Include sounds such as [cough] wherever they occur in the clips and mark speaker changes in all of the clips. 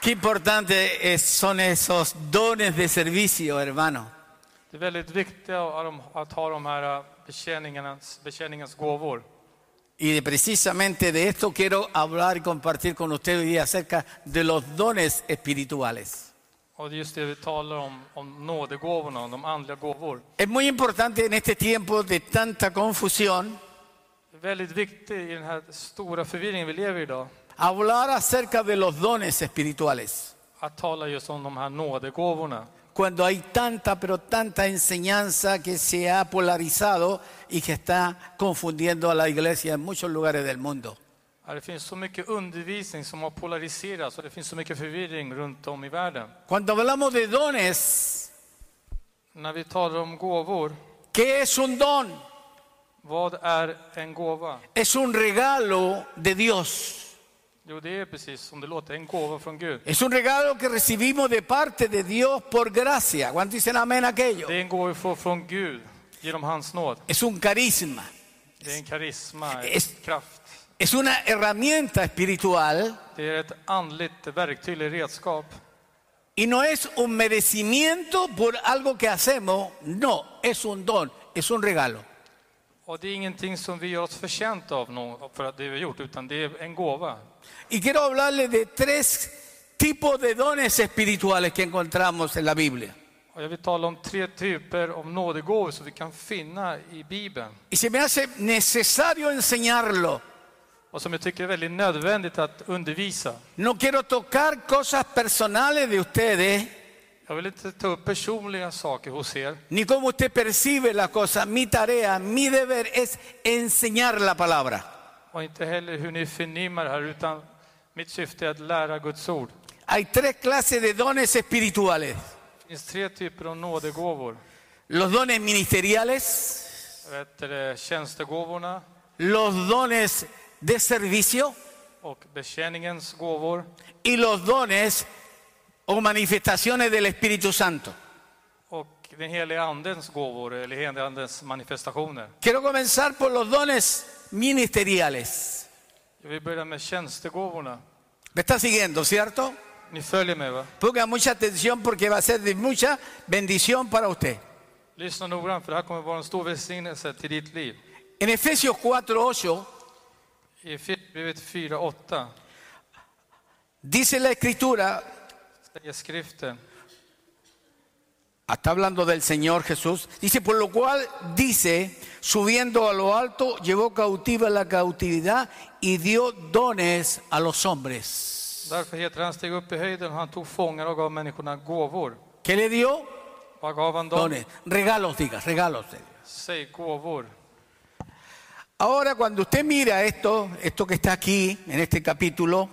Speaker 1: Qué importante es- son esos dones de servicio, hermano.
Speaker 2: Det är väldigt viktigt att ha de här eh, betjäningarnas, betjäningens gåvor.
Speaker 1: Y de- precisamente de esto quiero hablar y compartir con ustedes hoy día acerca de los dones espirituales.
Speaker 2: Och det är just det vi talar om, om nådegåvorna, om de andliga gåvor.
Speaker 1: Es muy importante en este tiempo de tanta confusión
Speaker 2: Det är väldigt viktigt i den här stora förvirringen vi lever i idag,
Speaker 1: hablar acerca de los dones espirituales.
Speaker 2: att tala just om de här nådegåvorna.
Speaker 1: Cuando hay tanta, pero tanta enseñanza que se ha polarizado y que está confundiendo a la iglesia en muchos lugares del mundo.
Speaker 2: Ja, Det finns så mycket undervisning som har polariserats och det finns så mycket förvirring runt om i världen.
Speaker 1: Cuando hablamos de dones,
Speaker 2: När vi talar om gåvor,
Speaker 1: ¿qué es un don?
Speaker 2: vad är en gåva?
Speaker 1: Es un regalo de Dios.
Speaker 2: Jo, det är precis som det låter, en gåva från Gud.
Speaker 1: Es un regalo que recibimos de parte de Dios por gracia. ¿Cuántos dicen amén a aquello?
Speaker 2: Det är en gåva vi får från Gud genom hans nåd.
Speaker 1: Es un carisma.
Speaker 2: Det är en karisma, en
Speaker 1: Es-
Speaker 2: kraft.
Speaker 1: Es una herramienta espiritual
Speaker 2: Det är ett andligt verktyg, eller redskap.
Speaker 1: y no es un merecimiento por algo que hacemos. No, es un don, es un regalo.
Speaker 2: Och det är ingenting som vi gör oss förtjänta av nå- för att det vi har gjort, utan det är en gåva.
Speaker 1: Y quiero hablarles de tres tipos de dones espirituales que encontramos en la Biblia.
Speaker 2: Och jag vill tala om tre typer av nådegåvor som vi kan finna i Bibeln.
Speaker 1: Y se me hace necesario enseñarlo.
Speaker 2: Och som jag tycker är väldigt nödvändigt att undervisa.
Speaker 1: No quiero tocar cosas personales de ustedes,
Speaker 2: Jag vill inte ta upp personliga saker hos er.
Speaker 1: ni cómo usted percibe las cosas. Mi tarea, mi deber es enseñar la palabra.
Speaker 2: Och inte heller hur ni förnimmar det här, utan mitt syfte är att lära Guds ord.
Speaker 1: Hay tres clases de dones espirituales.
Speaker 2: Det finns tre typer av nådegåvor.
Speaker 1: Los dones ministeriales,
Speaker 2: Vet du det, Tjänstegåvorna
Speaker 1: los dones de servicio
Speaker 2: och betjäningens gåvor.
Speaker 1: y los dones o manifestaciones del Espíritu Santo.
Speaker 2: Och den heliga andens gåvor, eller heliga andens manifestationer.
Speaker 1: Quiero comenzar por los dones ministeriales.
Speaker 2: Vi börjar med tjänstegåvorna.
Speaker 1: ¿Me está siguiendo, cierto?
Speaker 2: Ni följer med va?
Speaker 1: Ponga mucha atención porque va a ser de mucha bendición para usted.
Speaker 2: Lyssna noggrant för det här kommer vara en stor välsignelse till ditt liv.
Speaker 1: En Efesios 4:8
Speaker 2: I Efesierbrevet 4.8
Speaker 1: dice la escritura,
Speaker 2: säger skriften.
Speaker 1: está hablando del Señor Jesús, dice, por lo cual dice, subiendo a lo alto, llevó cautiva la cautividad y dio dones a los hombres.
Speaker 2: Därför heter han steg upp i höjden och han tog fångar och gav människorna gåvor.
Speaker 1: ¿Qué le dio?
Speaker 2: Vad gav han dem?
Speaker 1: Dones, regalos, diga, regalos.
Speaker 2: Säg gåvor.
Speaker 1: Ahora cuando usted mira esto, esto que está aquí, en este capítulo,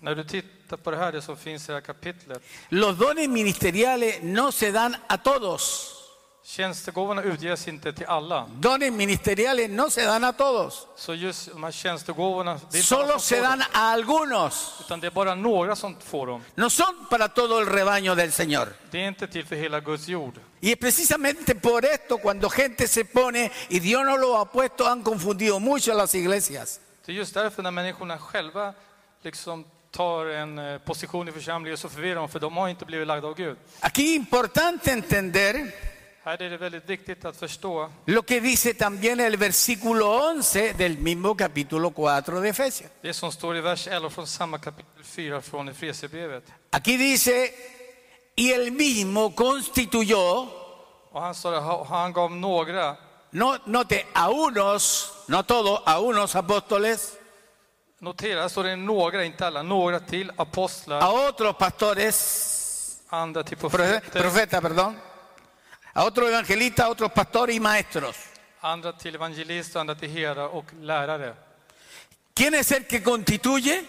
Speaker 2: När du tittar på det här, det som finns i det här kapitlet.
Speaker 1: Los dones ministeriales no se dan a todos.
Speaker 2: Tjänstegåvorna utges inte till alla.
Speaker 1: Dones ministeriales no se dan a todos.
Speaker 2: Så just de här tjänstegåvorna, det är inte alla
Speaker 1: Solo
Speaker 2: som
Speaker 1: se
Speaker 2: får
Speaker 1: dan
Speaker 2: dem,
Speaker 1: a algunos.
Speaker 2: utan det är bara några som får dem.
Speaker 1: No son para todo el rebaño del Señor.
Speaker 2: Det är inte till för hela Guds jord.
Speaker 1: Y es precisamente por esto cuando gente se pone y Dios no lo ha puesto, han confundido mucho a las iglesias.
Speaker 2: Det är just därför när människorna själva liksom tar en eh, position i församlingen så förvirrar de, för de har inte blivit lagda av Gud.
Speaker 1: Aquí importante entender
Speaker 2: Här är det väldigt viktigt att förstå
Speaker 1: lo que dice también el versículo 11 del mismo capítulo 4 de Efesios.
Speaker 2: det som står i vers 11 från samma kapitel 4 från Efesierbrevet.
Speaker 1: Aquí dice, y el mismo constituyó
Speaker 2: Och han sa det, ha- han gav några,
Speaker 1: No, note, a unos, no a todos, a unos apóstoles,
Speaker 2: notera, här står det några, inte alla, några till
Speaker 1: a
Speaker 2: apostlar,
Speaker 1: otros pastores,
Speaker 2: andra till
Speaker 1: profe-
Speaker 2: profeter,
Speaker 1: profetas, perdón, a otros evangelistas, a otros pastores y maestros.
Speaker 2: andra till evangelister, andra till herdar och lärare.
Speaker 1: ¿Quién es el que constituye?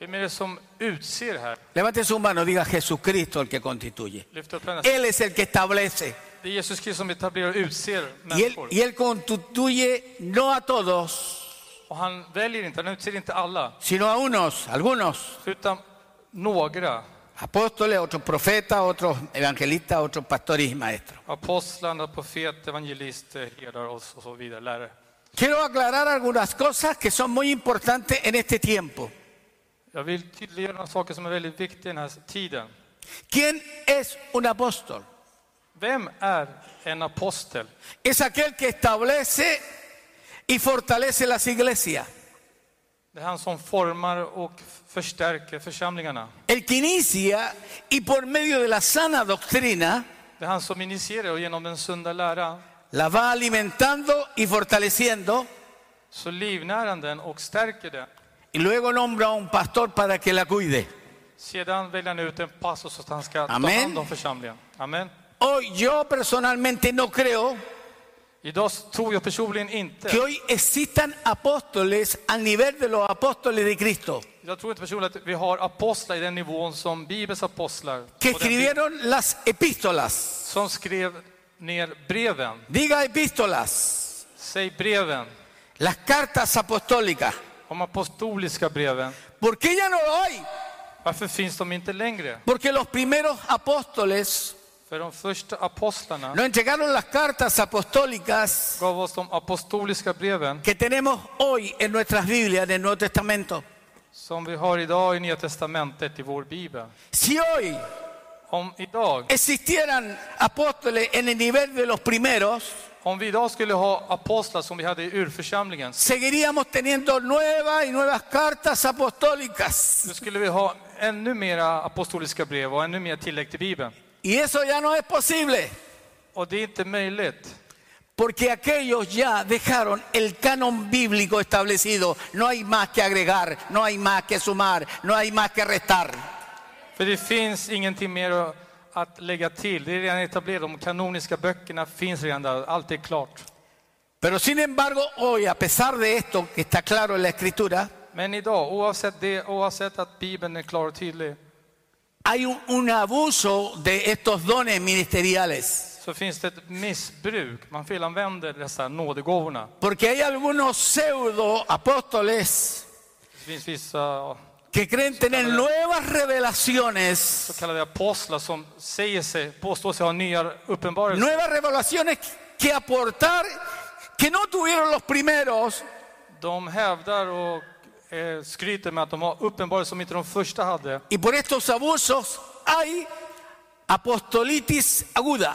Speaker 2: Vem är det som utser här?
Speaker 1: Levante su mano, diga Jesucristo el que constituye.
Speaker 2: Lyft upp henne.
Speaker 1: Él es el que establece.
Speaker 2: Det är Jesus Kristus som etablerar och utser
Speaker 1: Y él,
Speaker 2: människor.
Speaker 1: y él constituye no a todos,
Speaker 2: Och han väljer inte, han utser inte alla,
Speaker 1: sino a unos, algunos.
Speaker 2: utan några.
Speaker 1: Apóstoles, otros profetas, otros evangelistas, otros pastores y maestros.
Speaker 2: Apostlar, andra profeter, evangelister, herdar och så och så vidare, lärare.
Speaker 1: Quiero aclarar algunas cosas que son muy importantes en este tiempo.
Speaker 2: Jag vill tydliggöra några saker som är väldigt viktiga i den här tiden.
Speaker 1: ¿Quién es un apóstol?
Speaker 2: Vem är en apostel?
Speaker 1: Es aquel que establece y fortalece las iglesias.
Speaker 2: Det är han som formar och förstärker församlingarna.
Speaker 1: El que inicia y por medio de la sana doctrina
Speaker 2: Det är han som initierar och genom den sunda lära
Speaker 1: la va alimentando y fortaleciendo.
Speaker 2: så livnärar den och stärker den.
Speaker 1: Y luego nombra a un pastor para que la cuide.
Speaker 2: Sedan väljer han ut en pastor så att han ska ta
Speaker 1: Amen.
Speaker 2: hand om församlingen. Amen.
Speaker 1: Hoy yo personalmente no creo
Speaker 2: Idag tror jag personligen
Speaker 1: que
Speaker 2: inte,
Speaker 1: hoy existan apóstoles al nivel de los apóstoles de Cristo,
Speaker 2: jag tror inte personligen att vi har apostlar i den nivån som Bibelns apostlar.
Speaker 1: que
Speaker 2: Och den Bibeln
Speaker 1: escribieron las epístolas.
Speaker 2: Som skrev ner breven.
Speaker 1: Diga epístolas,
Speaker 2: Säg breven.
Speaker 1: las cartas apostólicas.
Speaker 2: De apostoliska breven.
Speaker 1: ¿Por qué ya no lo hay?
Speaker 2: Varför finns de inte längre?
Speaker 1: Porque los primeros apóstoles
Speaker 2: För de första apostlarna
Speaker 1: nos entregaron las cartas apostólicas
Speaker 2: gav oss de apostoliska breven
Speaker 1: que tenemos hoy en nuestras Biblias del Nuevo Testamento.
Speaker 2: som vi har idag i Nya Testamentet i vår bibel.
Speaker 1: Si hoy
Speaker 2: Om idag,
Speaker 1: existieran apóstoles en el nivel de los primeros,
Speaker 2: om vi idag skulle ha apostlar som vi hade i urförsamlingen
Speaker 1: seguiríamos teniendo nuevas y nuevas cartas apostólicas.
Speaker 2: Då skulle vi ha ännu mera apostoliska brev och ännu mer tillägg till Bibeln.
Speaker 1: Y eso ya no es posible,
Speaker 2: Och det är inte möjligt.
Speaker 1: porque aquellos ya dejaron el canon bíblico establecido. No hay más que agregar, no hay más que sumar, no hay más que restar.
Speaker 2: För det finns ingenting mer att lägga till. Det är redan etablerat. De kanoniska böckerna finns redan där. Allt är klart.
Speaker 1: Pero sin embargo, hoy, a pesar de esto que está claro en la escritura,
Speaker 2: Men idag, oavsett, det, oavsett att Bibeln är klar och tydlig,
Speaker 1: hay un, un abuso de estos dones ministeriales,
Speaker 2: så finns det ett missbruk. Man felanvänder dessa nådegåvorna.
Speaker 1: porque hay algunos pseudo apóstoles
Speaker 2: Det finns vissa
Speaker 1: que creen tener nuevas revelaciones
Speaker 2: så kallade apostlar som säger sig, påstår sig ha nya uppenbarelser.
Speaker 1: nuevas revelaciones que aportar que no tuvieron los primeros,
Speaker 2: De hävdar och eh, skryter med att de har uppenbarelser som inte de första hade.
Speaker 1: y por estos abusos hay apostolitis aguda.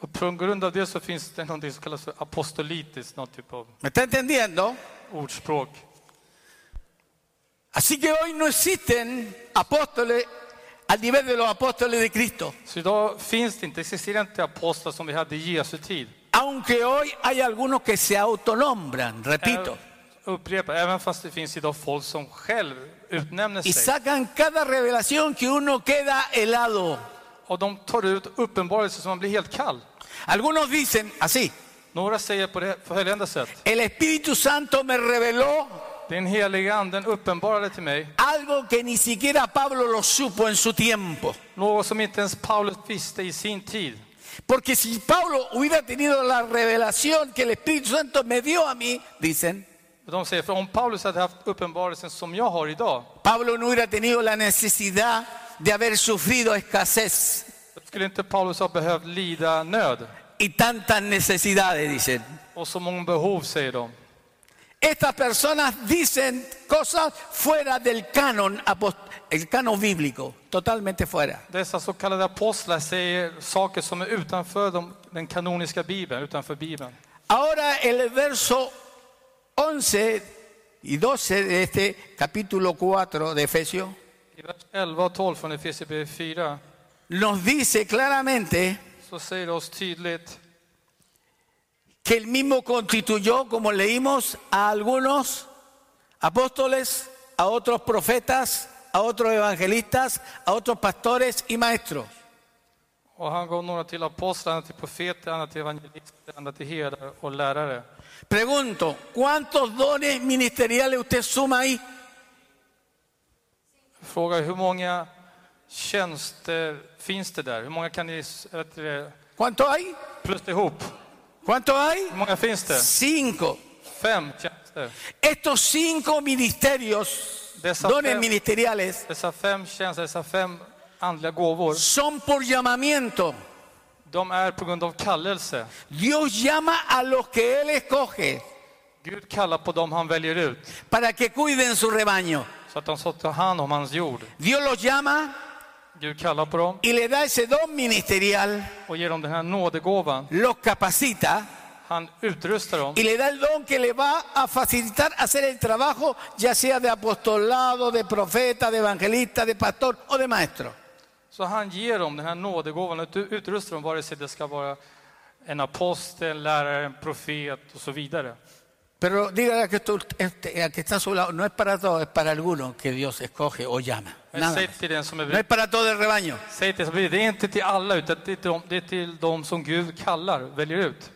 Speaker 2: Och på grund av det så finns det någonting som kallas för apostolitiskt, någon typ av
Speaker 1: ¿Me está entendiendo?
Speaker 2: ordspråk.
Speaker 1: Así que hoy no existen apóstoles al nivel de los apóstoles de Cristo,
Speaker 2: Så idag finns det inte, existerar inte apostlar som vi hade i Jesu tid.
Speaker 1: aunque hoy hay algunos que se autonombran, repito,
Speaker 2: Ah, Upprepa, även fast det finns idag folk som själv utnämner
Speaker 1: y
Speaker 2: sig.
Speaker 1: sacan cada revelación que uno queda helado.
Speaker 2: Och de tar ut uppenbarelser som man blir helt kall.
Speaker 1: Algunos dicen así,
Speaker 2: Några säger på det följande sätt.
Speaker 1: el Espíritu Santo me reveló
Speaker 2: Den heliga anden uppenbarade till mig
Speaker 1: Algo que ni siquiera Pablo lo supo en su tiempo.
Speaker 2: något som inte ens Paulus visste i sin tid.
Speaker 1: Porque si Pablo hubiera tenido la revelación que el Espíritu Santo me dio a mí, dicen,
Speaker 2: De säger, för om Paulus hade haft uppenbarelsen som jag har idag,
Speaker 1: Pablo no hubiera tenido la necesidad de haber sufrido escasez
Speaker 2: då skulle inte Paulus ha behövt lida nöd.
Speaker 1: y tantas necesidades, dicen.
Speaker 2: Och så många behov, säger de.
Speaker 1: Estas personas dicen cosas fuera del canon, apost- el canon bíblico, totalmente fuera.
Speaker 2: Dessa så kallade apostlar säger saker som är utanför de, den kanoniska bibeln, utanför bibeln.
Speaker 1: Ahora el verso 11 y 12 de este capítulo 4 de Efesios.
Speaker 2: I vers 11 och 12 från Efesierbrevet 4
Speaker 1: nos dice claramente
Speaker 2: så säger det oss tydligt
Speaker 1: que el mismo constituyó, como leímos, a algunos apóstoles, a otros profetas, a otros evangelistas, a otros pastores y maestros.
Speaker 2: och han gav några till apostlar, andra till profeter, andra till evangelister, andra till herdar och lärare.
Speaker 1: Pregunto, ¿cuántos dones ministeriales usted suma ahí?
Speaker 2: Frågar hur många tjänster finns det där? Hur många kan ni vet, du det,
Speaker 1: ¿Cuánto hay?
Speaker 2: plussa ihop?
Speaker 1: ¿Cuánto hay?
Speaker 2: Hur många finns det?
Speaker 1: Cinco.
Speaker 2: Fem tjänster.
Speaker 1: Estos cinco ministerios,
Speaker 2: Desa
Speaker 1: dones
Speaker 2: fem-
Speaker 1: ministeriales,
Speaker 2: Dessa fem tjänster, dessa fem andliga gåvor,
Speaker 1: son por llamamiento.
Speaker 2: de är på grund av kallelse.
Speaker 1: Dios llama a los que Él escoge
Speaker 2: Gud kallar på dem han väljer ut
Speaker 1: para que cuiden su rebaño.
Speaker 2: Så att de ska ta hand om hans jord.
Speaker 1: Dios los llama
Speaker 2: Gud kallar på dem
Speaker 1: y le da ese don ministerial,
Speaker 2: och ger dem den här nådegåvan.
Speaker 1: los capacita
Speaker 2: Han utrustar dem
Speaker 1: y le da el don que le va a facilitar hacer el trabajo, ya sea de apostolado, de profeta, de evangelista, de pastor o de maestro.
Speaker 2: Så han ger dem den här nådegåvan och ut- utrustar dem vare sig det ska vara en apostel, en lärare, en profet och så vidare.
Speaker 1: Pero dígale al que, está ult- este, al que está a su lado, no es para todos, es para algunos que Dios escoge o llama.
Speaker 2: Men
Speaker 1: Nada
Speaker 2: säg
Speaker 1: más.
Speaker 2: till den som är
Speaker 1: No es
Speaker 2: bredvid.
Speaker 1: para todo el rebaño.
Speaker 2: Säg till den som är bredvid. Det är inte till alla, utan det är till, dem, det är till dem som Gud kallar, väljer ut.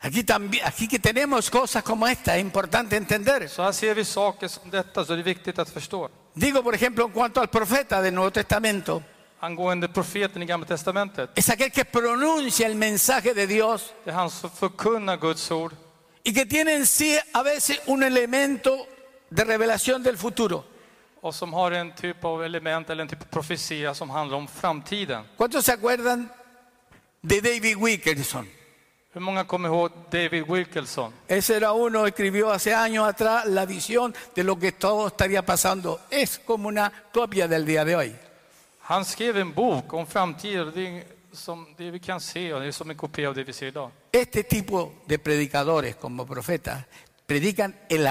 Speaker 1: Aquí también, aquí que tenemos cosas como esta, es importante entender.
Speaker 2: Så här ser vi saker som detta, så det är viktigt att förstå.
Speaker 1: Digo, por ejemplo, en cuanto al profeta del Nuevo Testamento,
Speaker 2: Angående profeten i Gamla Testamentet.
Speaker 1: es aquel que pronuncia el mensaje de Dios
Speaker 2: Det är han som förkunnar Guds ord.
Speaker 1: y que tiene en sí a veces un elemento de revelación del futuro.
Speaker 2: och som har en typ av element eller en typ av profetia som handlar om framtiden.
Speaker 1: ¿Cuántos se acuerdan de David Wilkerson?
Speaker 2: Hur många kommer ihåg David Wilkerson?
Speaker 1: Ese era uno que escribió hace años atrás la visión de lo que todo estaría pasando. Es como una copia del día de hoy.
Speaker 2: Han skrev en bok om framtiden, det, är som det vi kan se och det är som en kopia av det vi ser idag.
Speaker 1: Este tipo de predicadores como profetas predican el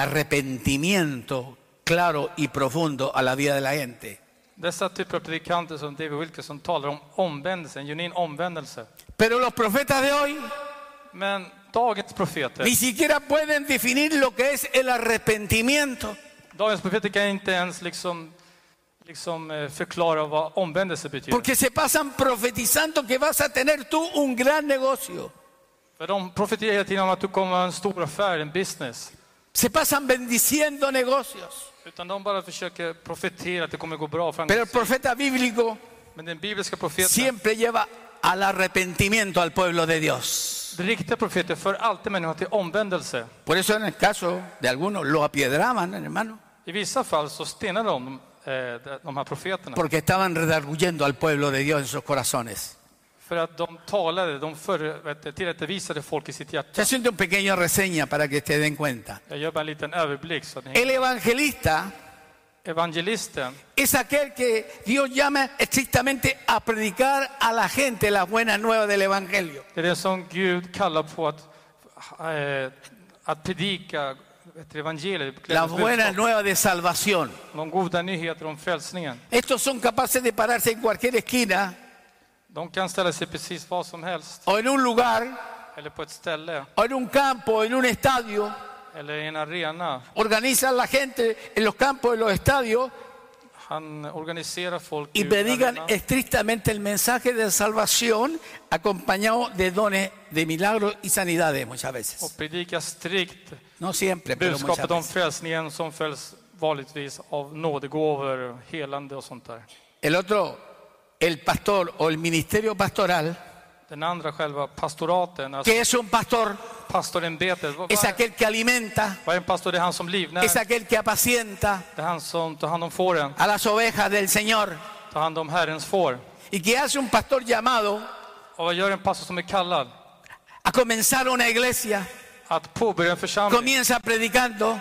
Speaker 1: arrepentimiento claro y profundo a la vida de la gente.
Speaker 2: Dessa typer av predikanter som David Wilkerson talar om omvändelsen, genuin omvändelse.
Speaker 1: Pero los profetas de hoy
Speaker 2: Men dagens profeter,
Speaker 1: ni siquiera pueden definir lo que es el arrepentimiento.
Speaker 2: dagens profeter kan inte ens liksom, liksom eh, förklara vad omvändelse betyder.
Speaker 1: Porque se pasan profetizando que vas a tener tú un gran negocio.
Speaker 2: För de profeterar hela tiden om att du kommer ha en stor affär, en business.
Speaker 1: Se pasan bendiciendo negocios.
Speaker 2: Utan de bara försöker profetera att det kommer gå bra. Fram.
Speaker 1: Pero el profeta bíblico
Speaker 2: Men den bibliska profeten,
Speaker 1: siempre lleva al arrepentimiento al pueblo de Dios.
Speaker 2: den riktiga profeten, för alltid människan till omvändelse.
Speaker 1: Por eso en el caso de algunos lo apiedraban, hermano,
Speaker 2: I vissa fall så stenar de eh, de här profeterna.
Speaker 1: porque estaban redarguyendo al pueblo de Dios en sus corazones.
Speaker 2: För att de talade, de för, vet, du, tillrättavisade folk i sitt hjärta.
Speaker 1: Se siente un pequeño reseña para que te den cuenta.
Speaker 2: Jag gör bara en liten överblick. Så att ni...
Speaker 1: El evangelista
Speaker 2: Evangelisten,
Speaker 1: es aquel que Dios llama estrictamente a predicar a la gente las buenas nuevas del evangelio.
Speaker 2: det är det som Gud kallar på att, eh, att predika vet, du, evangeliet,
Speaker 1: Las
Speaker 2: glädjens
Speaker 1: buenas
Speaker 2: budskap,
Speaker 1: nuevas de salvación.
Speaker 2: de goda nyheter om frälsningen.
Speaker 1: Estos son capaces de pararse en cualquier esquina
Speaker 2: De kan ställa sig precis var som helst,
Speaker 1: o en un lugar
Speaker 2: eller på ett ställe,
Speaker 1: o en un campo o en un estadio
Speaker 2: eller i en arena.
Speaker 1: organizan la gente en los campos, en los estadios,
Speaker 2: Han organiserar folk
Speaker 1: y
Speaker 2: i
Speaker 1: predican
Speaker 2: arena.
Speaker 1: estrictamente el mensaje de salvación acompañado de dones de milagros y sanidades muchas
Speaker 2: och
Speaker 1: veces.
Speaker 2: predikar strikt
Speaker 1: No siempre, pero muchas
Speaker 2: budskapet om
Speaker 1: veces.
Speaker 2: frälsningen som följs vanligtvis av nådegåvor, helande och sånt där.
Speaker 1: El otro, el pastor o el ministerio pastoral,
Speaker 2: Den andra själva pastoraten, alltså
Speaker 1: que es un pastor,
Speaker 2: pastorämbetet. Vad,
Speaker 1: es
Speaker 2: vad, är,
Speaker 1: aquel que alimenta,
Speaker 2: vad är en pastor? Det är han som livnär,
Speaker 1: es aquel que apacienta
Speaker 2: det är han som tar hand om fåren,
Speaker 1: a las ovejas del Señor
Speaker 2: tar hand om Herrens får.
Speaker 1: y que hace un pastor llamado
Speaker 2: Och vad gör en pastor som är kallad?
Speaker 1: a comenzar una iglesia,
Speaker 2: Att påbörja en församling.
Speaker 1: comienza predicando,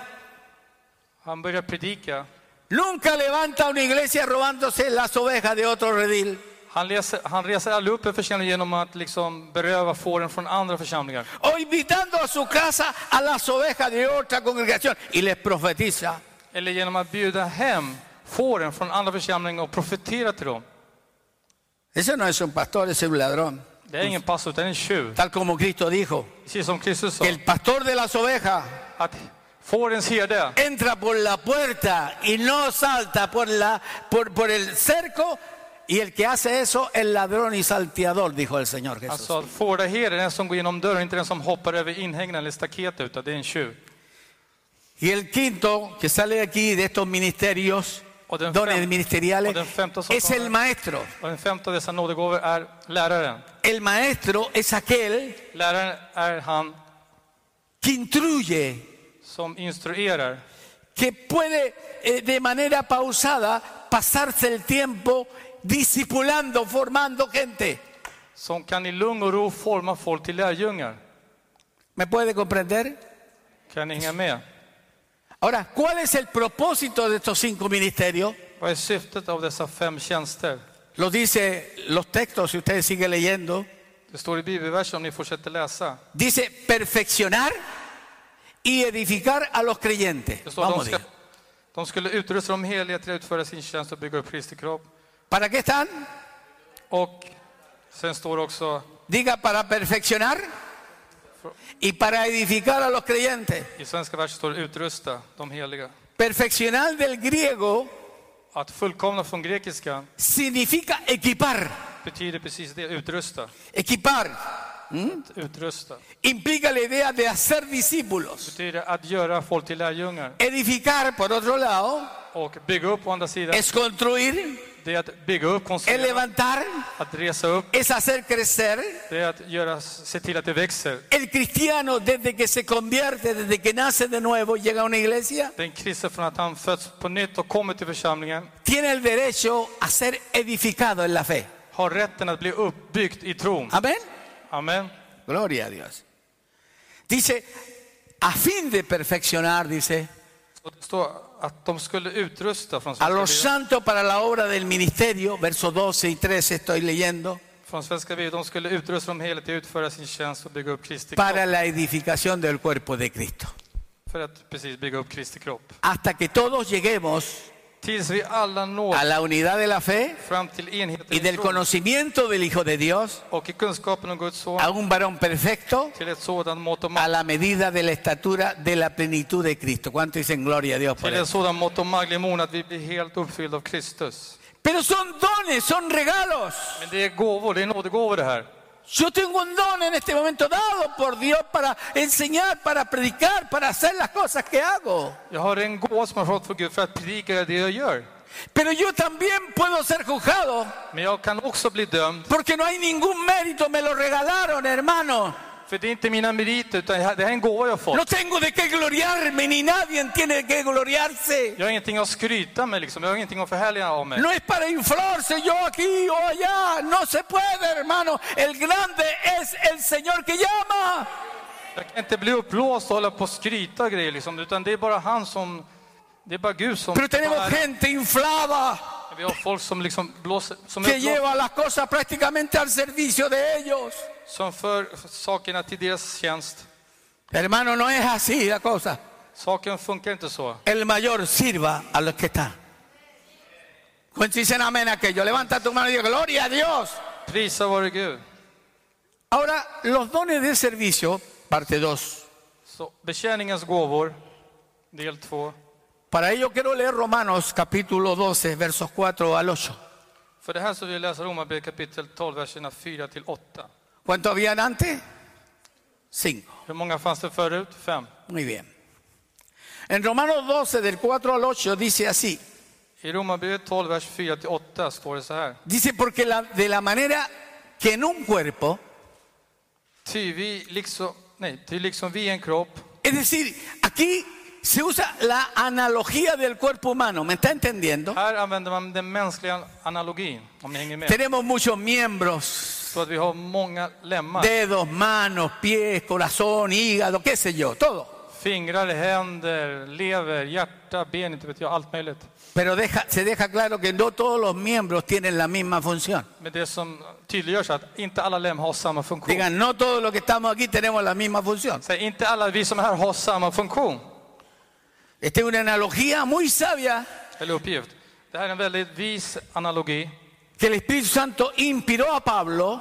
Speaker 2: Han börjar predika.
Speaker 1: Nunca levanta una iglesia robándose las ovejas de otro redil.
Speaker 2: Han, läser, han reser aldrig upp en församling genom att liksom beröva fåren från andra församlingar.
Speaker 1: O invitando a su casa a las ovejas de otra congregación. Y les profetiza.
Speaker 2: Eller genom att bjuda hem fåren från andra församlingar och profetera till dem.
Speaker 1: Ese no es un pastor, ese es un ladrón.
Speaker 2: Det är ingen pastor, utan en tjuv.
Speaker 1: Tal como Cristo dijo.
Speaker 2: Precis som Kristus sa,
Speaker 1: Que el pastor de las ovejas
Speaker 2: att fårens herde,
Speaker 1: entra por la puerta y no salta por, la, por, por el cerco. Y el que hace eso es ladrón y salteador, dijo el Señor Jesús.
Speaker 2: alltså att fåraherden är den som går genom dörren, inte den som hoppar över inhägnaden eller staketet, utan det är en tjuv.
Speaker 1: Y el quinto que sale de aquí de estos ministerios,
Speaker 2: O del
Speaker 1: dones
Speaker 2: fem-
Speaker 1: ministeriales,
Speaker 2: o del femto
Speaker 1: es
Speaker 2: socorro.
Speaker 1: el maestro.
Speaker 2: Och den femte av dessa nådegåvor är läraren.
Speaker 1: El maestro es aquel
Speaker 2: Läraren är han
Speaker 1: que instruye,
Speaker 2: som instruerar,
Speaker 1: que puede eh, de manera pausada pasarse el tiempo discipulando, formando gente.
Speaker 2: som kan i lugn och ro forma folk till lärjungar.
Speaker 1: ¿Me puede comprender?
Speaker 2: Kan ni hänga med?
Speaker 1: Ahora, ¿cuál es el propósito de estos cinco ministerios?
Speaker 2: Vad är syftet av dessa fem tjänster?
Speaker 1: Lo dice los textos, si ustedes siguen leyendo.
Speaker 2: Det står i bibelversen om ni fortsätter läsa.
Speaker 1: Dice perfeccionar y edificar a los creyentes.
Speaker 2: Det står att de,
Speaker 1: Vamos,
Speaker 2: ska,
Speaker 1: diga.
Speaker 2: de skulle utrusta de heliga till att utföra sin tjänst och bygga upp Kristi kropp.
Speaker 1: ¿Para qué están?
Speaker 2: Och sen står det också
Speaker 1: Diga para perfeccionar y para edificar a los creyentes.
Speaker 2: i svenska versen står det utrusta de heliga.
Speaker 1: Perfeccionar del griego
Speaker 2: Att fullkomna från grekiska
Speaker 1: significa equipar.
Speaker 2: betyder precis det, utrusta.
Speaker 1: Equipar
Speaker 2: Att utrusta
Speaker 1: implica la idea de hacer discípulos.
Speaker 2: betyder att göra folk till lärjungar.
Speaker 1: Edificar, por otro lado,
Speaker 2: Och bygga upp å andra sidan,
Speaker 1: es construir,
Speaker 2: det är att bygga upp,
Speaker 1: es
Speaker 2: konstruera,
Speaker 1: levantar,
Speaker 2: att resa upp,
Speaker 1: es hacer crecer.
Speaker 2: det är att göra, se till att det växer.
Speaker 1: El cristiano desde que se convierte, desde que nace de nuevo, llega a una iglesia,
Speaker 2: Den kristne från att han föds på nytt och kommer till församlingen
Speaker 1: tiene el derecho a ser edificado en la fe.
Speaker 2: har rätten att bli uppbyggt i tron.
Speaker 1: Amén.
Speaker 2: Amen.
Speaker 1: Gloria a Dios. Dice, a fin de perfeccionar, dice,
Speaker 2: Och det står att de skulle utrusta från
Speaker 1: a
Speaker 2: Svenska,
Speaker 1: los
Speaker 2: Bibeln,
Speaker 1: santos para la obra del ministerio, versos 12 y 13 estoy leyendo,
Speaker 2: från svenska Bibeln, de skulle utrusta dem hela till att utföra sin tjänst och bygga upp Kristi kropp.
Speaker 1: para la edificación del cuerpo de Cristo.
Speaker 2: För att precis bygga upp Kristi kropp.
Speaker 1: Hasta que todos lleguemos
Speaker 2: Tills vi alla når
Speaker 1: a la unidad de la fe
Speaker 2: fram till enheten
Speaker 1: y
Speaker 2: i
Speaker 1: del
Speaker 2: tron
Speaker 1: conocimiento del Hijo de Dios,
Speaker 2: och i kunskapen om Guds son
Speaker 1: a un varón perfecto,
Speaker 2: till ett sådant mått
Speaker 1: a
Speaker 2: och mag-
Speaker 1: la medida de la estatura de la plenitud de Cristo. ¿Cuánto dicen gloria a Dios por
Speaker 2: till ett
Speaker 1: eso?
Speaker 2: sådant mått och maglimon att vi blir helt uppfyllda av Kristus.
Speaker 1: Pero son dones, son regalos.
Speaker 2: Men det är gåvor, det är nådegåvor det här.
Speaker 1: Yo tengo un don en este momento dado por Dios para enseñar, para predicar, para hacer las cosas que hago.
Speaker 2: Jag har en gåva som jag har fått från Gud för att predika det jag gör.
Speaker 1: Pero yo también puedo ser juzgado
Speaker 2: Men jag kan också bli dömd,
Speaker 1: porque no hay ningún mérito, me lo regalaron, hermano.
Speaker 2: för det är inte mina meriter, utan det här det här är en gåva jag fått.
Speaker 1: No tengo de qué gloriarme, ni nadie tiene de qué gloriarse.
Speaker 2: Jag har ingenting att skryta med, liksom. jag har ingenting att förhärliga av mig.
Speaker 1: No es para inflarse yo aquí o allá, no se puede, hermano. El grande es el Señor que llama.
Speaker 2: Jag kan inte bli uppblåst och hålla på och skryta och grejer, liksom. utan det är bara han som... Det är bara Gud som...
Speaker 1: Pero tenemos
Speaker 2: Men
Speaker 1: gente inflada
Speaker 2: Vi har folk som liksom blåser... Som, är
Speaker 1: que
Speaker 2: uppblåsta,
Speaker 1: lleva las cosas prácticamente al servicio de ellos.
Speaker 2: som för sakerna till deras tjänst.
Speaker 1: Hermano, no es así la cosa.
Speaker 2: Saken funkar inte så.
Speaker 1: El mayor sirva a los que están. Cuando dicen amén a aquello, levanta tu mano y diga, gloria a Dios.
Speaker 2: Prisa vare Gud.
Speaker 1: Ahora, los dones de servicio, parte 2.
Speaker 2: Så, betjäningens gåvor, del 2.
Speaker 1: Para ello quiero leer Romanos capítulo 12, versos 4 al 8.
Speaker 2: För det här så vill jag läsa Romarbrevet kapitel 12, verserna 4 till 8.
Speaker 1: ¿Cuánto habían antes? Cinco.
Speaker 2: Hur många fanns det förut? Fem.
Speaker 1: Muy bien. En Romanos 12, del 4 al 8, dice así.
Speaker 2: I Romarbrevet 12, vers 4 till 8 står det så här.
Speaker 1: Dice, porque la- de la manera que en un cuerpo,
Speaker 2: Ty vi liksom, nej, ty liksom vi är en kropp.
Speaker 1: es decir, aquí se usa la analogía del cuerpo humano, ¿me está entendiendo?
Speaker 2: Här använder man den mänskliga analogin, om ni hänger med.
Speaker 1: Tenemos muchos miembros,
Speaker 2: Så att vi har många lemmar.
Speaker 1: dedos, manos, pies, corazón, hígado, qué sé yo, todo.
Speaker 2: Fingrar, händer, lever, hjärta, ben, inte vet jag, allt möjligt.
Speaker 1: Pero deja- se deja claro que no todos los miembros tienen la misma función.
Speaker 2: Men det som tydliggörs är att inte alla lem har samma funktion.
Speaker 1: Digan, no todos los que estamos aquí tenemos la misma función.
Speaker 2: Säg, inte alla vi som är här har samma funktion
Speaker 1: Esta es una analogía muy sabia
Speaker 2: eller uppgift. Det här är en väldigt vis analogi.
Speaker 1: que el Espíritu Santo inspiró a Pablo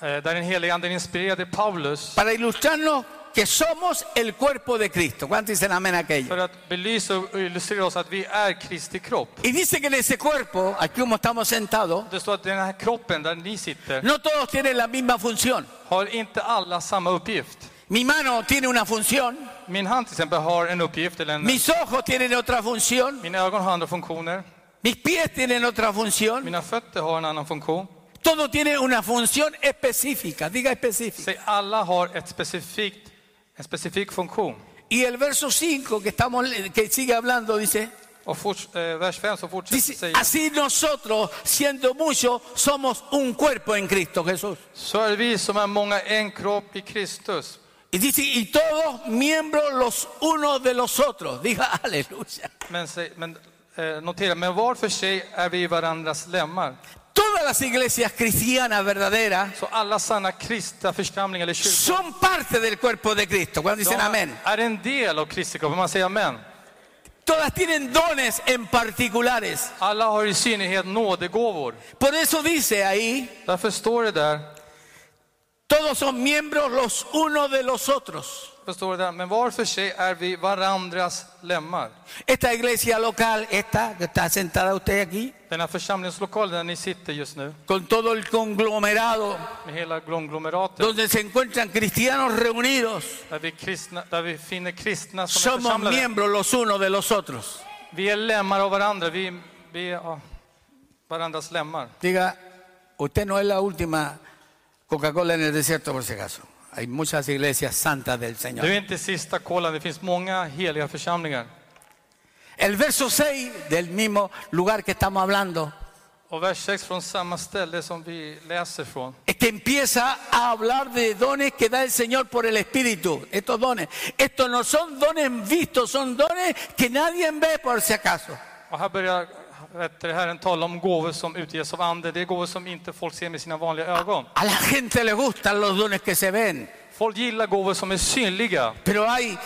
Speaker 2: eh, Där den helige anden inspirerade Paulus
Speaker 1: para ilustrarnos que somos el cuerpo de Cristo. ¿Cuántos dicen amén a aquello?
Speaker 2: för att belysa och illustrera oss att vi är Kristi kropp.
Speaker 1: Y dice que en ese cuerpo, aquí como estamos sentados,
Speaker 2: Det står att den här kroppen där ni sitter
Speaker 1: no todos tienen la misma función.
Speaker 2: har inte alla samma uppgift.
Speaker 1: Mi mano tiene una función,
Speaker 2: Min hand till exempel har en uppgift, eller en,
Speaker 1: mis ojos tienen otra función,
Speaker 2: mina ögon har andra funktioner,
Speaker 1: Mis pies tienen otra función.
Speaker 2: mina fötter har en annan funktion.
Speaker 1: Todo tiene una función específica. Diga específica.
Speaker 2: Säg, alla har ett specifikt, en specifik funktion.
Speaker 1: Y el verso 5 que, estamos, le- que sigue hablando dice,
Speaker 2: Och forts, eh, vers 5 så fortsätter
Speaker 1: dice,
Speaker 2: säga,
Speaker 1: así nosotros, siendo muchos, somos un cuerpo en Cristo Jesús.
Speaker 2: så är vi som är många en kropp i Kristus.
Speaker 1: Y dice, y todos miembros los unos de los otros. Diga [laughs] aleluya.
Speaker 2: Men, se- men, eh, notera, men var för sig är vi varandras lemmar.
Speaker 1: Todas las iglesias cristianas verdaderas
Speaker 2: Så alla sanna kristna församlingar eller kyrkor
Speaker 1: son parte del cuerpo de Cristo. Cuando
Speaker 2: de
Speaker 1: dicen amén.
Speaker 2: är en del av Kristi kropp. Man säger amen.
Speaker 1: Todas tienen dones en particulares.
Speaker 2: Alla har i synnerhet nådegåvor.
Speaker 1: Por eso dice ahí,
Speaker 2: Därför står det där,
Speaker 1: todos son miembros los unos de los otros.
Speaker 2: därför står det där men var för sig är vi varandras lemmar.
Speaker 1: Esta iglesia local, esta que está sentada usted aquí,
Speaker 2: Den här församlingslokalen där ni sitter just nu,
Speaker 1: con todo el conglomerado
Speaker 2: med hela konglomeratet,
Speaker 1: donde se encuentran cristianos reunidos,
Speaker 2: där vi, kristna, där vi finner kristna som är
Speaker 1: somos
Speaker 2: församlade.
Speaker 1: miembros los unos de los otros.
Speaker 2: Vi är lemmar av varandra. Vi, vi är ja, varandras lemmar.
Speaker 1: Diga, usted no es la última Coca-Cola en el desierto por si acaso. Hay muchas iglesias santas del
Speaker 2: Du
Speaker 1: Señor.
Speaker 2: är inte sista kolan. Det finns många heliga församlingar.
Speaker 1: El verso 6 del mismo lugar que estamos hablando
Speaker 2: Och vers 6 från samma ställe som vi läser från.
Speaker 1: es que empieza a hablar de dones que da el Señor por el Espíritu. Estos dones. Estos no son dones vistos, son dones que nadie ve por si acaso.
Speaker 2: Och här börjar vet du, Herren tala om gåvor som utges av Anden. Det är gåvor som inte folk ser med sina vanliga ögon.
Speaker 1: A la gente le gustan los dones que se ven,
Speaker 2: Folk gillar gåvor som är synliga.
Speaker 1: pero hay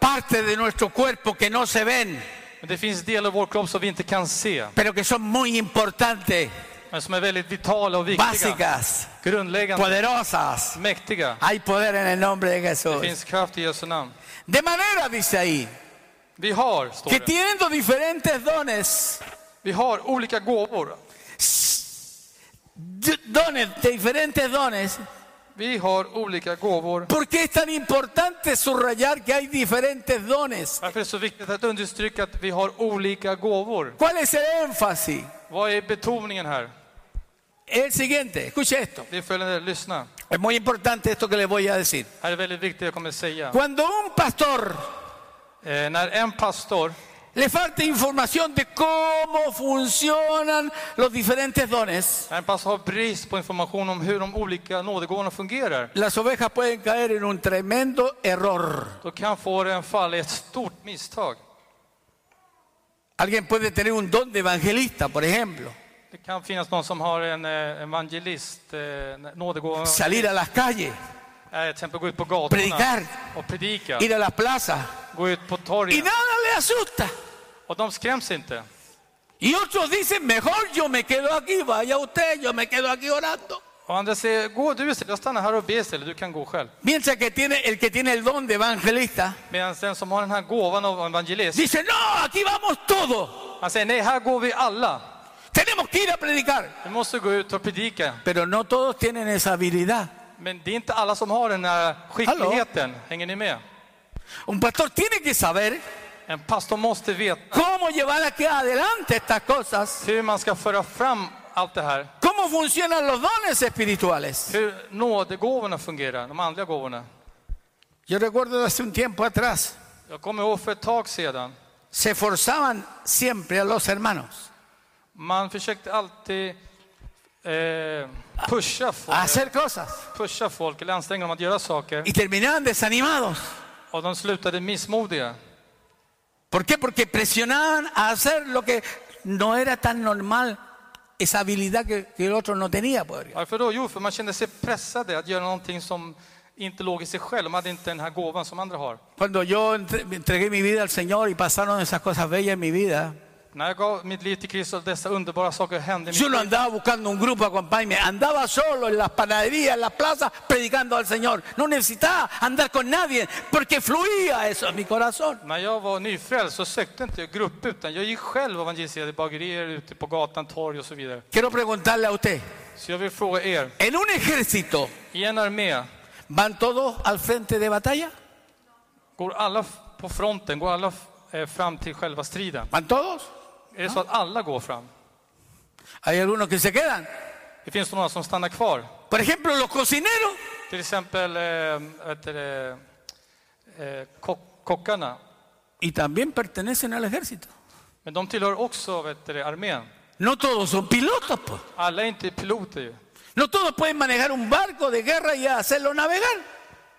Speaker 1: partes de nuestro cuerpo que no se ven,
Speaker 2: Men det finns delar av vår kropp som vi inte kan se.
Speaker 1: pero que son muy importantes,
Speaker 2: Men som är väldigt vitala och viktiga.
Speaker 1: básicas,
Speaker 2: Grundläggande.
Speaker 1: poderosas.
Speaker 2: Mäktiga.
Speaker 1: Hay poder en el nombre de
Speaker 2: Det
Speaker 1: Jesús.
Speaker 2: finns kraft i Jesu namn.
Speaker 1: De manera, dice ahí,
Speaker 2: Vi har, står
Speaker 1: que
Speaker 2: det.
Speaker 1: teniendo diferentes dones,
Speaker 2: Vi har olika gåvor.
Speaker 1: d- dones, de diferentes dones,
Speaker 2: Vi har olika gåvor.
Speaker 1: ¿por qué es tan importante subrayar que hay diferentes dones?
Speaker 2: Varför är det så viktigt att understryka att vi har olika gåvor?
Speaker 1: ¿Cuál es el énfasis?
Speaker 2: Vad är betoningen här?
Speaker 1: El siguiente, escuche esto,
Speaker 2: Det är följande, lyssna.
Speaker 1: es muy importante esto que les voy a decir.
Speaker 2: Här är väldigt viktigt jag kommer säga.
Speaker 1: Cuando un pastor
Speaker 2: Eh, när en pastor,
Speaker 1: le falta información de cómo funcionan los diferentes dones,
Speaker 2: när en pastor har brist på information om hur de olika nådegåvorna fungerar,
Speaker 1: las ovejas pueden caer en un tremendo error.
Speaker 2: då kan fåren falla i ett stort misstag.
Speaker 1: Alguien puede tener un don de evangelista, por ejemplo,
Speaker 2: Det kan finnas någon som har en eh, evangelist, eh, nådegåva,
Speaker 1: salir a las calles,
Speaker 2: eh, till exempel gå ut på gatorna
Speaker 1: Predikar.
Speaker 2: och predika,
Speaker 1: ir a las plazas,
Speaker 2: gå ut på
Speaker 1: y
Speaker 2: torgen.
Speaker 1: nada le asusta.
Speaker 2: Och de skräms inte.
Speaker 1: Y otros dicen, mejor yo me quedo aquí, vaya usted, yo me quedo aquí orando.
Speaker 2: Och andra säger, gå du istället, jag stannar här och ber istället, du kan gå själv.
Speaker 1: Mientras que tiene, el que tiene el don de evangelista
Speaker 2: Medan den som har den här gåvan av evangelist,
Speaker 1: dice, no, aquí vamos todos,
Speaker 2: han säger nej, här går vi alla.
Speaker 1: tenemos que ir a predicar.
Speaker 2: Vi måste gå ut och predika.
Speaker 1: Pero no todos tienen esa habilidad.
Speaker 2: Men det är inte alla som har den här skickligheten. Hänger ni med?
Speaker 1: Un pastor tiene que saber
Speaker 2: En pastor måste veta
Speaker 1: cómo llevar aquí adelante estas cosas,
Speaker 2: hur man ska föra fram allt det här.
Speaker 1: cómo funcionan los dones espirituales.
Speaker 2: Hur nådegåvorna fungerar, de andliga gåvorna.
Speaker 1: Yo recuerdo hace un tiempo atrás,
Speaker 2: Jag kommer ihåg för ett tag sedan.
Speaker 1: se forzaban siempre a los hermanos
Speaker 2: Man försökte alltid eh, pusha, folk,
Speaker 1: a hacer cosas
Speaker 2: pusha folk, eller anstränga dem att göra saker.
Speaker 1: y terminaban desanimados.
Speaker 2: Och de slutade missmodiga.
Speaker 1: ¿Por qué? Porque presionaban a hacer lo que no era tan normal, esa habilidad que, que el otro no tenía. podría.
Speaker 2: Varför då? Jo, för man kände sig pressade att göra någonting som inte låg i sig själv. Man hade inte den här gåvan som andra har.
Speaker 1: Cuando yo entre- me entregué mi vida al Señor y pasaron esas cosas bellas en mi vida,
Speaker 2: När jag gav mitt liv till Kristus och dessa underbara saker hände, i mitt
Speaker 1: yo no andaba buscando un grupo a acompañarme, andaba solo en las panaderías, en las plazas, predicando al Señor. No necesitaba andar con nadie, porque fluía eso en mi corazón.
Speaker 2: När jag var nyfrälst så sökte inte jag grupp utan jag gick själv och evangeliserade i bagerier, ute på gatan, torg och så vidare.
Speaker 1: Quiero preguntarle a usted,
Speaker 2: Så jag vill fråga er,
Speaker 1: en un ejército,
Speaker 2: i en armé,
Speaker 1: ¿Van todos al frente de batalla?
Speaker 2: går alla f- på fronten, går alla f- eh, fram till själva striden?
Speaker 1: ¿Van todos?
Speaker 2: Är det så att alla går fram?
Speaker 1: Hay algunos que se quedan.
Speaker 2: Det finns några som stannar kvar.
Speaker 1: Por ejemplo, los cocineros.
Speaker 2: Till exempel eh, vet du det, eh, kock, kockarna.
Speaker 1: Y también pertenecen al ejército.
Speaker 2: Men de tillhör också vet du det, armén.
Speaker 1: No todos son pilotos, pues.
Speaker 2: Alla är inte piloter ju.
Speaker 1: No todos pueden manejar un barco de guerra y hacerlo navegar.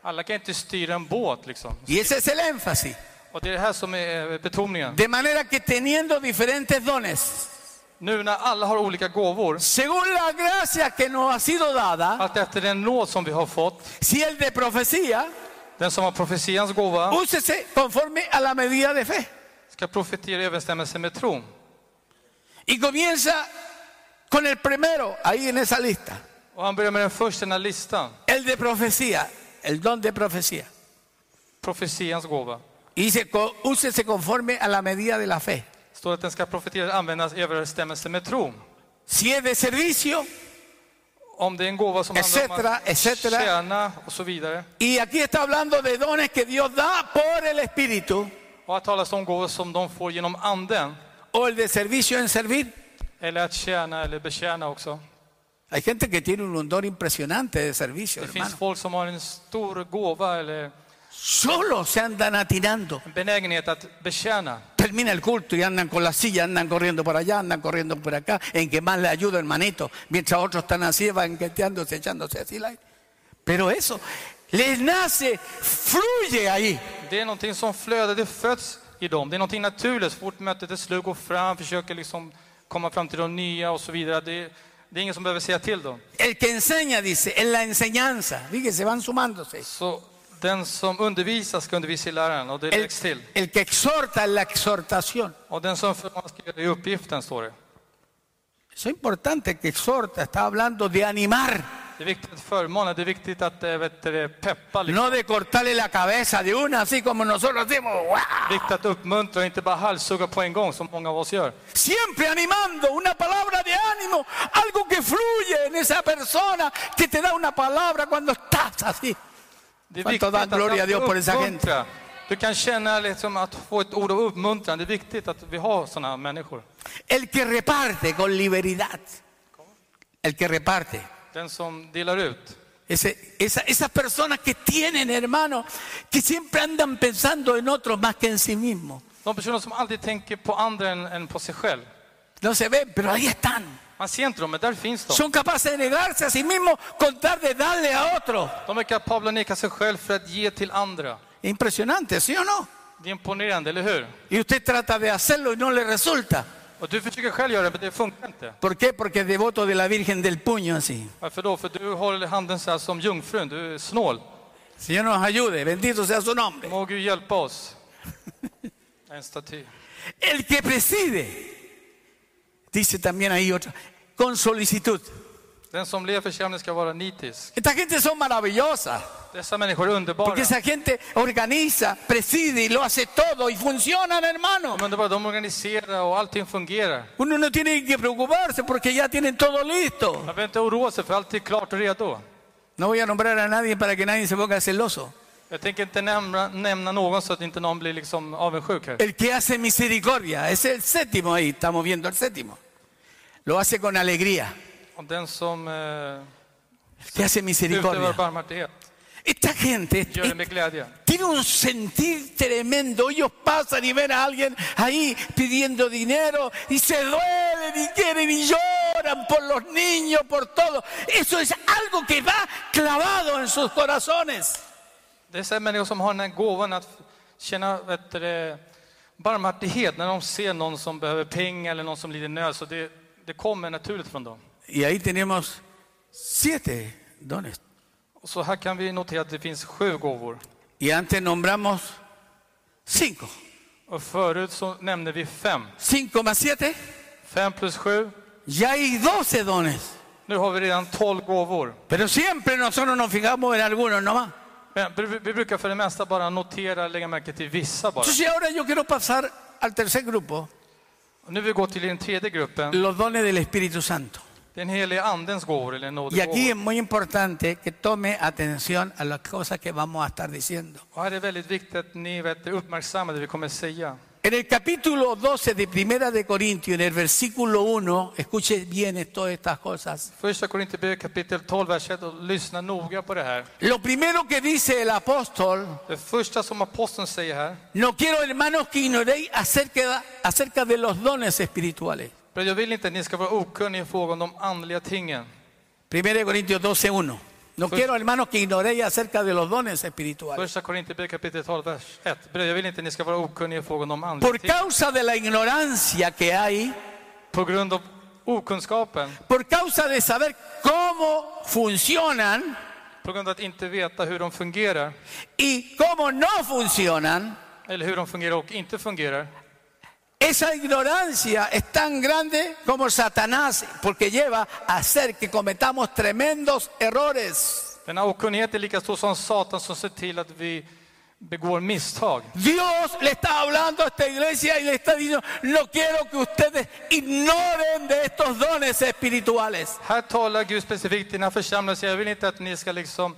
Speaker 2: Alla kan inte styra en båt liksom.
Speaker 1: Y ese es el énfasis.
Speaker 2: Och det är det här som är eh, betoningen.
Speaker 1: De manera que teniendo diferentes dones,
Speaker 2: Nu när alla har olika gåvor,
Speaker 1: según la gracia que nos ha sido dada,
Speaker 2: allt efter den nåd som vi har fått,
Speaker 1: si el de profecía,
Speaker 2: den som har profetians gåva
Speaker 1: úsese conforme a la medida de fe.
Speaker 2: ska profetera i överensstämmelse med tron.
Speaker 1: Y comienza con el primero, ahí en esa lista,
Speaker 2: Och han börjar med den första i den här listan,
Speaker 1: el de profecía, el don de profecía.
Speaker 2: profetians gåva.
Speaker 1: Y dice, co- úsese conforme a la medida de la fe.
Speaker 2: Står att den ska profetera användas i överensstämmelse med tron.
Speaker 1: Si es de servicio,
Speaker 2: Om det är en gåva som handlar om
Speaker 1: Etcétera,
Speaker 2: att
Speaker 1: etcétera.
Speaker 2: tjäna och så vidare.
Speaker 1: y aquí está hablando de dones que Dios da por el Espíritu,
Speaker 2: Och att talas om gåvor som de får genom anden.
Speaker 1: o el de servicio en servir.
Speaker 2: Eller att tjäna eller betjäna också.
Speaker 1: Hay gente que tiene un don impresionante de servicio,
Speaker 2: Det finns
Speaker 1: hermano.
Speaker 2: folk som har en stor gåva eller
Speaker 1: Solo se andan atinando.
Speaker 2: en benägenhet att betjäna.
Speaker 1: Termina el culto y andan con la silla, andan corriendo por allá, andan corriendo por acá, en que más le ayuda, hermanito, mientras otros están así, banqueteándose, echándose así. la- Pero eso les nace, fluye ahí.
Speaker 2: Det är någonting som flödar, det föds i dem. Det är någonting naturligt. Så fort mötet är slut, går fram, försöker liksom komma fram till de nya och så vidare. Det, det är ingen som behöver säga till dem.
Speaker 1: El que enseña, dice, en la enseñanza, fíjese, van sumándose.
Speaker 2: Så den som undervisar ska undervisa i läraren och det
Speaker 1: El,
Speaker 2: läggs till.
Speaker 1: el que exhorta, en la exhortación.
Speaker 2: Och den som förmanar ska göra det i uppgiften, står det.
Speaker 1: Eso es importante, que exhorta, está hablando de animar,
Speaker 2: Det är viktigt att förmana, det är viktigt att eh, vet du, det, peppa. Liksom.
Speaker 1: no de cortarle la cabeza de una, así como nosotros hacemos. ¡guau!
Speaker 2: Det är viktigt att uppmuntra och inte bara halshugga på en gång som många av oss gör.
Speaker 1: Siempre animando, una palabra de ánimo, algo que fluye en esa persona que te da una palabra cuando estás así.
Speaker 2: Det är
Speaker 1: Cuánto dan gloria a Dios por esa gente.
Speaker 2: uppmuntra. Du kan känna liksom att få ett ord av uppmuntran. Det är viktigt att vi har sådana människor.
Speaker 1: El que reparte con liberidad. El que reparte.
Speaker 2: Den som delar ut.
Speaker 1: Ese- esa- esas personas que tienen, hermano, que siempre andan pensando en otros más que en sí mismos.
Speaker 2: De personer som alltid tänker på andra än, än på sig själv.
Speaker 1: No se ven, pero ahí están.
Speaker 2: Man ser inte dem, men där finns de.
Speaker 1: Son capaces de negarse a sí mismos con tal de darle a otro.
Speaker 2: De är kapabla att neka sig själv för att ge till andra.
Speaker 1: Impresionante, ¿sí o no?
Speaker 2: Det är imponerande, eller hur?
Speaker 1: Y usted trata de hacerlo y no le resulta.
Speaker 2: Och du försöker själv göra det, men det funkar inte.
Speaker 1: ¿Por qué? Porque es devoto de la Virgen del Puño, así.
Speaker 2: Varför då? För du håller handen så här som jungfrun, du är snål.
Speaker 1: Señor nos ayude, bendito sea su nombre.
Speaker 2: Må Gud hjälpa oss. En staty.
Speaker 1: El que preside, dice también ahí otra, con solicitud.
Speaker 2: Den som leder församlingen ska vara nitisk.
Speaker 1: Esta gente son maravillosas,
Speaker 2: Dessa människor är underbara.
Speaker 1: porque esa gente organiza, preside y lo hace todo y funcionan, hermano.
Speaker 2: De, är underbara. de organiserar och allting fungerar.
Speaker 1: Uno no tiene que preocuparse porque ya tienen todo listo.
Speaker 2: Man behöver inte oroa sig för allt är klart och redo.
Speaker 1: No voy a nombrar a nadie para que nadie se ponga celoso.
Speaker 2: Jag tänker inte nämna, nämna någon så att inte någon blir liksom avundsjuk här.
Speaker 1: El que hace misericordia, es el séptimo ahí, estamos viendo el séptimo. Lo hace con alegría,
Speaker 2: Om den som eh,
Speaker 1: el que hace
Speaker 2: utövar
Speaker 1: misericordia.
Speaker 2: barmhärtighet
Speaker 1: Esta gente
Speaker 2: gör det
Speaker 1: eh,
Speaker 2: med glädje.
Speaker 1: tiene un sentir tremendo. Ellos pasan y ven a alguien ahí pidiendo dinero y se duelen y quieren y lloran por los niños, por todo. Eso es algo que va clavado en sus corazones.
Speaker 2: Dessa människor som har den här gåvan att känna vet du, det, barmhärtighet när de ser någon som behöver pengar eller någon som lider nöd. Så det, det kommer naturligt från dem.
Speaker 1: Y ahí tenemos siete dones.
Speaker 2: Och så här kan vi notera att det finns sju gåvor.
Speaker 1: Y antes nombramos cinco.
Speaker 2: Och förut så nämnde vi fem.
Speaker 1: Cinco más siete,
Speaker 2: Fem plus sju.
Speaker 1: ya hay doce dones.
Speaker 2: Nu har vi redan tolv gåvor.
Speaker 1: Pero siempre nosotros nos fijamos en algunos nomás.
Speaker 2: Men vi, vi brukar för det mesta bara notera, lägga märke till vissa bara.
Speaker 1: Entonces ahora yo quiero pasar al tercer grupo,
Speaker 2: Och nu vill vi gå till den tredje gruppen.
Speaker 1: los dones del Espíritu Santo.
Speaker 2: Den heliga andens gåvor eller
Speaker 1: Y aquí es
Speaker 2: nådegåvor.
Speaker 1: muy importante que tome atención a las cosas que vamos a estar diciendo.
Speaker 2: Och här är det väldigt viktigt att ni vet, uppmärksammar det vi kommer säga.
Speaker 1: En el capítulo 12 de Primera de Corintio, en el versículo 1, escuche bien es- todas estas cosas.
Speaker 2: Första Korinthierbrevet kapitel 12, vers 1. Och lyssna noga på det här.
Speaker 1: Lo primero que dice el apóstol,
Speaker 2: Det första som aposteln säger här.
Speaker 1: no quiero hermanos que ignoréis acerca, acerca de los dones espirituales.
Speaker 2: "Bröder, Jag vill inte att ni ska vara okunniga i fråga om de andliga tingen.
Speaker 1: Primera de Corintios 12, 1. No quiero, hermanos, que ignoréis acerca de los dones espirituales.
Speaker 2: Första Korinthierbrevet kapitel 12, vers 1. Bröder, jag vill inte att ni ska vara okunniga i frågan om andliga
Speaker 1: Por
Speaker 2: ting.
Speaker 1: causa de la ignorancia que hay,
Speaker 2: På grund av okunskapen,
Speaker 1: por causa de saber cómo funcionan
Speaker 2: på grund av att inte veta hur de fungerar,
Speaker 1: y cómo no funcionan,
Speaker 2: eller hur de fungerar och inte fungerar.
Speaker 1: esa ignorancia es tan grande como Satanás, porque lleva a hacer que cometamos tremendos errores.
Speaker 2: Denna okunnighet är lika stor som Satan som ser till att vi begår misstag.
Speaker 1: Dios le está hablando a esta iglesia y le está diciendo, no quiero que ustedes ignoren de estos dones espirituales.
Speaker 2: Här talar Gud specifikt till den här församlingen, så jag vill inte att ni ska liksom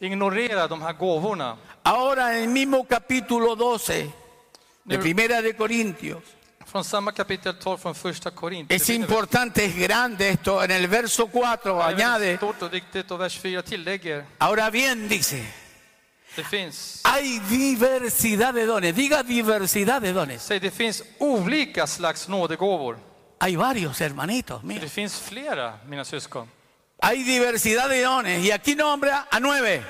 Speaker 2: ignorera de här gåvorna.
Speaker 1: Ahora en el mismo capítulo 12 de Primera de Corintios.
Speaker 2: Från samma kapitel 12 från första Korinther.
Speaker 1: Es importante, es grande esto. En el verso 4
Speaker 2: Det är väldigt
Speaker 1: añade,
Speaker 2: stort och viktigt och vers 4 tillägger,
Speaker 1: ahora bien dice,
Speaker 2: det finns,
Speaker 1: hay diversidad de dones. Diga diversidad de dones.
Speaker 2: säg det finns olika slags nådegåvor.
Speaker 1: Hay varios hermanitos, mira.
Speaker 2: Det finns flera, mina syskon.
Speaker 1: Hay diversidad de dones. Y aquí nombra a nueve.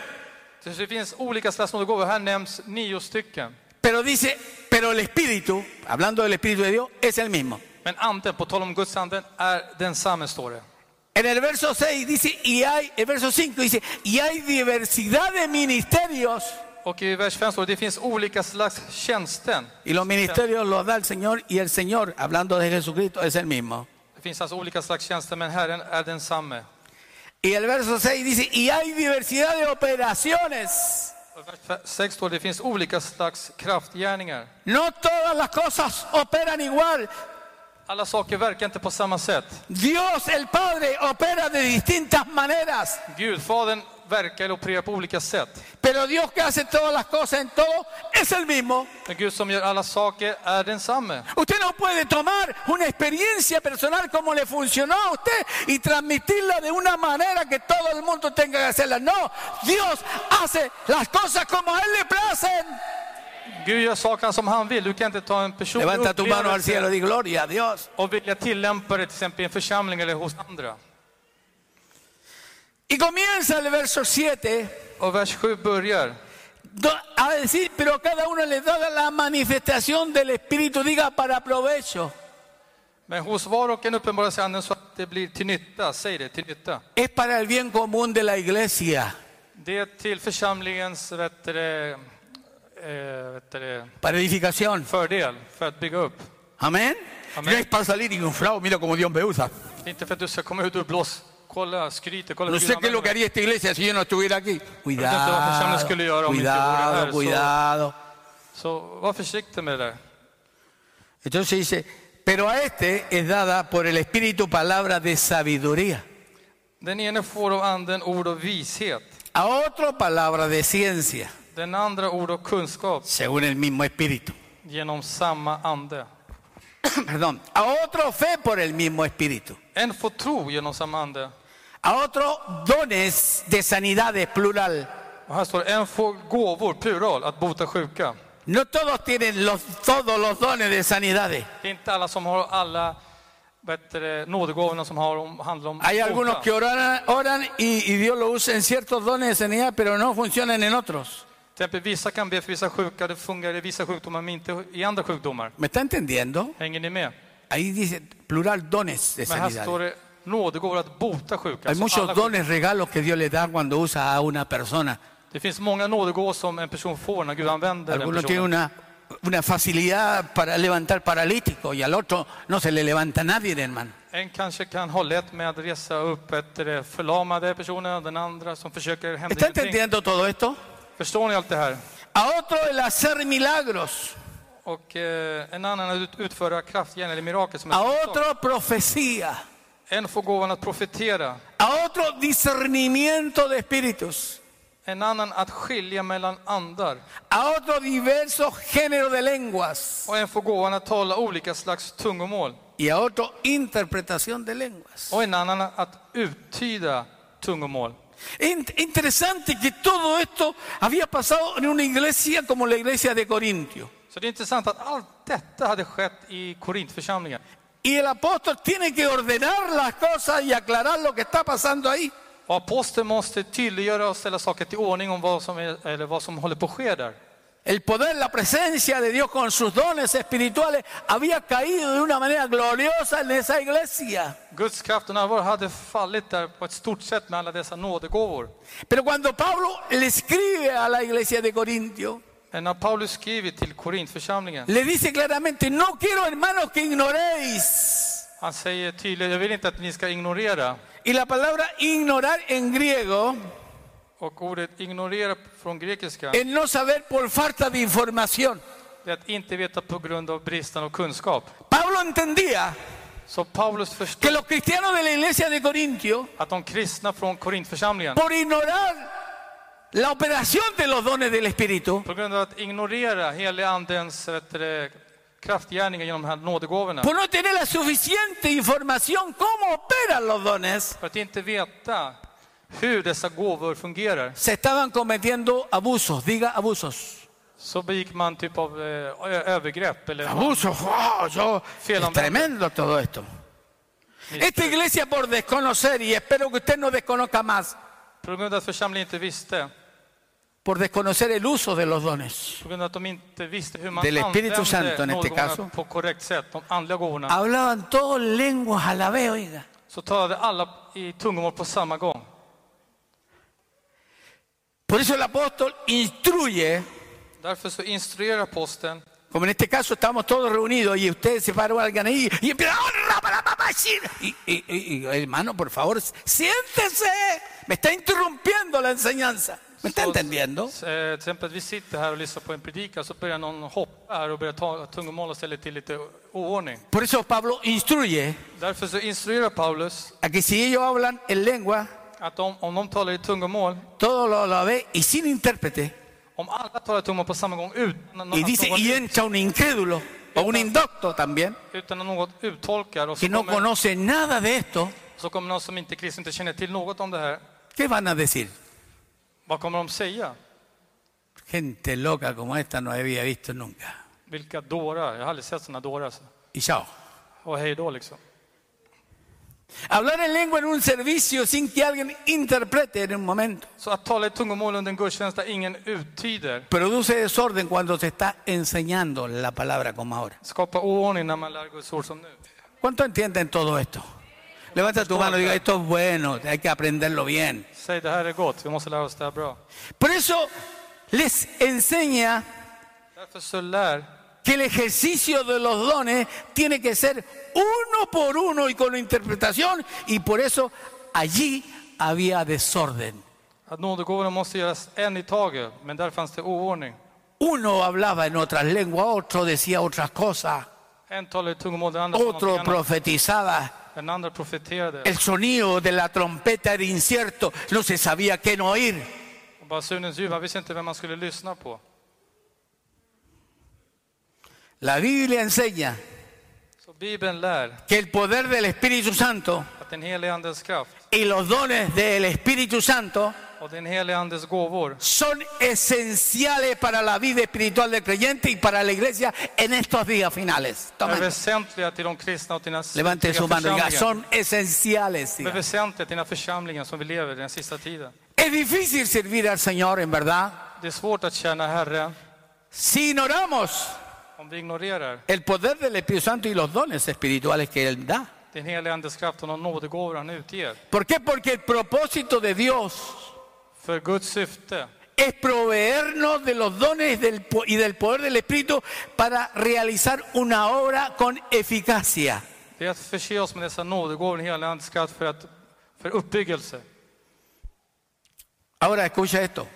Speaker 2: Så Det finns olika slags nådegåvor, här nämns nio stycken.
Speaker 1: Pero dice, pero el Espíritu, hablando del Espíritu de Dios, es el mismo.
Speaker 2: Men anden, på tal om Guds anden, är densamme, står det.
Speaker 1: En el verso 6 dice, y hay, el verso 5 dice, y hay diversidad de ministerios.
Speaker 2: Och i vers 5 står det, det finns olika slags tjänsten.
Speaker 1: Y los ministerios los da el Señor y el Señor, hablando de Jesucristo, es el mismo.
Speaker 2: Det finns alltså olika slags tjänster, men Herren är densamme.
Speaker 1: Y el verso 6 dice, y hay diversidad de operaciones.
Speaker 2: Och i vers 6 står det, det finns olika slags kraftgärningar.
Speaker 1: No todas las cosas operan igual.
Speaker 2: Alla saker verkar inte på samma sätt.
Speaker 1: Dios el Padre opera de distintas maneras.
Speaker 2: Gud, Fadern verkar eller opererar på olika sätt.
Speaker 1: Pero Dios que hace todas las cosas en todo es el mismo.
Speaker 2: Men Gud som gör alla saker är densamme.
Speaker 1: Usted no puede tomar una experiencia personal como le funcionó a usted y transmitirla de una manera que todo el mundo tenga que hacerla. No, Dios hace las cosas como a Él le placen.
Speaker 2: Gud gör sakerna som han vill. Du kan inte ta en personlig
Speaker 1: Levanta tu mano al cielo y
Speaker 2: upplevelse
Speaker 1: di gloria a Dios.
Speaker 2: och vilja tillämpa det till exempel i en församling eller hos andra.
Speaker 1: Y comienza el verso 7
Speaker 2: Och vers 7 börjar.
Speaker 1: do- a decir, pero cada uno le da la manifestación del Espíritu, diga, para provecho.
Speaker 2: Men hos var och en uppenbarar sig anden så att det blir till nytta. Säg det, till nytta.
Speaker 1: Es para el bien común de la iglesia,
Speaker 2: Det är till församlingens vet du, det, eh, vet du, det,
Speaker 1: para edificación.
Speaker 2: fördel, för att bygga upp.
Speaker 1: Amén.
Speaker 2: Amén.
Speaker 1: No es para salir inflado, mira cómo Dios me usa.
Speaker 2: Det är inte för att du ska komma ut ur blås. Kolla, skryter, kolla
Speaker 1: No
Speaker 2: hur Gud
Speaker 1: sé qué es
Speaker 2: använder
Speaker 1: lo que
Speaker 2: mig.
Speaker 1: haría esta iglesia si yo no estuviera aquí. Cuidado,
Speaker 2: personas que le lloraron,
Speaker 1: cuidado,
Speaker 2: mentira,
Speaker 1: cuidado.
Speaker 2: Så var försiktig med det där.
Speaker 1: Entonces dice, pero a este es dada por el Espíritu palabra de sabiduría,
Speaker 2: Den ene får av anden ord och vishet.
Speaker 1: a otro palabra de ciencia,
Speaker 2: Den andra ord och kunskap
Speaker 1: según el mismo Espíritu.
Speaker 2: genom samma ande.
Speaker 1: [clears throat] perdón, a otro fe por el mismo espíritu,
Speaker 2: En får tro genom samma ande.
Speaker 1: a otro dones de sanidades, plural.
Speaker 2: Och här står det, en får gåvor, plural, att bota sjuka.
Speaker 1: No todos tienen los, todos los dones de sanidades.
Speaker 2: Det är inte alla som har alla bättre nådegåvorna som har om, handlar om
Speaker 1: Hay
Speaker 2: bota.
Speaker 1: algunos que oran, oran y, y Dios lo usa en ciertos dones de sanidad, pero no funcionan en otros.
Speaker 2: Till exempel, vissa kan be för vissa sjuka, det fungerar i vissa sjukdomar men inte i andra sjukdomar.
Speaker 1: ¿Me está entendiendo?
Speaker 2: Hänger ni med?
Speaker 1: Ahí dice plural dones de
Speaker 2: Men här står
Speaker 1: sanidad.
Speaker 2: det nådegåvor att bota sjuka.
Speaker 1: Hay
Speaker 2: Alltså alla
Speaker 1: muchos
Speaker 2: sjuka.
Speaker 1: dones, regalos que Dios le da cuando usa a una persona.
Speaker 2: Det finns många nådegåvor som en person får när Gud använder den
Speaker 1: Algunos tienen
Speaker 2: personen.
Speaker 1: una, una facilidad para levantar paralíticos y al otro no se le levanta nadie, hermano.
Speaker 2: En kanske kan ha lätt med att resa upp ett eh, förlamade personer, den andra som försöker
Speaker 1: ¿Está
Speaker 2: hända ingenting.
Speaker 1: entendiendo todo esto?
Speaker 2: Förstår ni allt det här?
Speaker 1: A otro el hacer milagros,
Speaker 2: Och eh, en annan att ut- utföra kraftgärningar eller mirakel som en
Speaker 1: a
Speaker 2: sak.
Speaker 1: otro profecía,
Speaker 2: En får gåvan att profetera,
Speaker 1: a otro discernimiento de espíritus,
Speaker 2: en annan att skilja mellan andar
Speaker 1: a otro diverso género de lenguas
Speaker 2: och en får gåvan att tala olika slags tungomål
Speaker 1: y a otro interpretación de lenguas.
Speaker 2: och en annan att uttyda tungomål.
Speaker 1: In- interesante que todo esto había pasado en una iglesia como la iglesia de Corintio.
Speaker 2: Så det är intressant att allt detta hade skett i Korintförsamlingen.
Speaker 1: Y el apóstol tiene que ordenar las cosas y aclarar lo que está pasando ahí.
Speaker 2: Och aposteln måste tydliggöra och ställa saker till ordning om vad som, är, eller vad som håller på att ske där.
Speaker 1: El poder, la presencia de Dios con sus dones espirituales había caído de una manera gloriosa en esa iglesia.
Speaker 2: Guds kraft och närvaro hade fallit där på ett stort sätt med alla dessa nådegåvor.
Speaker 1: Pero cuando Pablo le escribe a la iglesia de Corintio,
Speaker 2: Men när Paulus skriver till Korintförsamlingen,
Speaker 1: le dice claramente, no quiero hermanos que ignoréis.
Speaker 2: han säger tydligt, jag vill inte att ni ska ignorera.
Speaker 1: Y la palabra ignorar en griego
Speaker 2: Och ordet ignorera från grekiska,
Speaker 1: es no saber por falta de información.
Speaker 2: det är att inte veta på grund av bristen av kunskap.
Speaker 1: Pablo entendía
Speaker 2: Så Paulus
Speaker 1: que
Speaker 2: förstod
Speaker 1: los cristianos de la iglesia de Corintio,
Speaker 2: att de kristna från Korintförsamlingen,
Speaker 1: por ignorar la operación de los dones del Espíritu,
Speaker 2: på grund av att ignorera helig andens vet du, det, kraftgärningar genom de här nådegåvorna,
Speaker 1: por no tener la suficiente información cómo operan los dones,
Speaker 2: för att inte veta hur dessa gåvor fungerar,
Speaker 1: se estaban cometiendo abusos, diga abusos.
Speaker 2: så begick man typ av eh, ö- övergrepp. Eller
Speaker 1: Abusos, wow, yo,
Speaker 2: Fiel
Speaker 1: es
Speaker 2: hombre.
Speaker 1: tremendo todo esto. Esta iglesia por desconocer, y espero que usted no desconozca más,
Speaker 2: På grund av att församlingen inte visste,
Speaker 1: por desconocer el uso de los dones.
Speaker 2: på grund av att de inte visste hur man
Speaker 1: Del Espíritu
Speaker 2: använde
Speaker 1: Santo en este
Speaker 2: nådegåvorna
Speaker 1: caso.
Speaker 2: på korrekt sätt, de andliga gåvorna,
Speaker 1: Hablaban todos lenguas a la vez, oiga.
Speaker 2: så talade alla i tungomål på samma gång.
Speaker 1: Por eso el apóstol instruye
Speaker 2: Därför så instruerar aposteln,
Speaker 1: Como en este caso estamos todos reunidos y usted se paró alguien ahí y empieza honra para papá Gil". y, y- y- y, hermano, por favor, siéntese. Me está interrumpiendo la enseñanza. ¿Me está entendiendo?
Speaker 2: eh, till exempel att vi sitter här och lyssnar på en predikan, så börjar någon hoppa här och börjar ta tungomål och ställer till lite oordning.
Speaker 1: Por eso Pablo instruye
Speaker 2: Därför så instruerar Paulus
Speaker 1: a que si ellos hablan en lengua,
Speaker 2: att om, om de talar i tungomål,
Speaker 1: todo lo, lo ve y sin intérprete.
Speaker 2: om alla talar i tungomål på samma gång utan att
Speaker 1: Y
Speaker 2: någon,
Speaker 1: dice, y
Speaker 2: någon,
Speaker 1: entra un incrédulo o un indocto también,
Speaker 2: utan att något uttolkar, och
Speaker 1: que
Speaker 2: så
Speaker 1: no
Speaker 2: kommer,
Speaker 1: conoce nada de esto,
Speaker 2: så kommer någon som inte är kristen, inte känner till något om det här,
Speaker 1: ¿qué van a decir?
Speaker 2: vad kommer de säga?
Speaker 1: Gente loca como esta no había visto nunca.
Speaker 2: Vilka dårar, jag har aldrig sett sådana dårar. Alltså.
Speaker 1: Y chao.
Speaker 2: Och hej då liksom.
Speaker 1: Hablar en lengua en un servicio sin que alguien interprete en un momento
Speaker 2: Så att tala i tungomål under en gudstjänst där ingen uttyder,
Speaker 1: produce desorden cuando se está enseñando la palabra como ahora.
Speaker 2: skapar oordning när man lär Guds ord som nu.
Speaker 1: ¿Cuánto entienden todo esto? Levanta tu mano y diga, esto es bueno, hay que aprenderlo bien.
Speaker 2: Säg det här är gott, vi måste lära oss det här bra.
Speaker 1: Por eso les enseña
Speaker 2: Därför så lär
Speaker 1: que el ejercicio de los dones tiene que ser uno por uno y con interpretación y por eso allí había desorden.
Speaker 2: att nådegåvorna måste göras en i taget, men där fanns det oordning.
Speaker 1: Uno hablaba en otras lenguas, otro decía otras cosas,
Speaker 2: En talade i tungomål, den andra sa
Speaker 1: otro
Speaker 2: någonting annat.
Speaker 1: profetizaba.
Speaker 2: Den andra profeterade.
Speaker 1: El sonido de la trompeta era incierto, no se sabía quién oír.
Speaker 2: Och basunens ljud, man visste inte vem man skulle lyssna på.
Speaker 1: La Biblia enseña
Speaker 2: Så Bibeln lär
Speaker 1: que el poder del Espíritu Santo
Speaker 2: att den helige Andens kraft
Speaker 1: y los dones del Espíritu Santo
Speaker 2: och den helige Andens gåvor
Speaker 1: son esenciales para la vida espiritual del creyente y para la iglesia en estos días finales.
Speaker 2: är
Speaker 1: Tomen.
Speaker 2: väsentliga till de kristna och till den här
Speaker 1: Levante
Speaker 2: slutliga
Speaker 1: su mano y diga,
Speaker 2: församlingen.
Speaker 1: son esenciales.
Speaker 2: De är
Speaker 1: diga.
Speaker 2: väsentliga till den här församlingen som vi lever i den sista tiden.
Speaker 1: Es difícil servir al Señor, en verdad,
Speaker 2: Det är svårt att tjäna Herren
Speaker 1: si ignoramos
Speaker 2: om vi ignorerar
Speaker 1: el poder del Espíritu Santo y los dones espirituales que Él da.
Speaker 2: den helige Andes kraft och de nådegåvor han utger.
Speaker 1: ¿Por qué? Porque el propósito de Dios
Speaker 2: För Guds syfte
Speaker 1: es proveernos de los dones del po- y del poder del Espíritu para realizar una obra con eficacia.
Speaker 2: det är att förse oss med dessa nådegåvor, den helige Andes kraft för, att, för uppbyggelse.
Speaker 1: Ahora escucha esto.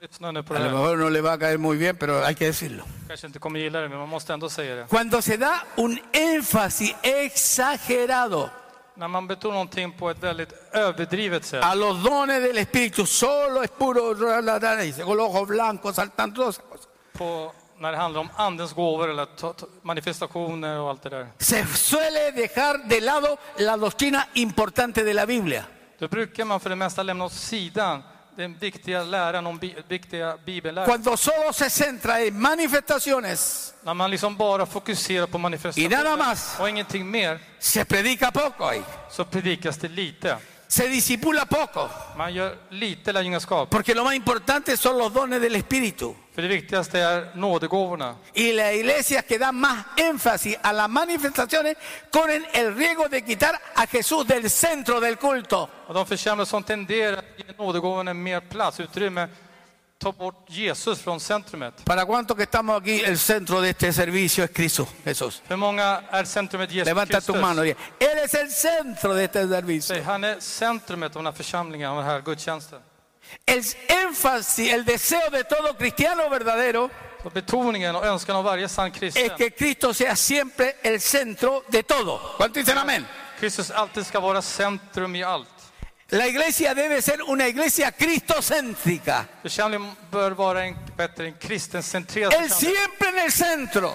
Speaker 2: Lyssna nu på
Speaker 1: A
Speaker 2: det
Speaker 1: lo
Speaker 2: här.
Speaker 1: mejor no le va a caer muy bien, pero hay que decirlo.
Speaker 2: kanske inte kommer gilla det, men man måste ändå säga det.
Speaker 1: Cuando se da un énfasis exagerado
Speaker 2: När man betonar någonting på ett väldigt överdrivet sätt,
Speaker 1: a los dones del Espíritu, solo es puro, ra, ra, ra, y con los ojos blancos saltando todas esas cosas.
Speaker 2: på, när det handlar om andens gåvor eller ta- ta- manifestationer och allt det där,
Speaker 1: Se suele dejar de lado la doctrina importante de la Biblia.
Speaker 2: då brukar man för det mesta lämna åt sidan den viktiga läran om bi, viktiga bibelläran.
Speaker 1: Cuando solo se centra en manifestaciones
Speaker 2: När man liksom bara fokuserar på
Speaker 1: I nada
Speaker 2: manifestationer
Speaker 1: más.
Speaker 2: och ingenting mer,
Speaker 1: Se predica poco ahí.
Speaker 2: så predikas det lite.
Speaker 1: se disipula poco,
Speaker 2: Man gör lite lärjungaskap.
Speaker 1: porque lo más importante son los dones del Espíritu.
Speaker 2: För det viktigaste är nådegåvorna.
Speaker 1: Y las iglesias que dan más énfasis a las manifestaciones corren el riesgo de quitar a Jesús del centro del culto.
Speaker 2: Och de församlingar som tenderar att ge nådegåvorna mer plats, utrymme, ta bort Jesus från centrumet.
Speaker 1: Para cuántos que estamos aquí, el centro de este servicio es Cristo, Jesús.
Speaker 2: Hur många är centrumet Jesus
Speaker 1: Levanta tu
Speaker 2: Kristus?
Speaker 1: mano. diga, Él es el centro de este servicio.
Speaker 2: Säg, han är centrumet av den här församlingen, av den här gudstjänsten.
Speaker 1: El énfasis, el deseo de todo cristiano verdadero
Speaker 2: Så betoningen och önskan av varje sann kristen,
Speaker 1: es que Cristo sea siempre el centro de todo. ¿Cuánto dicen amén?
Speaker 2: Kristus alltid ska vara centrum i allt.
Speaker 1: La iglesia debe ser una iglesia cristocéntrica.
Speaker 2: Församlingen bör vara en, bättre, en kristencentrerad
Speaker 1: Él
Speaker 2: församling.
Speaker 1: siempre en el centro.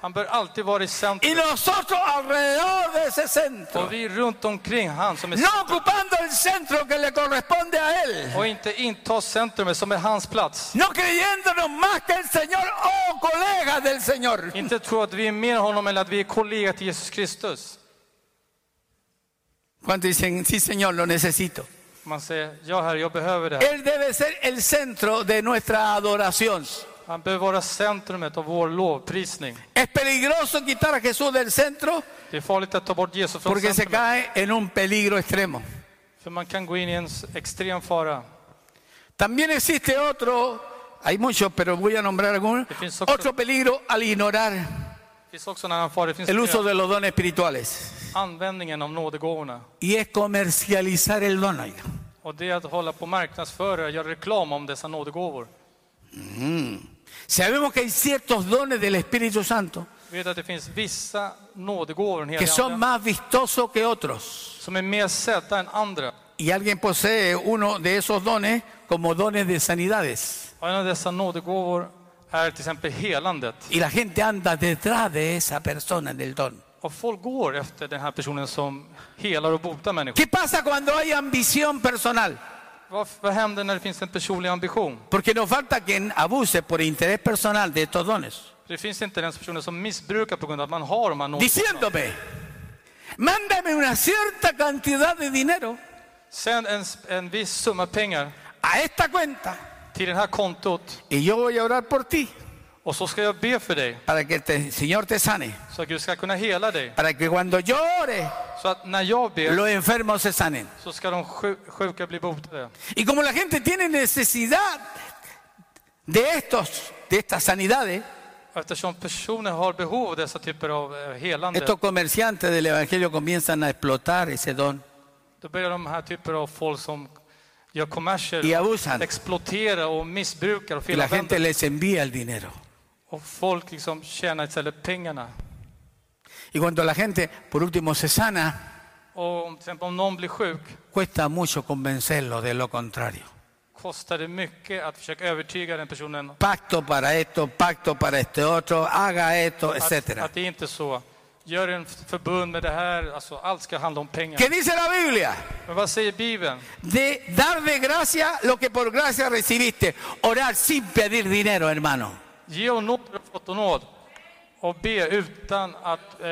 Speaker 2: Han bör alltid vara i
Speaker 1: Y
Speaker 2: centrum.
Speaker 1: nosotros alrededor de ese centro.
Speaker 2: Och vi runt omkring han som är
Speaker 1: No ocupando el centro que le corresponde a Él.
Speaker 2: och inte inta centrumet som är hans plats.
Speaker 1: No creyéndonos más que el Señor o colegas del Señor.
Speaker 2: Inte tro att vi är mer honom eller att vi är kollegor till Jesus Kristus.
Speaker 1: Cuando dicen, sí Señor, lo necesito.
Speaker 2: Man säger, ja herre, jag behöver det här.
Speaker 1: Él debe ser el centro de nuestra adoración.
Speaker 2: Han behöver vara centrumet av vår lovprisning.
Speaker 1: Es peligroso quitar a Jesús del centro
Speaker 2: Det är farligt att ta bort Jesus från
Speaker 1: porque se
Speaker 2: centrumet.
Speaker 1: cae en un peligro extremo.
Speaker 2: För man kan gå in i en s- extrem fara.
Speaker 1: También existe otro, hay muchos, pero voy a nombrar algunos, otro peligro al ignorar
Speaker 2: Det finns också en annan fara. Det finns
Speaker 1: el uso
Speaker 2: flera.
Speaker 1: de los dones espirituales.
Speaker 2: användningen av nådegåvorna.
Speaker 1: Y es comercializar el don. oiga.
Speaker 2: Och det är att hålla på och marknadsföra och göra reklam om dessa nådegåvor.
Speaker 1: Sabemos que hay ciertos dones del Espíritu Santo
Speaker 2: Vi vet att det finns vissa nådegåvor, den
Speaker 1: que
Speaker 2: heliga
Speaker 1: son
Speaker 2: Ande,
Speaker 1: más vistosos que otros.
Speaker 2: som är mer sedda än andra.
Speaker 1: Y alguien posee uno de esos dones como dones de sanidades.
Speaker 2: Och en av dessa nådegåvor är till exempel helandet.
Speaker 1: Y la gente anda detrás de esa persona del don.
Speaker 2: Och folk går efter den här personen som helar och botar människor.
Speaker 1: ¿Qué pasa cuando hay ambición personal?
Speaker 2: Vad, vad händer när det finns en personlig ambition?
Speaker 1: Porque nos falta quien abuse por interés personal de estos dones.
Speaker 2: Det finns inte den personen som missbrukar på grund av att man har de här nådegåvorna.
Speaker 1: Diciéndome, mándame una cierta cantidad de dinero
Speaker 2: Sen en, en viss summa pengar
Speaker 1: a esta cuenta
Speaker 2: till det här kontot
Speaker 1: y yo voy a orar por ti
Speaker 2: och så ska jag be för dig
Speaker 1: para que te- el Señor te sane.
Speaker 2: så att Gud ska kunna hela dig.
Speaker 1: Para que cuando yo ore,
Speaker 2: Så att när jag ber
Speaker 1: los enfermos se sanen.
Speaker 2: så ska de sju- sjuka bli botade.
Speaker 1: Y como la gente tiene necesidad de estos, de estas sanidades,
Speaker 2: Eftersom personer har behov av dessa typer av eh, helande,
Speaker 1: estos comerciantes del Evangelio comienzan a explotar ese don.
Speaker 2: då börjar de här typer av folk som gör
Speaker 1: Y
Speaker 2: kommerser
Speaker 1: abusan.
Speaker 2: exploatera och missbrukar och
Speaker 1: Y la gente
Speaker 2: felanvänder.
Speaker 1: les envía el dinero.
Speaker 2: Och folk liksom tjänar istället pengarna.
Speaker 1: Y cuando la gente, por último, se sana,
Speaker 2: Och om, till exempel om någon blir sjuk
Speaker 1: cuesta mucho convencerlo de lo contrario.
Speaker 2: kostar det mycket att försöka övertyga den personen
Speaker 1: Pacto para esto, pacto para este otro, haga esto,
Speaker 2: att,
Speaker 1: etcétera.
Speaker 2: att det är inte så. Gör en f- förbund med det här, alltså allt ska handla om pengar.
Speaker 1: ¿Qué dice la Biblia?
Speaker 2: Men vad säger Bibeln?
Speaker 1: De dar de gracia lo que por gracia recibiste. Orar sin pedir dinero, hermano.
Speaker 2: Ge och nåd, du har fått och nåd. Och be utan att... Eh,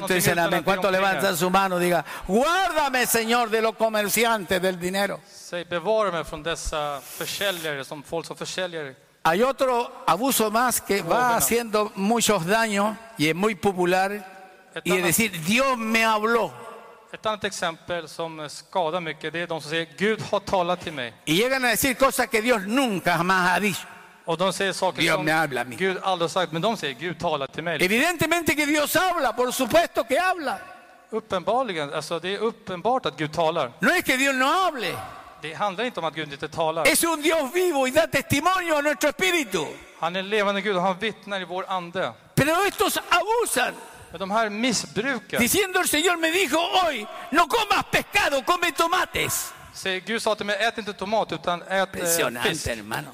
Speaker 1: ¿Cuánto
Speaker 2: någonting
Speaker 1: dicen
Speaker 2: utan
Speaker 1: amén?
Speaker 2: att be om
Speaker 1: ¿Cuánto
Speaker 2: pengar.
Speaker 1: levantan su mano? Diga, guárdame, Señor, de los comerciantes del dinero.
Speaker 2: Säg bevara mig från dessa försäljare, som folk som försäljer.
Speaker 1: Hay otro abuso más que va
Speaker 2: Oh, bueno.
Speaker 1: haciendo muchos daños y es muy popular.
Speaker 2: Está
Speaker 1: Y es
Speaker 2: mal.
Speaker 1: decir, Dios me habló.
Speaker 2: Ett annat exempel som skadar mycket, det är de som säger Gud har talat till mig.
Speaker 1: Y llegan a decir cosas que Dios nunca jamás ha dicho.
Speaker 2: Och de säger saker
Speaker 1: Dios me habla a
Speaker 2: som
Speaker 1: mí.
Speaker 2: Gud aldrig har sagt, men de säger Gud talar till mig.
Speaker 1: Evidentemente que Dios habla, por supuesto que habla.
Speaker 2: Uppenbarligen, alltså det är uppenbart att Gud talar.
Speaker 1: No es que Dios no hable,
Speaker 2: Det handlar inte om att Gud inte talar.
Speaker 1: es un Dios vivo y da testimonio a nuestro espíritu.
Speaker 2: Han är levande Gud och han vittnar i vår ande.
Speaker 1: Pero estos abusan,
Speaker 2: Men de här missbrukar.
Speaker 1: diciendo el Señor me dijo hoy, no comas pescado, come tomates.
Speaker 2: Säger, Gud sa till mig, ät inte tomat utan ät eh,
Speaker 1: Impresionante,
Speaker 2: fisk.
Speaker 1: hermano.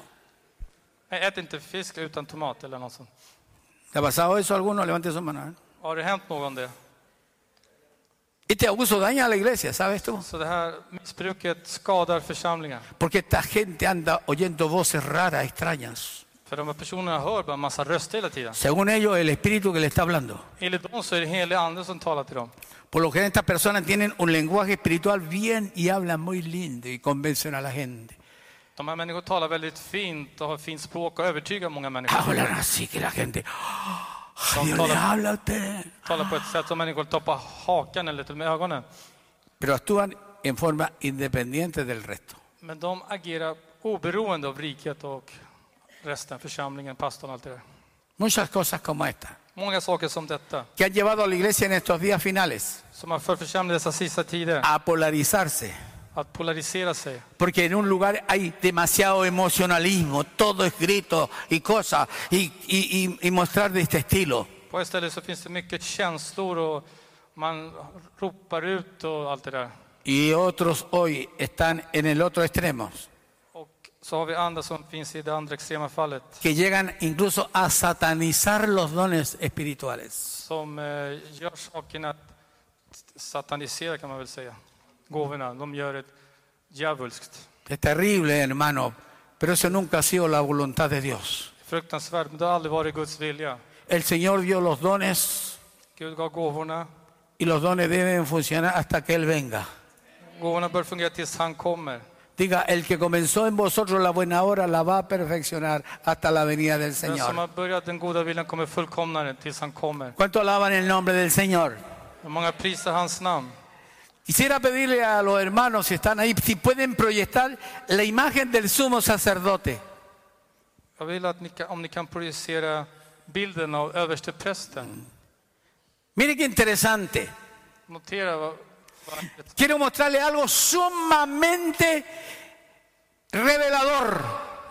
Speaker 2: Nej, ät inte fisk utan tomat eller något sånt.
Speaker 1: ¿Le ha pasado eso a alguno? Levante su mano. ¿eh?
Speaker 2: Har det hänt någon det?
Speaker 1: Este abuso daña a la iglesia, ¿sabes tú?
Speaker 2: Så det här missbruket skadar församlingar.
Speaker 1: Porque esta gente anda oyendo voces raras, extrañas.
Speaker 2: För de här personerna hör bara en massa röster hela tiden.
Speaker 1: Según ellos, el espíritu que le está hablando.
Speaker 2: Enligt dem så är det helig ande som talar till dem.
Speaker 1: Por lo general estas personas tienen un lenguaje espiritual bien y hablan muy lindo y convencen a la gente.
Speaker 2: De här människorna talar väldigt fint och har fint språk och övertygar många människor.
Speaker 1: Hablan así que la gente, "Ah,
Speaker 2: Son
Speaker 1: Dios
Speaker 2: todos-
Speaker 1: le habla a usted.
Speaker 2: Talar på ett sätt som människor toppar hakan eller till och med ögonen.
Speaker 1: Pero actúan en forma independiente del resto.
Speaker 2: Men de agerar oberoende av riket och resten, församlingen, pastorn och allt det där.
Speaker 1: Muchas cosas como esta,
Speaker 2: Många saker som detta
Speaker 1: que han llevado a la iglesia en estos días finales
Speaker 2: som har fört församlingen i dessa sista tider
Speaker 1: a polarizarse.
Speaker 2: att polarisera sig.
Speaker 1: Porque en un lugar hay demasiado emocionalismo, todo es grito y cosas, y, y- y- y mostrar de este estilo.
Speaker 2: På ett ställe så finns det mycket känslor och man ropar ut och allt det där.
Speaker 1: Y otros hoy están en el otro extremo,
Speaker 2: Och så har vi andra som finns i det andra extrema fallet
Speaker 1: que llegan incluso a satanizar los dones espirituales.
Speaker 2: som eh, gör sakerna att satanisera kan man väl säga. Gåvorna, de gör det djävulskt.
Speaker 1: Es terrible, hermano, pero eso nunca ha sido la voluntad de Dios.
Speaker 2: Fruktansvärt, men det har aldrig varit Guds vilja.
Speaker 1: El Señor dio los dones
Speaker 2: Gud gav gåvorna.
Speaker 1: y los dones deben funcionar hasta que Él venga.
Speaker 2: Gåvorna bör fungera tills han kommer.
Speaker 1: Diga, el que comenzó en vosotros la buena obra la va a perfeccionar hasta la venida del
Speaker 2: Den som
Speaker 1: Señor.
Speaker 2: har börjat den goda viljan kommer fullkomna den tills han kommer.
Speaker 1: ¿Cuánto alaban el nombre del Señor?
Speaker 2: Hur många prisar hans namn?
Speaker 1: Quisiera pedirle a los hermanos si están ahí, si pueden proyectar la imagen del sumo sacerdote.
Speaker 2: Jag vill att ni kan, om ni kan projicera bilden av översteprästen.
Speaker 1: Mire qué interesante.
Speaker 2: Notera vad, vad
Speaker 1: Quiero mostrarle algo sumamente revelador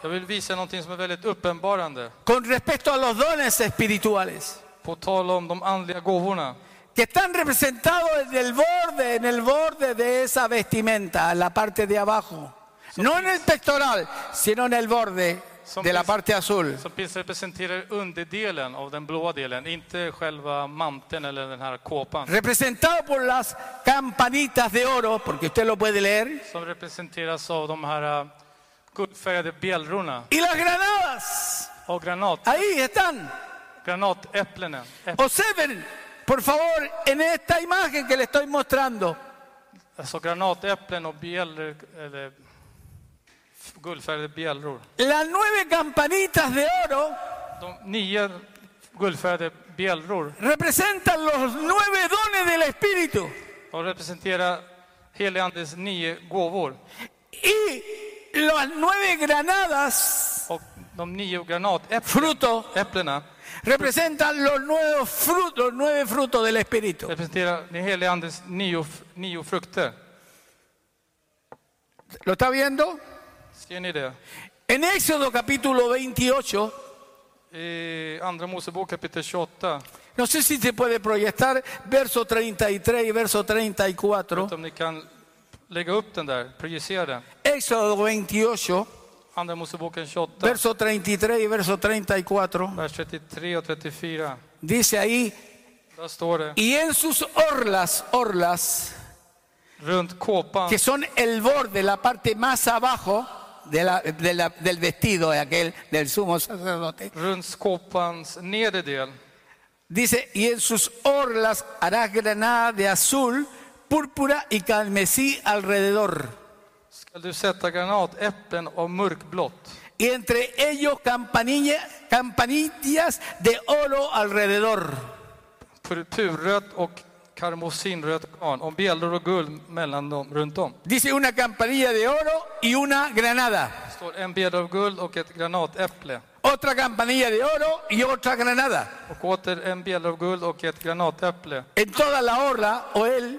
Speaker 2: Jag vill visa någonting som är väldigt uppenbarande.
Speaker 1: con respecto a los dones espirituales
Speaker 2: På tal om de andliga gåvorna
Speaker 1: que están representados en el borde, en el borde de esa vestimenta, en la parte de abajo. No en el pectoral, sino en el borde de la parte azul.
Speaker 2: som finns representerar underdelen av den blåa delen, inte själva manteln eller den här kåpan.
Speaker 1: Representado por las campanitas de oro, porque usted lo puede leer.
Speaker 2: Som representeras av de här eh, guldfärgade bjällrorna
Speaker 1: Y las granadas,
Speaker 2: och granat,
Speaker 1: ahí están.
Speaker 2: granatäpplena. Äpp-
Speaker 1: Observen, por favor, en esta imagen que le estoy mostrando.
Speaker 2: Alltså granatäpplen och bjällror, eller f- guldfärgade bjällror.
Speaker 1: Las nueve campanitas de oro
Speaker 2: De nio guldfärgade bjällror
Speaker 1: representan los nueve dones del Espíritu.
Speaker 2: de representerar helig andes nio gåvor.
Speaker 1: Y las nueve granadas,
Speaker 2: Och de nio granatäpplena
Speaker 1: fruto,
Speaker 2: äpplena
Speaker 1: representan los nuevos frutos, los nueve frutos del Espíritu.
Speaker 2: representerar den helige andes nio, f- nio frukter.
Speaker 1: ¿Lo está viendo?
Speaker 2: Ser ni det?
Speaker 1: En Éxodo capítulo 28,
Speaker 2: I Andra Mosebok kapitel 28.
Speaker 1: no sé si se puede proyectar verso 33 y verso 34.
Speaker 2: Om ni kan lägga upp den där, projicera den.
Speaker 1: Éxodo 28,
Speaker 2: Andra Moseboken 28,
Speaker 1: verso 33 y verso 34,
Speaker 2: vers 33 och 34.
Speaker 1: dice ahí,
Speaker 2: Där står det,
Speaker 1: y en sus orlas, orlas,
Speaker 2: runt kåpan,
Speaker 1: que son el borde, la parte más abajo de la- de la- del vestido de aquel, del sumo sacerdote,
Speaker 2: runt kåpans nedre del,
Speaker 1: dice, y en sus orlas harás granada de azul, púrpura y carmesí alrededor,
Speaker 2: ska du sätta granatäpplen av mörkblått.
Speaker 1: y entre ellos campanilla- campanillas de oro alrededor.
Speaker 2: purpurrött och karmosinrött garn och bjällror och guld mellan dem, runt om.
Speaker 1: Dice una campanilla de oro y una granada.
Speaker 2: Det står en bjällra av guld och ett granatäpple.
Speaker 1: otra campanilla de oro y otra granada.
Speaker 2: Och åter en bjällra av guld och ett granatäpple.
Speaker 1: En toda la orla o él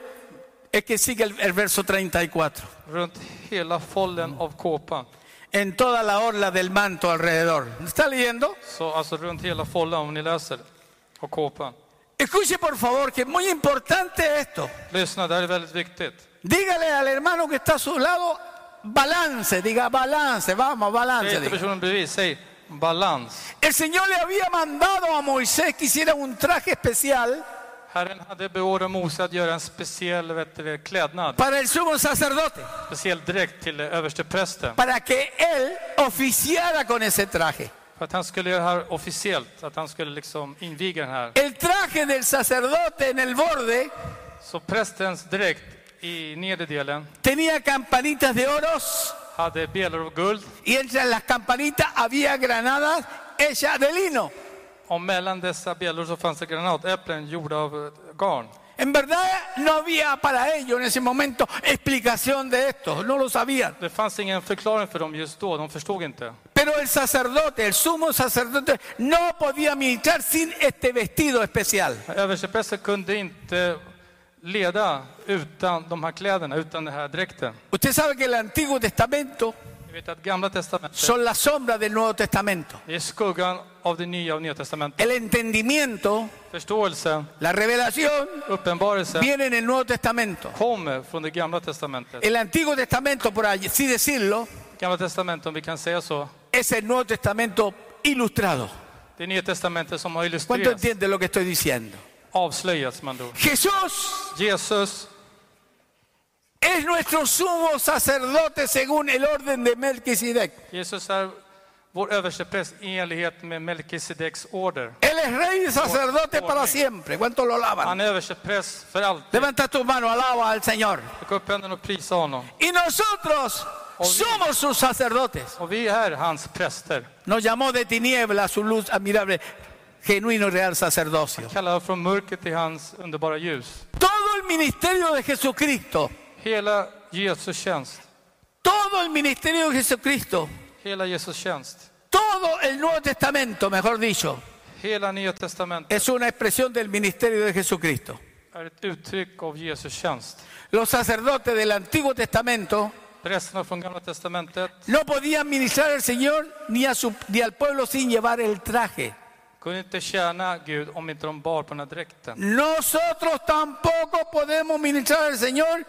Speaker 1: es que sigue el, el verso 34.
Speaker 2: Runt hela follen av kåpan.
Speaker 1: En toda la orla del manto alrededor. ¿Está leyendo?
Speaker 2: Så alltså runt hela follen om ni läser. Och kåpan.
Speaker 1: Escuche por favor que es muy importante esto.
Speaker 2: Lyssna, det här är väldigt viktigt.
Speaker 1: Dígale al hermano que está a su lado balance, diga balance, vamos, balance.
Speaker 2: Säg till
Speaker 1: diga.
Speaker 2: personen bredvid, säg balans.
Speaker 1: El Señor le había mandado a Moisés que hiciera un traje especial
Speaker 2: Herren hade beordrat Mose att göra en speciell vet du, det, klädnad,
Speaker 1: para el sumo sacerdote,
Speaker 2: speciell dräkt till eh, översteprästen.
Speaker 1: para que él oficiara con ese traje.
Speaker 2: För att han skulle göra det här officiellt, att han skulle liksom inviga den här.
Speaker 1: El traje del sacerdote en el borde
Speaker 2: Så prästens dräkt i nederdelen
Speaker 1: Tenía campanitas de oros
Speaker 2: hade delar av guld
Speaker 1: y entre las campanitas había granadas hechas de lino.
Speaker 2: och mellan dessa bjällror så fanns det granatäpplen gjorda av eh, garn.
Speaker 1: En verdad no había para ellos en ese momento explicación de esto, no lo sabían.
Speaker 2: Det fanns ingen förklaring för dem just då, de förstod inte.
Speaker 1: Pero el sacerdote, el sumo sacerdote, no podía ministrar sin este vestido especial.
Speaker 2: Översteprästen kunde inte leda utan de här kläderna, utan den här dräkten.
Speaker 1: Usted sabe que el Antiguo Testamento
Speaker 2: Ni vet att Gamla Testamentet
Speaker 1: son la sombra del Nuevo Testamento.
Speaker 2: är skuggan av det nya och nya testamentet.
Speaker 1: El entendimiento,
Speaker 2: Förståelsen,
Speaker 1: la revelación,
Speaker 2: uppenbarelsen
Speaker 1: viene en el Nuevo Testamento.
Speaker 2: kommer från det Gamla Testamentet.
Speaker 1: El Antiguo Testamento, por así decirlo,
Speaker 2: Gamla Testamentet, om vi kan säga så,
Speaker 1: es el Nuevo Testamento ilustrado.
Speaker 2: det Nya Testamentet som har
Speaker 1: ¿Cuánto
Speaker 2: illustrerats,
Speaker 1: entiende lo que estoy diciendo?
Speaker 2: avslöjats man då.
Speaker 1: Jesús
Speaker 2: Jesus
Speaker 1: es nuestro sumo sacerdote según el orden de Melquisedec.
Speaker 2: Jesus är vår överstepräst i enlighet med Melkisedeks order.
Speaker 1: Él es rey y sacerdote para siempre. ¿Cuánto lo alaban?
Speaker 2: Han är överstepräst för allt.
Speaker 1: Levanta tu mano, alaba al Señor.
Speaker 2: Lägg upp händerna och prisa honom.
Speaker 1: Y nosotros somos sus sacerdotes.
Speaker 2: Och vi är hans präster.
Speaker 1: Nos llamó de tiniebla a su luz admirable, genuino y real sacerdocio.
Speaker 2: Kallar från mörker till hans underbara ljus.
Speaker 1: Todo el ministerio de Jesucristo,
Speaker 2: Hela Jesus tjänst.
Speaker 1: todo el ministerio de Jesucristo,
Speaker 2: Hela Jesus tjänst.
Speaker 1: todo el Nuevo Testamento, mejor dicho,
Speaker 2: Hela Nya Testamentet
Speaker 1: es una expresión del ministerio de Jesucristo.
Speaker 2: är ett uttryck av Jesus tjänst.
Speaker 1: Los sacerdotes del Antiguo Testamento
Speaker 2: Prästerna från Gamla Testamentet
Speaker 1: no podían ministrar al Señor ni, a su- ni al pueblo sin llevar el traje.
Speaker 2: kunde inte tjäna Gud om inte de bar på den här dräkten.
Speaker 1: Nosotros tampoco podemos ministrar al Señor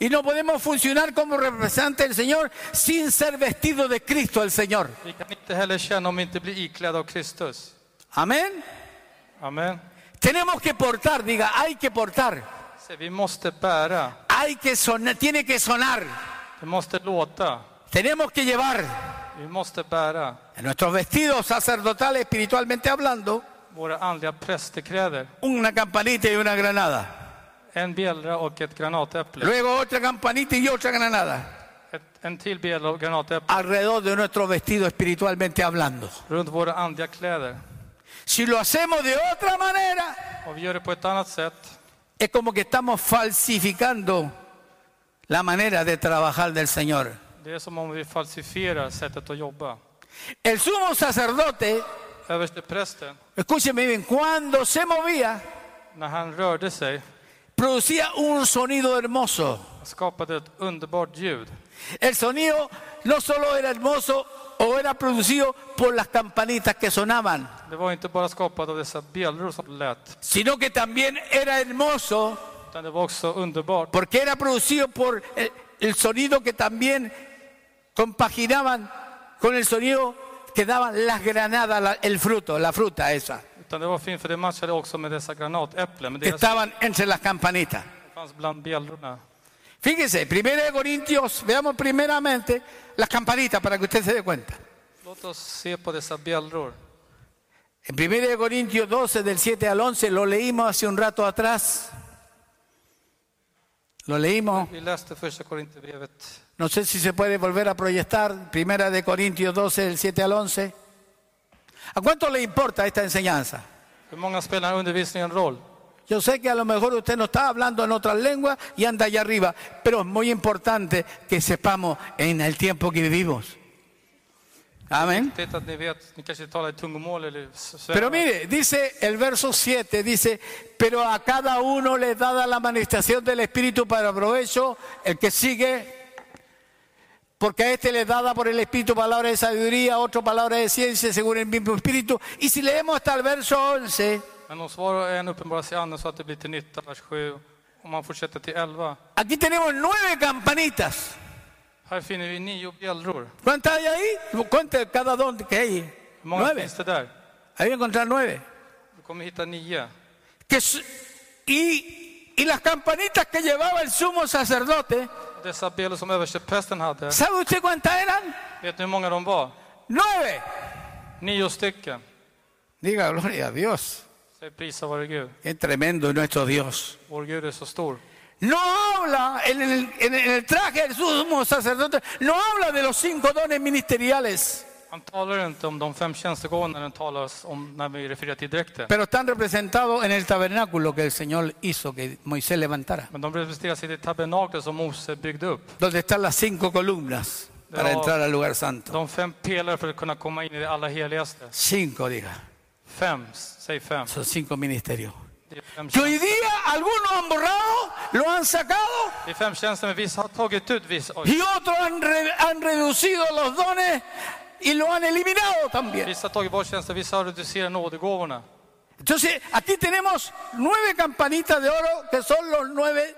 Speaker 1: y no podemos funcionar como representantes del Señor sin ser vestidos de Cristo el Señor.
Speaker 2: Vi kan inte heller tjäna om vi inte blir iklädda av Kristus.
Speaker 1: Amén.
Speaker 2: Amen.
Speaker 1: Tenemos que portar, diga, hay que portar.
Speaker 2: Så vi måste bära.
Speaker 1: Hay que sonar, tiene que sonar.
Speaker 2: Vi måste låta.
Speaker 1: Tenemos que llevar
Speaker 2: Vi måste bära.
Speaker 1: en nuestros vestidos sacerdotales, espiritualmente hablando,
Speaker 2: Våra andliga prästekläder.
Speaker 1: una campanita y una granada.
Speaker 2: En bjällra och ett granatäpple.
Speaker 1: Luego otra campanita y otra granada.
Speaker 2: Ett, en till bjällra och granatäpple
Speaker 1: alrededor de nuestro vestido espiritualmente hablando.
Speaker 2: runt våra andliga kläder.
Speaker 1: Si lo hacemos de otra manera,
Speaker 2: Och vi gör det på ett annat sätt.
Speaker 1: es como que estamos falsificando la manera de trabajar del Señor.
Speaker 2: Det är som om vi falsifierar sättet att jobba.
Speaker 1: El sumo sacerdote,
Speaker 2: Översteprästen,
Speaker 1: escúcheme bien, cuando se movía,
Speaker 2: när han rörde sig,
Speaker 1: producía un sonido hermoso.
Speaker 2: skapade ett underbart ljud.
Speaker 1: El sonido no solo era hermoso o era producido por las campanitas que sonaban,
Speaker 2: Det var inte bara skapat av dessa bjällror som lät,
Speaker 1: sino que también era hermoso
Speaker 2: utan det var också underbart.
Speaker 1: porque era producido por el, el sonido que también compaginaban con el sonido que daban las granadas, la- el fruto, la fruta esa,
Speaker 2: Utan det var fint, för det matchade också med dessa granatäpplen. Men
Speaker 1: que
Speaker 2: deras
Speaker 1: estaban entre las campanitas.
Speaker 2: fanns bland bjällrorna.
Speaker 1: Fíjese, primera de Corintios, veamos primeramente las campanitas para que usted se dé cuenta.
Speaker 2: Låt oss se på dessa bjällror.
Speaker 1: En primera de Corintios 12, del 7 al 11, lo leímos hace un rato atrás. Lo leímos.
Speaker 2: Vi läste första Korinthierbrevet.
Speaker 1: No sé si se puede volver a proyectar. Primera de Corintios 12, del 7 al 11. ¿A cuánto le importa esta enseñanza?
Speaker 2: Hur många spelar den här undervisningen roll?
Speaker 1: Yo sé que a lo mejor usted no está hablando en otras lenguas y anda allá arriba, pero es muy importante que sepamos en el tiempo que vivimos. Amén.
Speaker 2: Det är att ni vet, ni kanske talar i tungomål eller s-
Speaker 1: Pero
Speaker 2: svävar.
Speaker 1: mire, dice el verso 7, dice, pero a cada uno le dada la manifestación del Espíritu para provecho, el que sigue, porque a este le dada por el Espíritu palabra de sabiduría, a otro palabra de ciencia, según el mismo Espíritu. Y si leemos hasta el verso 11,
Speaker 2: Men om svar och en uppenbarar sig i anden så att det blir till nytta, vers 7. Om man fortsätter till 11.
Speaker 1: aquí tenemos nueve campanitas.
Speaker 2: Här finner vi nio bjällror.
Speaker 1: ¿Cuántas hay ahí? Cuenta cada don que hay.
Speaker 2: Hur många
Speaker 1: Nueve.
Speaker 2: finns det där?
Speaker 1: Ahí voy a encontrar nueve.
Speaker 2: Du kommer hitta nio.
Speaker 1: Que, s- y, y las campanitas que llevaba el sumo sacerdote,
Speaker 2: Dessa bjällror som översteprästen hade,
Speaker 1: ¿sabe usted cuántas eran?
Speaker 2: vet ni hur många de var?
Speaker 1: Nueve.
Speaker 2: Nio stycken.
Speaker 1: Diga gloria a Dios.
Speaker 2: Säg prisa vare Gud.
Speaker 1: Qué tremendo es nuestro Dios.
Speaker 2: Vår Gud är så stor.
Speaker 1: No habla en el, en el traje del sumo sacerdote, no habla de los cinco dones ministeriales,
Speaker 2: Han talar inte om de fem tjänstegåvorna när, den talas om, när vi refererar till dräkten.
Speaker 1: pero están representados en el tabernáculo que el Señor hizo que Moisés levantara,
Speaker 2: Men de representeras i det tabernakel som Mose byggde upp.
Speaker 1: donde están las cinco columnas para
Speaker 2: No.
Speaker 1: entrar al lugar santo.
Speaker 2: De fem pelare för att kunna komma in i det allra heligaste.
Speaker 1: Cinco, diga,
Speaker 2: Fem, säg fem.
Speaker 1: son cinco ministerios.
Speaker 2: Det är fem,
Speaker 1: Que
Speaker 2: tjänster.
Speaker 1: hoy día algunos han borrado, lo han sacado
Speaker 2: Det är fem tjänster, men vissa har tagit ut vissa. Oj.
Speaker 1: y otros han, re- han reducido los dones y lo han eliminado también.
Speaker 2: Vissa har tagit bort tjänster, vissa har reducerat nådegåvorna.
Speaker 1: Entonces, aquí tenemos nueve campanitas de oro que son los nueve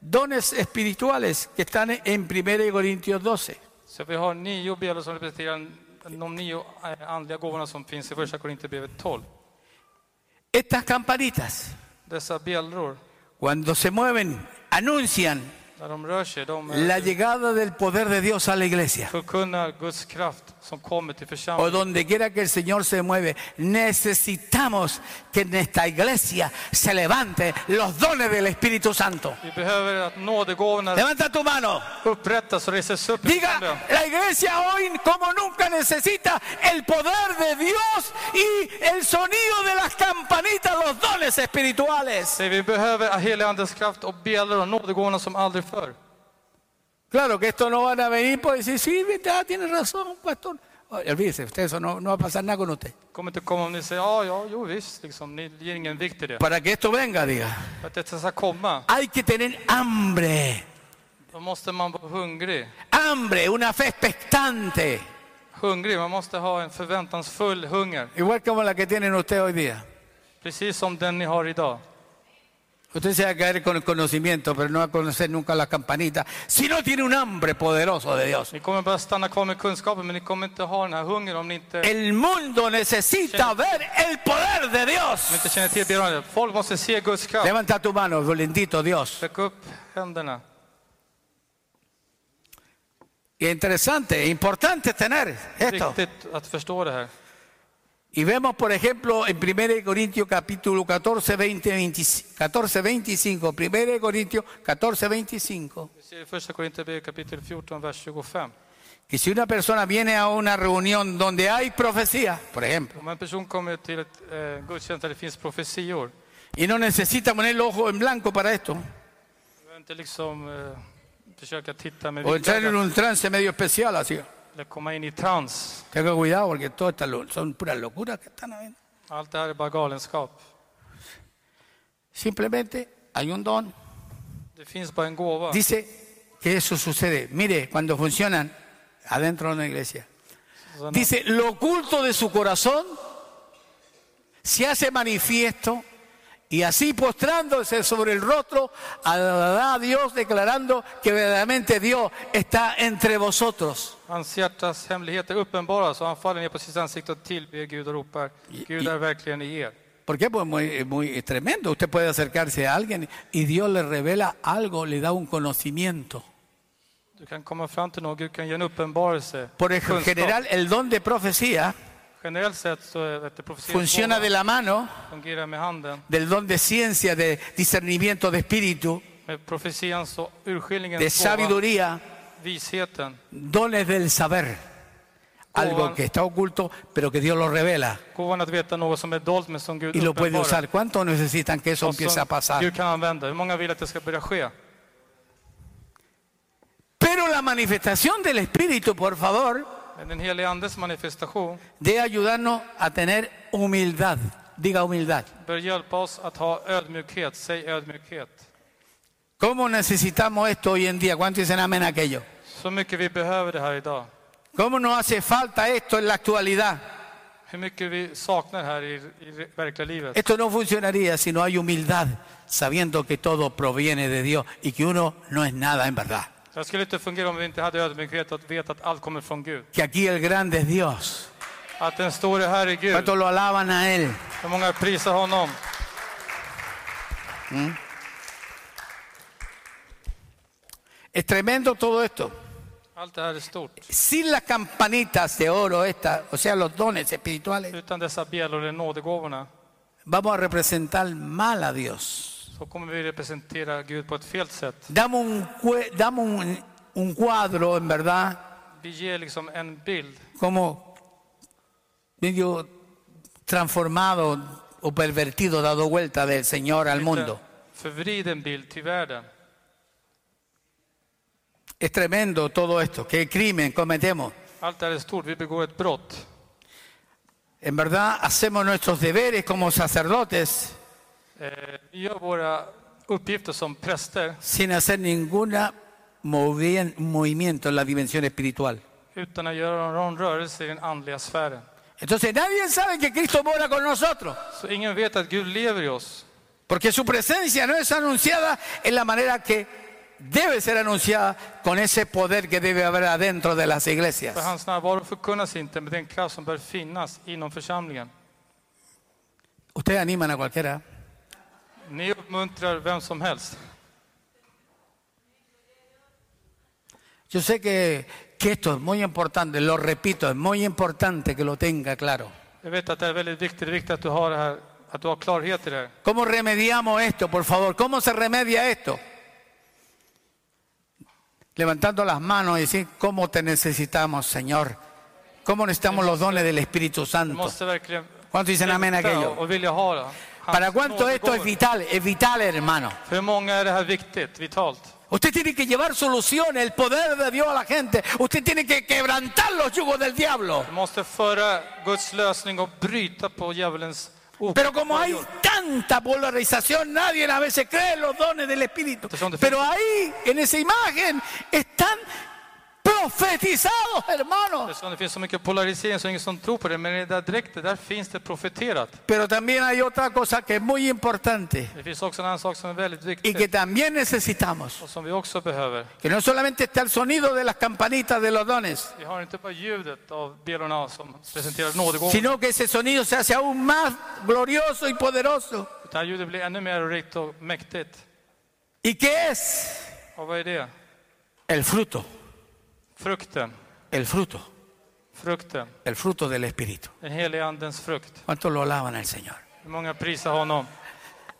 Speaker 1: dones espirituales que están en 1 Corintios 12.
Speaker 2: Så vi har nio bjällar som representerar de nio eh, andliga gåvorna som finns i första Korinthierbrevet 12.
Speaker 1: Estas campanitas,
Speaker 2: Dessa bjällror,
Speaker 1: cuando se mueven, anuncian
Speaker 2: när de rör sig, de eh,
Speaker 1: la llegada del poder de Dios a la iglesia.
Speaker 2: förkunnar Guds kraft som kommer till
Speaker 1: O
Speaker 2: församlingen.
Speaker 1: donde quiera que el Señor se mueve, necesitamos que en esta iglesia se levante los dones del Espíritu Santo.
Speaker 2: Vi behöver att nådegåvorna
Speaker 1: Levanta tu mano.
Speaker 2: upprättas och reses upp i församlingen.
Speaker 1: Diga, la iglesia hoy como nunca necesita el poder de Dios y el sonido de las campanitas, los dones espirituales.
Speaker 2: Säg, vi behöver helig andes kraft och bjällror och nådegåvorna som aldrig förr.
Speaker 1: Claro que esto no van a venir por decir, sí, ah, tiene razón, pastor. Oye, Olvídese, usted eso no, no va a pasar nada con usted.
Speaker 2: Kommer inte komma om ni säger ja, ja, jo visst, liksom, ni ger ingen vikt i det.
Speaker 1: Para que esto venga, diga,
Speaker 2: För att det ska komma,
Speaker 1: hay que tener hambre,
Speaker 2: då måste man vara hungrig.
Speaker 1: hambre, una fe expectante,
Speaker 2: Hungrig, man måste ha en förväntansfull hunger.
Speaker 1: igual como la que tienen ustedes hoy día.
Speaker 2: Precis som den ni har idag.
Speaker 1: Usted se va a caer con el conocimiento, pero no va a conocer nunca las campanitas. Si no tiene un hambre poderoso de Dios.
Speaker 2: Ni kommer bara stanna kvar med kunskapen, men ni kommer inte ha den här hungern om ni inte, om
Speaker 1: El mundo necesita ver el poder de
Speaker 2: ni inte
Speaker 1: Dios.
Speaker 2: känner till bjällrorna. Folk måste se Guds kraft.
Speaker 1: Levanta tu mano, violentito Dios.
Speaker 2: Sträck upp händerna.
Speaker 1: Y es interesante, es importante tener esto.
Speaker 2: Viktigt att förstå det här.
Speaker 1: Y vemos, por ejemplo, en 1 Corintios capítulo 14, 20, 25, 14, 25. 1 Corintios 14, 25.
Speaker 2: Vi ser i första Korinthierbrevet kapitel 14, vers 25.
Speaker 1: Que si una persona viene a una reunión donde hay profecía, por ejemplo,
Speaker 2: Om en person kommer till ett eh, gudstjänst där det finns profetior,
Speaker 1: y no necesita poner el ojo en blanco para esto,
Speaker 2: behöver inte liksom eh, försöka titta med
Speaker 1: o entrar en
Speaker 2: vidögat
Speaker 1: un trance medio especial así.
Speaker 2: eller komma in i trans.
Speaker 1: Tenga cuidado porque todas estas lo- son puras locuras que están habiendo.
Speaker 2: Allt det här är bara galenskap.
Speaker 1: Simplemente hay un don.
Speaker 2: Det finns bara en gåva.
Speaker 1: Dice que eso sucede. Mire, cuando funcionan adentro de una iglesia.
Speaker 2: Så när-
Speaker 1: Dice, lo oculto de su corazón se hace manifiesto y así postrándose sobre el rostro, alabará a Dios declarando que verdaderamente Dios está entre vosotros.
Speaker 2: Hans hjärtas hemligheter uppenbaras och han faller ner på sitt ansikte och tillber Gud och ropar Gud är verkligen i er.
Speaker 1: ¿Por qué? Pues muy, muy tremendo. Usted puede acercarse a alguien y Dios le revela algo, le da un conocimiento.
Speaker 2: Du kan komma fram till någon, Gud kan ge en uppenbarelse.
Speaker 1: Por ejemplo, en
Speaker 2: kunskap.
Speaker 1: general, el don de profecía
Speaker 2: Generellt sett så är det profetian
Speaker 1: funciona de la mano
Speaker 2: fungerar med handen.
Speaker 1: del don de ciencia, de discernimiento de espíritu,
Speaker 2: Med profetian så urskiljningen,
Speaker 1: de sabiduría,
Speaker 2: visheten.
Speaker 1: dones del saber. Algo
Speaker 2: Coban.
Speaker 1: que está oculto, pero que Dios lo revela
Speaker 2: Gåvan att veta något som är dolt men som Gud
Speaker 1: y lo puede usar. ¿Cuántos necesitan que eso
Speaker 2: och
Speaker 1: empiece a
Speaker 2: som
Speaker 1: pasar?
Speaker 2: Gud kan använda. Hur många vill att det ska börja ske?
Speaker 1: Pero la manifestación del Espíritu, por favor,
Speaker 2: Men den helige Andes manifestation
Speaker 1: debe ayudarnos a tener humildad. Diga humildad.
Speaker 2: bör hjälpa oss att ha ödmjukhet. Säg ödmjukhet.
Speaker 1: ¿Cómo necesitamos esto hoy en día? ¿Cuántos dicen amén a aquello?
Speaker 2: Så mycket vi behöver det här idag.
Speaker 1: ¿Cómo nos hace falta esto en la actualidad?
Speaker 2: Hur mycket vi saknar här i, i det verkliga livet.
Speaker 1: Esto no funcionaría si no hay humildad, sabiendo que todo proviene de Dios y que uno no es nada en verdad.
Speaker 2: Det här skulle inte fungera om vi inte hade ödmjukhet att veta att allt kommer från Gud.
Speaker 1: Que aquí el grande es Dios.
Speaker 2: Att den store här är Gud.
Speaker 1: ¿Cuántos lo alaban a Él?
Speaker 2: Hur många prisar honom?
Speaker 1: Es tremendo todo esto.
Speaker 2: Allt det här är stort.
Speaker 1: Sin las campanitas de oro estas, o sea, los dones espirituales,
Speaker 2: Utan dessa bjällror eller nådegåvorna
Speaker 1: vamos a representar mal a Dios.
Speaker 2: så kommer vi representera Gud på ett fel sätt.
Speaker 1: Damos un, cue- damos un- un cuadro, en verdad,
Speaker 2: Vi ger liksom en bild
Speaker 1: como medio transformado o pervertido, dado vuelta del Señor al mundo.
Speaker 2: förvriden bild till världen.
Speaker 1: Es tremendo todo esto, qué crimen cometemos.
Speaker 2: Allt det här är stort, vi begår ett brott.
Speaker 1: En verdad, hacemos nuestros deberes como sacerdotes
Speaker 2: Eh, vi gör våra uppgifter som präster
Speaker 1: sin hacer ningún movimiento en la dimensión espiritual.
Speaker 2: utan att göra någon rörelse i den andliga sfären.
Speaker 1: Entonces nadie sabe que Cristo mora con nosotros,
Speaker 2: Så ingen vet att Gud lever i oss.
Speaker 1: porque su presencia no es anunciada en la manera que debe ser anunciada con ese poder que debe haber adentro de las iglesias.
Speaker 2: För hans närvaro förkunnas inte med den kraft som bör finnas inom församlingen.
Speaker 1: Ustedes animan a cualquiera. ¿eh?
Speaker 2: Ni uppmuntrar vem som helst.
Speaker 1: Yo sé que, que esto es muy importante, lo repito, es muy importante que lo tenga claro.
Speaker 2: Jag vet att det är väldigt viktigt, det är viktigt att du har, det här, att du har klarhet i det här.
Speaker 1: ¿Cómo remediamos esto, por favor? ¿Cómo se remedia esto? Levantando las manos y decir, ¿cómo te necesitamos, Señor? ¿Cómo necesitamos los dones del Espíritu
Speaker 2: Du
Speaker 1: Santo?
Speaker 2: måste verkligen
Speaker 1: ¿Cuánto dicen amén a
Speaker 2: längta
Speaker 1: aquello?
Speaker 2: och vilja ha det. Hans
Speaker 1: ¿Para cuánto
Speaker 2: nåd
Speaker 1: esto es
Speaker 2: går.
Speaker 1: vital? Es vital, hermano.
Speaker 2: För hur många är det här viktigt, vitalt?
Speaker 1: Usted tiene que llevar soluciones, el poder de Dios a la gente. Usted tiene que quebrantar los yugos del diablo.
Speaker 2: Du måste föra Guds lösning och bryta på djävulens ok-
Speaker 1: Pero como hay tanta polarización, nadie a veces cree en los dones del Espíritu.
Speaker 2: Estos son defectos.
Speaker 1: Pero ahí, en esa imagen, están profetizados, hermanos.
Speaker 2: Eftersom det finns så mycket polarisering så är det ingen som tror på det. Men i den där dräkten, där finns det profeterat.
Speaker 1: Pero también hay otra cosa que es muy importante
Speaker 2: Det finns också en annan sak som är väldigt
Speaker 1: y que
Speaker 2: viktig
Speaker 1: también necesitamos.
Speaker 2: och som vi också behöver.
Speaker 1: Que no solamente está el sonido de las campanitas de los dones,
Speaker 2: Vi har inte bara ljudet av bjällorna som presenterar nådegåvor.
Speaker 1: sino que ese sonido se hace aún más glorioso y poderoso.
Speaker 2: Det här ljudet blir ännu mer rikt och mäktigt.
Speaker 1: ¿Y qué es?
Speaker 2: Och vad är det?
Speaker 1: El fruto,
Speaker 2: Frukten.
Speaker 1: el fruto,
Speaker 2: Frukten.
Speaker 1: el fruto del Espíritu.
Speaker 2: Den heliga andens frukt.
Speaker 1: ¿Cuánto lo alaban al Señor?
Speaker 2: Hur många prisar honom?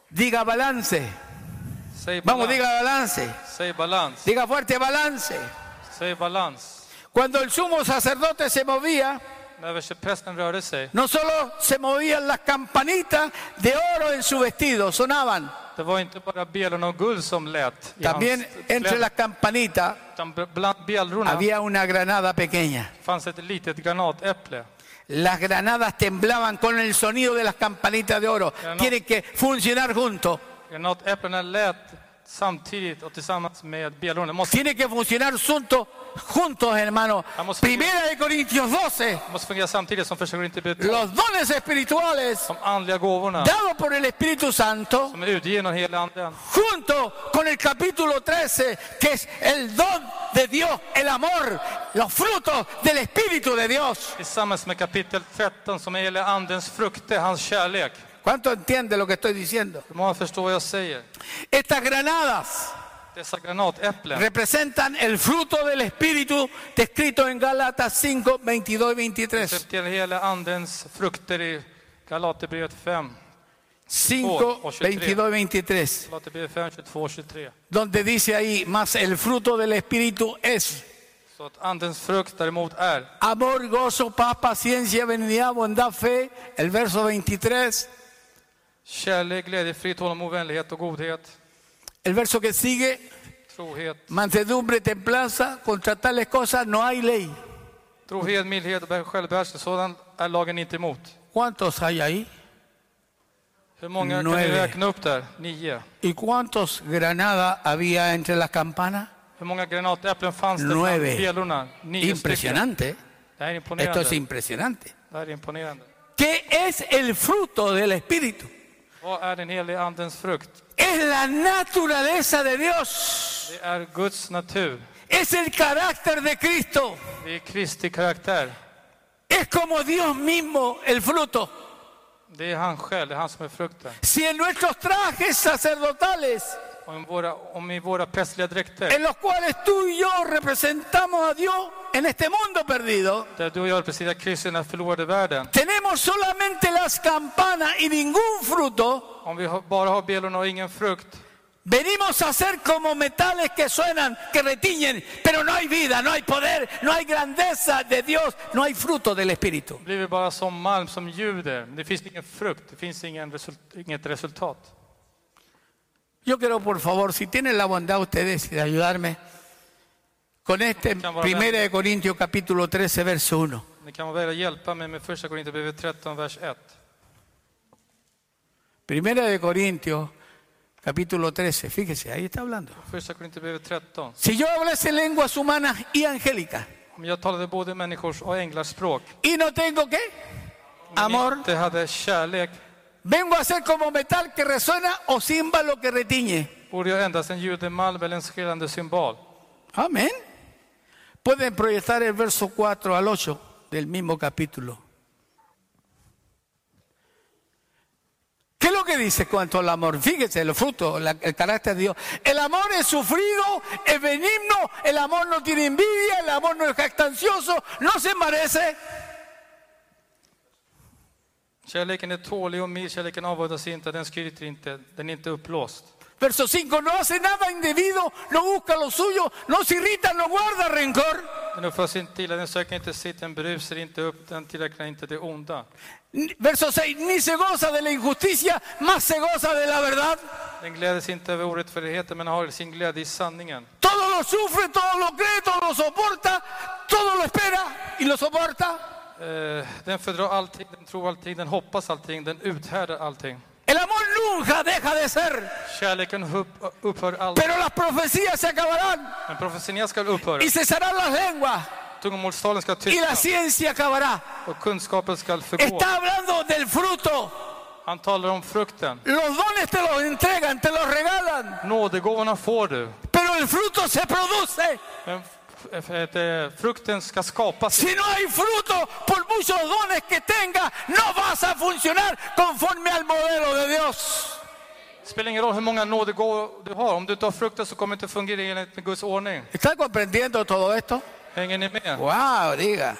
Speaker 1: Diga balance.
Speaker 2: Säg
Speaker 1: Vamos,
Speaker 2: balans.
Speaker 1: diga balance.
Speaker 2: Säg balans.
Speaker 1: Diga fuerte balance.
Speaker 2: Säg balans.
Speaker 1: Cuando el sumo sacerdote se movía,
Speaker 2: När översteprästen rörde sig.
Speaker 1: no solo se movían las campanitas de oro en su vestido, sonaban.
Speaker 2: Det var inte bara bjällorna och guld som lät. i
Speaker 1: También
Speaker 2: hans
Speaker 1: entre
Speaker 2: kläder,
Speaker 1: las campanitas
Speaker 2: Utan bland bjällrorna
Speaker 1: había una granada pequeña.
Speaker 2: fanns ett litet granatäpple.
Speaker 1: Las granadas temblaban con el sonido de las campanitas de oro.
Speaker 2: Granada.
Speaker 1: Tienen que funcionar juntos.
Speaker 2: Granatäpplena lät samtidigt och tillsammans med bjällrorna. Det måste,
Speaker 1: Tienen que funcionar juntos, juntos, hermano.
Speaker 2: Vamos.
Speaker 1: Primera de Corintios 12.
Speaker 2: måste fungera samtidigt som försöker inte bli
Speaker 1: Los dones espirituales
Speaker 2: De andliga gåvorna
Speaker 1: dados por el Espíritu Santo
Speaker 2: som är utgivna av hela anden.
Speaker 1: junto con el capítulo 13, que es el don de Dios, el amor, los frutos del Espíritu de Dios.
Speaker 2: Tillsammans med kapitel 13 som gäller andens frukter, hans kärlek.
Speaker 1: ¿Cuánto entiende lo que estoy diciendo?
Speaker 2: Hur många förstår vad jag säger?
Speaker 1: Estas granadas
Speaker 2: Dessa granatäpplen
Speaker 1: representan el fruto del Espíritu descrito en Gálatas 5, 22 y 23.
Speaker 2: representerar hela andens frukter i Galaterbrevet 5.
Speaker 1: 5, 22 y 23.
Speaker 2: Galaterbrevet 5, 22, 23.
Speaker 1: Donde dice ahí, más el fruto del Espíritu es
Speaker 2: Så att andens frukt däremot är
Speaker 1: amor, gozo, paz, paciencia, benignidad, bondad, fe. El verso 23.
Speaker 2: kärlek, glädje, frid, tålamod, vänlighet och godhet,
Speaker 1: El verso que sigue,
Speaker 2: trohet,
Speaker 1: Mansedumbre, templanza, contra tales cosas no hay ley.
Speaker 2: trohet, mildhet och självbehärskning. Sådan är lagen inte emot.
Speaker 1: ¿Cuántos hay ahí?
Speaker 2: Hur många kan ni
Speaker 1: Nueve.
Speaker 2: räkna upp där? Nio.
Speaker 1: ¿Y cuántos granadas había entre las campanas?
Speaker 2: Hur många granatäpplen fanns det bland
Speaker 1: Nueve.
Speaker 2: pelorna? Nio stycken.
Speaker 1: Impresionante. ¿eh?
Speaker 2: Det här är
Speaker 1: Esto es
Speaker 2: imponerande.
Speaker 1: impresionante.
Speaker 2: Det här är imponerande.
Speaker 1: ¿Qué es el fruto del Espíritu?
Speaker 2: Vad är den helige andens frukt?
Speaker 1: Es la naturaleza de Dios.
Speaker 2: Det är Guds natur.
Speaker 1: Es el carácter de Cristo.
Speaker 2: Det är Kristi karaktär.
Speaker 1: Es como Dios mismo el fruto.
Speaker 2: Det är han själv, det är han som är frukten.
Speaker 1: Si en nuestros trajes sacerdotales,
Speaker 2: Om i våra, om i våra prästliga dräkter,
Speaker 1: en los cuales tú y yo representamos a Dios en este mundo perdido,
Speaker 2: där du och jag representerar Kristus i den här förlorade världen,
Speaker 1: Tenemos tenemos solamente las campanas y ningún fruto,
Speaker 2: Om vi har- bara har bjällorna och ingen frukt
Speaker 1: venimos a ser como metales que suenan, que retiñen, pero no hay vida, no hay poder, no hay grandeza de Dios, no hay fruto del Espíritu.
Speaker 2: blir vi bara som malm som ljuder. Det finns ingen frukt, det finns ingen result, inget resultat.
Speaker 1: Yo quiero, por favor, si tienen la bondad ustedes de ayudarme con este
Speaker 2: Estamos
Speaker 1: primera de Corintios capítulo 13 verso 1.
Speaker 2: Ni kan väl hjälpa mig med första Korinthierbrevet 13, vers 1.
Speaker 1: Primera de Corintios capítulo 13, fíjese, ahí está hablando.
Speaker 2: Första Korinthierbrevet 13.
Speaker 1: Si yo hablase lenguas humanas y angélicas
Speaker 2: Om jag talade både människors och änglars språk,
Speaker 1: y no tengo qué?
Speaker 2: men
Speaker 1: Amor,
Speaker 2: inte hade kärlek,
Speaker 1: vengo a ser como metal que resuena o címbalo que retiñe.
Speaker 2: vore jag endast en judemalm eller en skrällande symbol.
Speaker 1: Amén. Pueden proyectar el verso 4 al 8 del mismo capítulo. ¿Qué es lo que dice cuanto al amor? Fíjese, los frutos, la- el carácter de Dios. El amor es sufrido, es benigno, el amor no tiene envidia, el amor no es jactancioso, no se envanece.
Speaker 2: Kärleken är tålig och mild, kärleken avundas inte, den skryter inte, den är inte uppblåst.
Speaker 1: Verso 5, no hace nada indebido, no busca lo suyo, no se irrita, no guarda rencor.
Speaker 2: Den uppförs inte illa, den söker inte sitt, den brusar inte upp, den tillräknar inte det onda.
Speaker 1: Ni- Verso 6, ni se goza de la injusticia, más se goza de la verdad.
Speaker 2: Den gläder sig inte över orättfärdigheten, men har sin glädje i sanningen.
Speaker 1: Todo lo sufre, todo lo cree, todo lo soporta, todo lo espera y lo soporta.
Speaker 2: Eh, Den fördrar allting, den tror allting, den hoppas allting, den uthärdar allting.
Speaker 1: El amor nunca deja de ser,
Speaker 2: Kärleken upp, upphör aldrig,
Speaker 1: pero las profecías se acabarán
Speaker 2: men profetian ska upphöra.
Speaker 1: y cessarán las lenguas
Speaker 2: Tungomålstalen ska
Speaker 1: y la
Speaker 2: tystna
Speaker 1: ciencia acabará.
Speaker 2: och kunskapen ska förgå.
Speaker 1: Está hablando del fruto.
Speaker 2: Han talar om frukten.
Speaker 1: Los dones te los entregan, te los regalan,
Speaker 2: Nådegåvorna får du,
Speaker 1: pero el fruto se produce.
Speaker 2: men f- f- ett, eh, frukten ska skapas.
Speaker 1: Si no hay fruto, por muchos dones que tengas, no vas a funcionar conforme al modelo de Dios.
Speaker 2: Det spelar ingen roll hur många nådegåvor du har, om du inte har frukten så kommer det inte fungera enligt med Guds ordning.
Speaker 1: ¿Está comprendiendo todo esto?
Speaker 2: Hänger ni med?
Speaker 1: Wow, diga.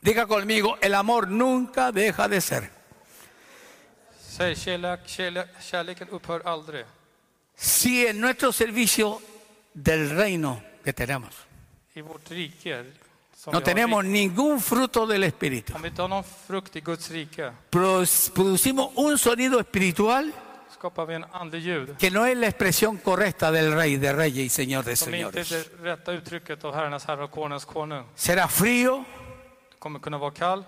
Speaker 1: Diga conmigo, el amor nunca deja de ser.
Speaker 2: Säg kärlek, kärlek, kärleken upphör aldrig.
Speaker 1: Si en nuestro servicio del reino que tenemos,
Speaker 2: I vårt rike, som
Speaker 1: no
Speaker 2: vi har
Speaker 1: tenemos ningún fruto del Espíritu,
Speaker 2: Om vi inte har någon frukt i Guds rike
Speaker 1: produ- producimos un sonido espiritual
Speaker 2: skapar vi en andlig ljud
Speaker 1: que no es la expresión correcta del Rey de Reyes y Señor de
Speaker 2: som inte är
Speaker 1: Señores.
Speaker 2: det rätta uttrycket av Herrarnas Herre och Konungens Konung.
Speaker 1: Será frío,
Speaker 2: Du kommer kunna vara kall,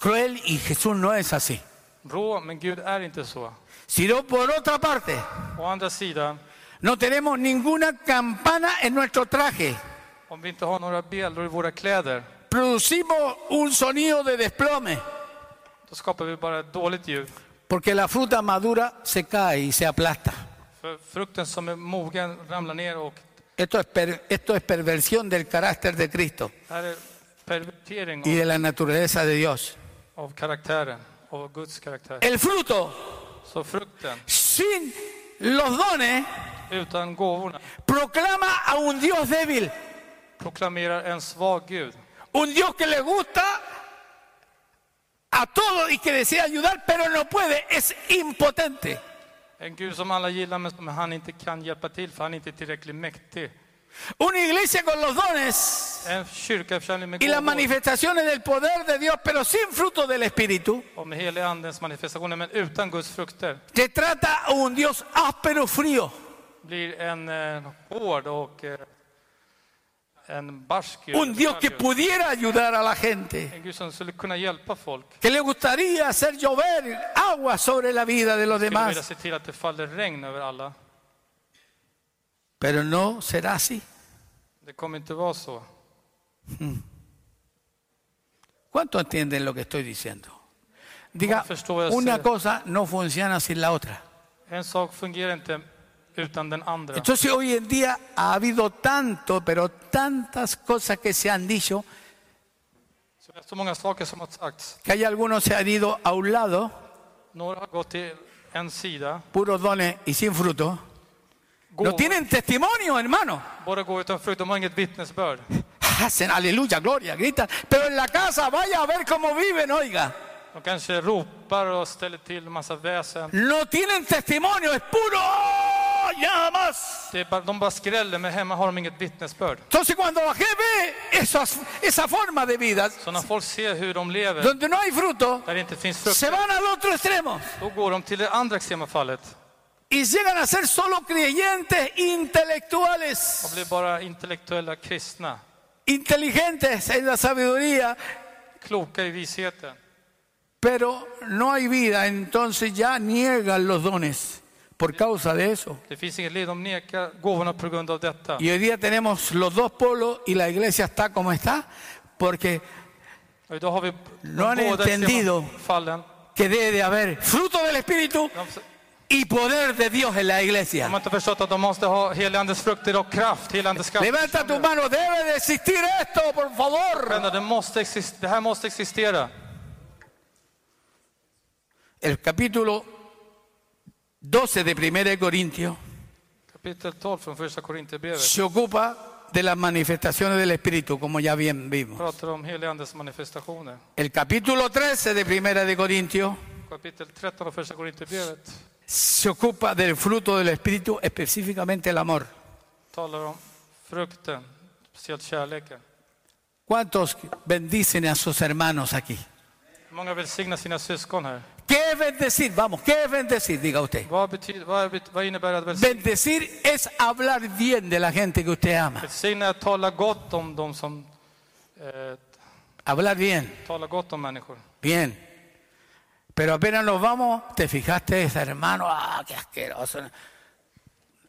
Speaker 1: cruel y Jesús no es así.
Speaker 2: rå, men Gud är inte så.
Speaker 1: Sino por otra parte,
Speaker 2: Å andra sidan,
Speaker 1: no tenemos ninguna campana en nuestro traje.
Speaker 2: om vi inte har några bjällror i våra kläder,
Speaker 1: Producimos un sonido de desplome,
Speaker 2: då skapar vi bara ett dåligt ljud.
Speaker 1: porque la fruta madura se cae y se aplasta.
Speaker 2: För frukten som är mogen ramlar ner och
Speaker 1: Esto es, per- esto es perversión del carácter de Cristo
Speaker 2: det här är pervertering
Speaker 1: y
Speaker 2: av,
Speaker 1: de la naturaleza de Dios.
Speaker 2: av karaktären, av Guds karaktär.
Speaker 1: El fruto,
Speaker 2: Så frukten,
Speaker 1: sin los dones,
Speaker 2: utan gåvorna,
Speaker 1: proclama a un Dios débil,
Speaker 2: proklamerar en svag Gud.
Speaker 1: un Dios que le gusta a todos y que desea ayudar, pero no puede, es impotente.
Speaker 2: En Gud som alla gillar men som han inte kan hjälpa till för han är inte tillräckligt mäktig.
Speaker 1: Una iglesia con los dones
Speaker 2: En kyrka, församling med
Speaker 1: y las
Speaker 2: gåvor
Speaker 1: manifestaciones del poder de Dios, pero sin fruto del Espíritu,
Speaker 2: och med helig andens manifestationer men utan Guds frukter
Speaker 1: te trata a un Dios áspero, frío.
Speaker 2: blir en eh, hård och eh, en barsk Gud.
Speaker 1: Un Dios que pudiera ayudar a la gente,
Speaker 2: En Gud som skulle kunna hjälpa folk.
Speaker 1: que le gustaría hacer llover agua sobre la vida de los
Speaker 2: Skulle vilja
Speaker 1: demás,
Speaker 2: se till att det faller regn över alla.
Speaker 1: pero no será así.
Speaker 2: Det kommer inte vara så.
Speaker 1: ¿Cuánto entienden lo que estoy diciendo? Diga,
Speaker 2: Manifestó ese-
Speaker 1: una cosa no funciona sin la otra.
Speaker 2: En sak fungerar inte utan den andra.
Speaker 1: Entonces hoy en día ha habido tanto, pero tantas cosas que se han dicho,
Speaker 2: Så det är så många saker som har sagts.
Speaker 1: que hay algunos se han ido a un lado,
Speaker 2: Några har gått till en sida.
Speaker 1: puros dones y sin fruto. No
Speaker 2: Gåvor.
Speaker 1: tienen testimonio, hermano.
Speaker 2: Bara gå utan frukt, de har inget vittnesbörd.
Speaker 1: hacen aleluya, gloria, gritan. Pero en la casa, vaya a ver cómo viven, oiga.
Speaker 2: De kanske ropar och ställer till en massa väsen.
Speaker 1: No tienen testimonio, es puro ¡oh! nada más.
Speaker 2: Det är bara, de bara skräller, men hemma har de inget vittnesbörd.
Speaker 1: Entonces cuando la gente ve esas- esa forma de vida,
Speaker 2: Så när folk ser hur de lever,
Speaker 1: donde no hay fruto,
Speaker 2: där det inte finns frukt,
Speaker 1: se van al otro extremo
Speaker 2: då går de till det andra extrema fallet.
Speaker 1: y llegan a ser solo creyentes intelectuales.
Speaker 2: De blir bara intellektuella kristna,
Speaker 1: inteligentes en la sabiduría,
Speaker 2: kloka i visheten.
Speaker 1: pero no hay vida, entonces ya niegan los dones por causa de eso.
Speaker 2: Det finns inget liv, de nekar gåvorna på grund av detta.
Speaker 1: Y hoy día tenemos los dos polos y la iglesia está como está, porque
Speaker 2: Och idag har vi
Speaker 1: No han entendido.
Speaker 2: fallen.
Speaker 1: que debe de haber fruto del Espíritu
Speaker 2: De,
Speaker 1: y poder de Dios en la
Speaker 2: de har
Speaker 1: iglesia.
Speaker 2: inte förstått att de måste ha helandets frukter och kraft, helandets kraft.
Speaker 1: Levanta tu mano, debe de existir esto, por favor.
Speaker 2: Vänner, Det, måste exist- det här måste existera.
Speaker 1: El capítulo 12 de 1 de Corintios
Speaker 2: Kapitel 12 från första Korinthierbrevet
Speaker 1: se ocupa de las manifestaciones del Espíritu, como ya bien vimos.
Speaker 2: pratar om helandets manifestationer.
Speaker 1: El capítulo 13 de Primera de Corintios
Speaker 2: Kapitel 13 av första Korinthierbrevet
Speaker 1: se ocupa del fruto del Espíritu, específicamente el amor.
Speaker 2: talar om frukten, speciellt kärleken.
Speaker 1: ¿Cuántos bendicen a sus hermanos aquí?
Speaker 2: Hur Många välsignar sina syskon här.
Speaker 1: ¿Qué es bendecir? Vamos, ¿qué es bendecir? Diga usted.
Speaker 2: Vad, betyder, vad, är bet- vad innebär det att välsigna?
Speaker 1: Bendecir es hablar bien de la gente que usted ama.
Speaker 2: Välsigna är att tala gott om de som eh,
Speaker 1: Hablar bien,
Speaker 2: talar gott om människor.
Speaker 1: bien. Pero apenas nos vamos, te fijaste, ese hermano, ah, qué asqueroso.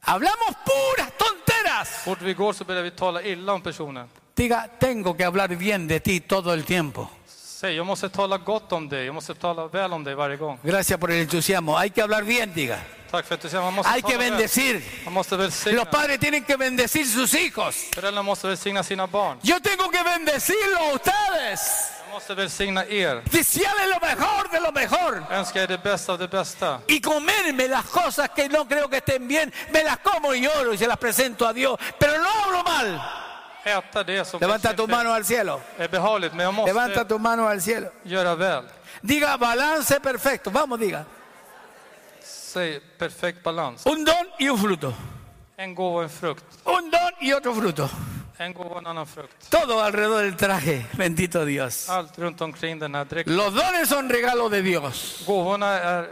Speaker 1: Hablamos puras tonteras.
Speaker 2: Fort vi går så börjar vi tala illa om personen.
Speaker 1: Diga, tengo que hablar bien de ti todo el tiempo.
Speaker 2: Säg, jag måste tala gott om dig. Jag måste tala väl om dig varje gång.
Speaker 1: Gracias por el entusiasmo. Hay que hablar bien, diga.
Speaker 2: Tack för att du säger, man måste
Speaker 1: Hay que
Speaker 2: tala väl.
Speaker 1: bendecir.
Speaker 2: Man måste välsigna.
Speaker 1: Los padres tienen que bendecir sus hijos.
Speaker 2: Föräldrar måste välsigna sina barn.
Speaker 1: Yo tengo que bendecirlo a ustedes.
Speaker 2: Jag måste välsigna er.
Speaker 1: Desearles lo mejor de lo mejor.
Speaker 2: Önska er det bästa av det bästa.
Speaker 1: Y comerme las cosas que no creo que estén bien. Me las como y oro y se las presento a Dios. Pero no hablo mal.
Speaker 2: Äta det som
Speaker 1: Levanta
Speaker 2: kanske
Speaker 1: tu
Speaker 2: inte
Speaker 1: mano al cielo.
Speaker 2: är behagligt, men jag måste
Speaker 1: Levanta tu mano al cielo.
Speaker 2: göra väl.
Speaker 1: Diga balance perfecto. Vamos, diga.
Speaker 2: Säg perfekt balans.
Speaker 1: Un don y un fruto.
Speaker 2: En gåva och en frukt.
Speaker 1: Un don y otro fruto.
Speaker 2: En gåva och en annan frukt.
Speaker 1: Todo alrededor del traje. [laughs] Bendito Dios.
Speaker 2: Allt runt omkring den här dräkten.
Speaker 1: Los dones son regalo de Dios.
Speaker 2: Gåvorna är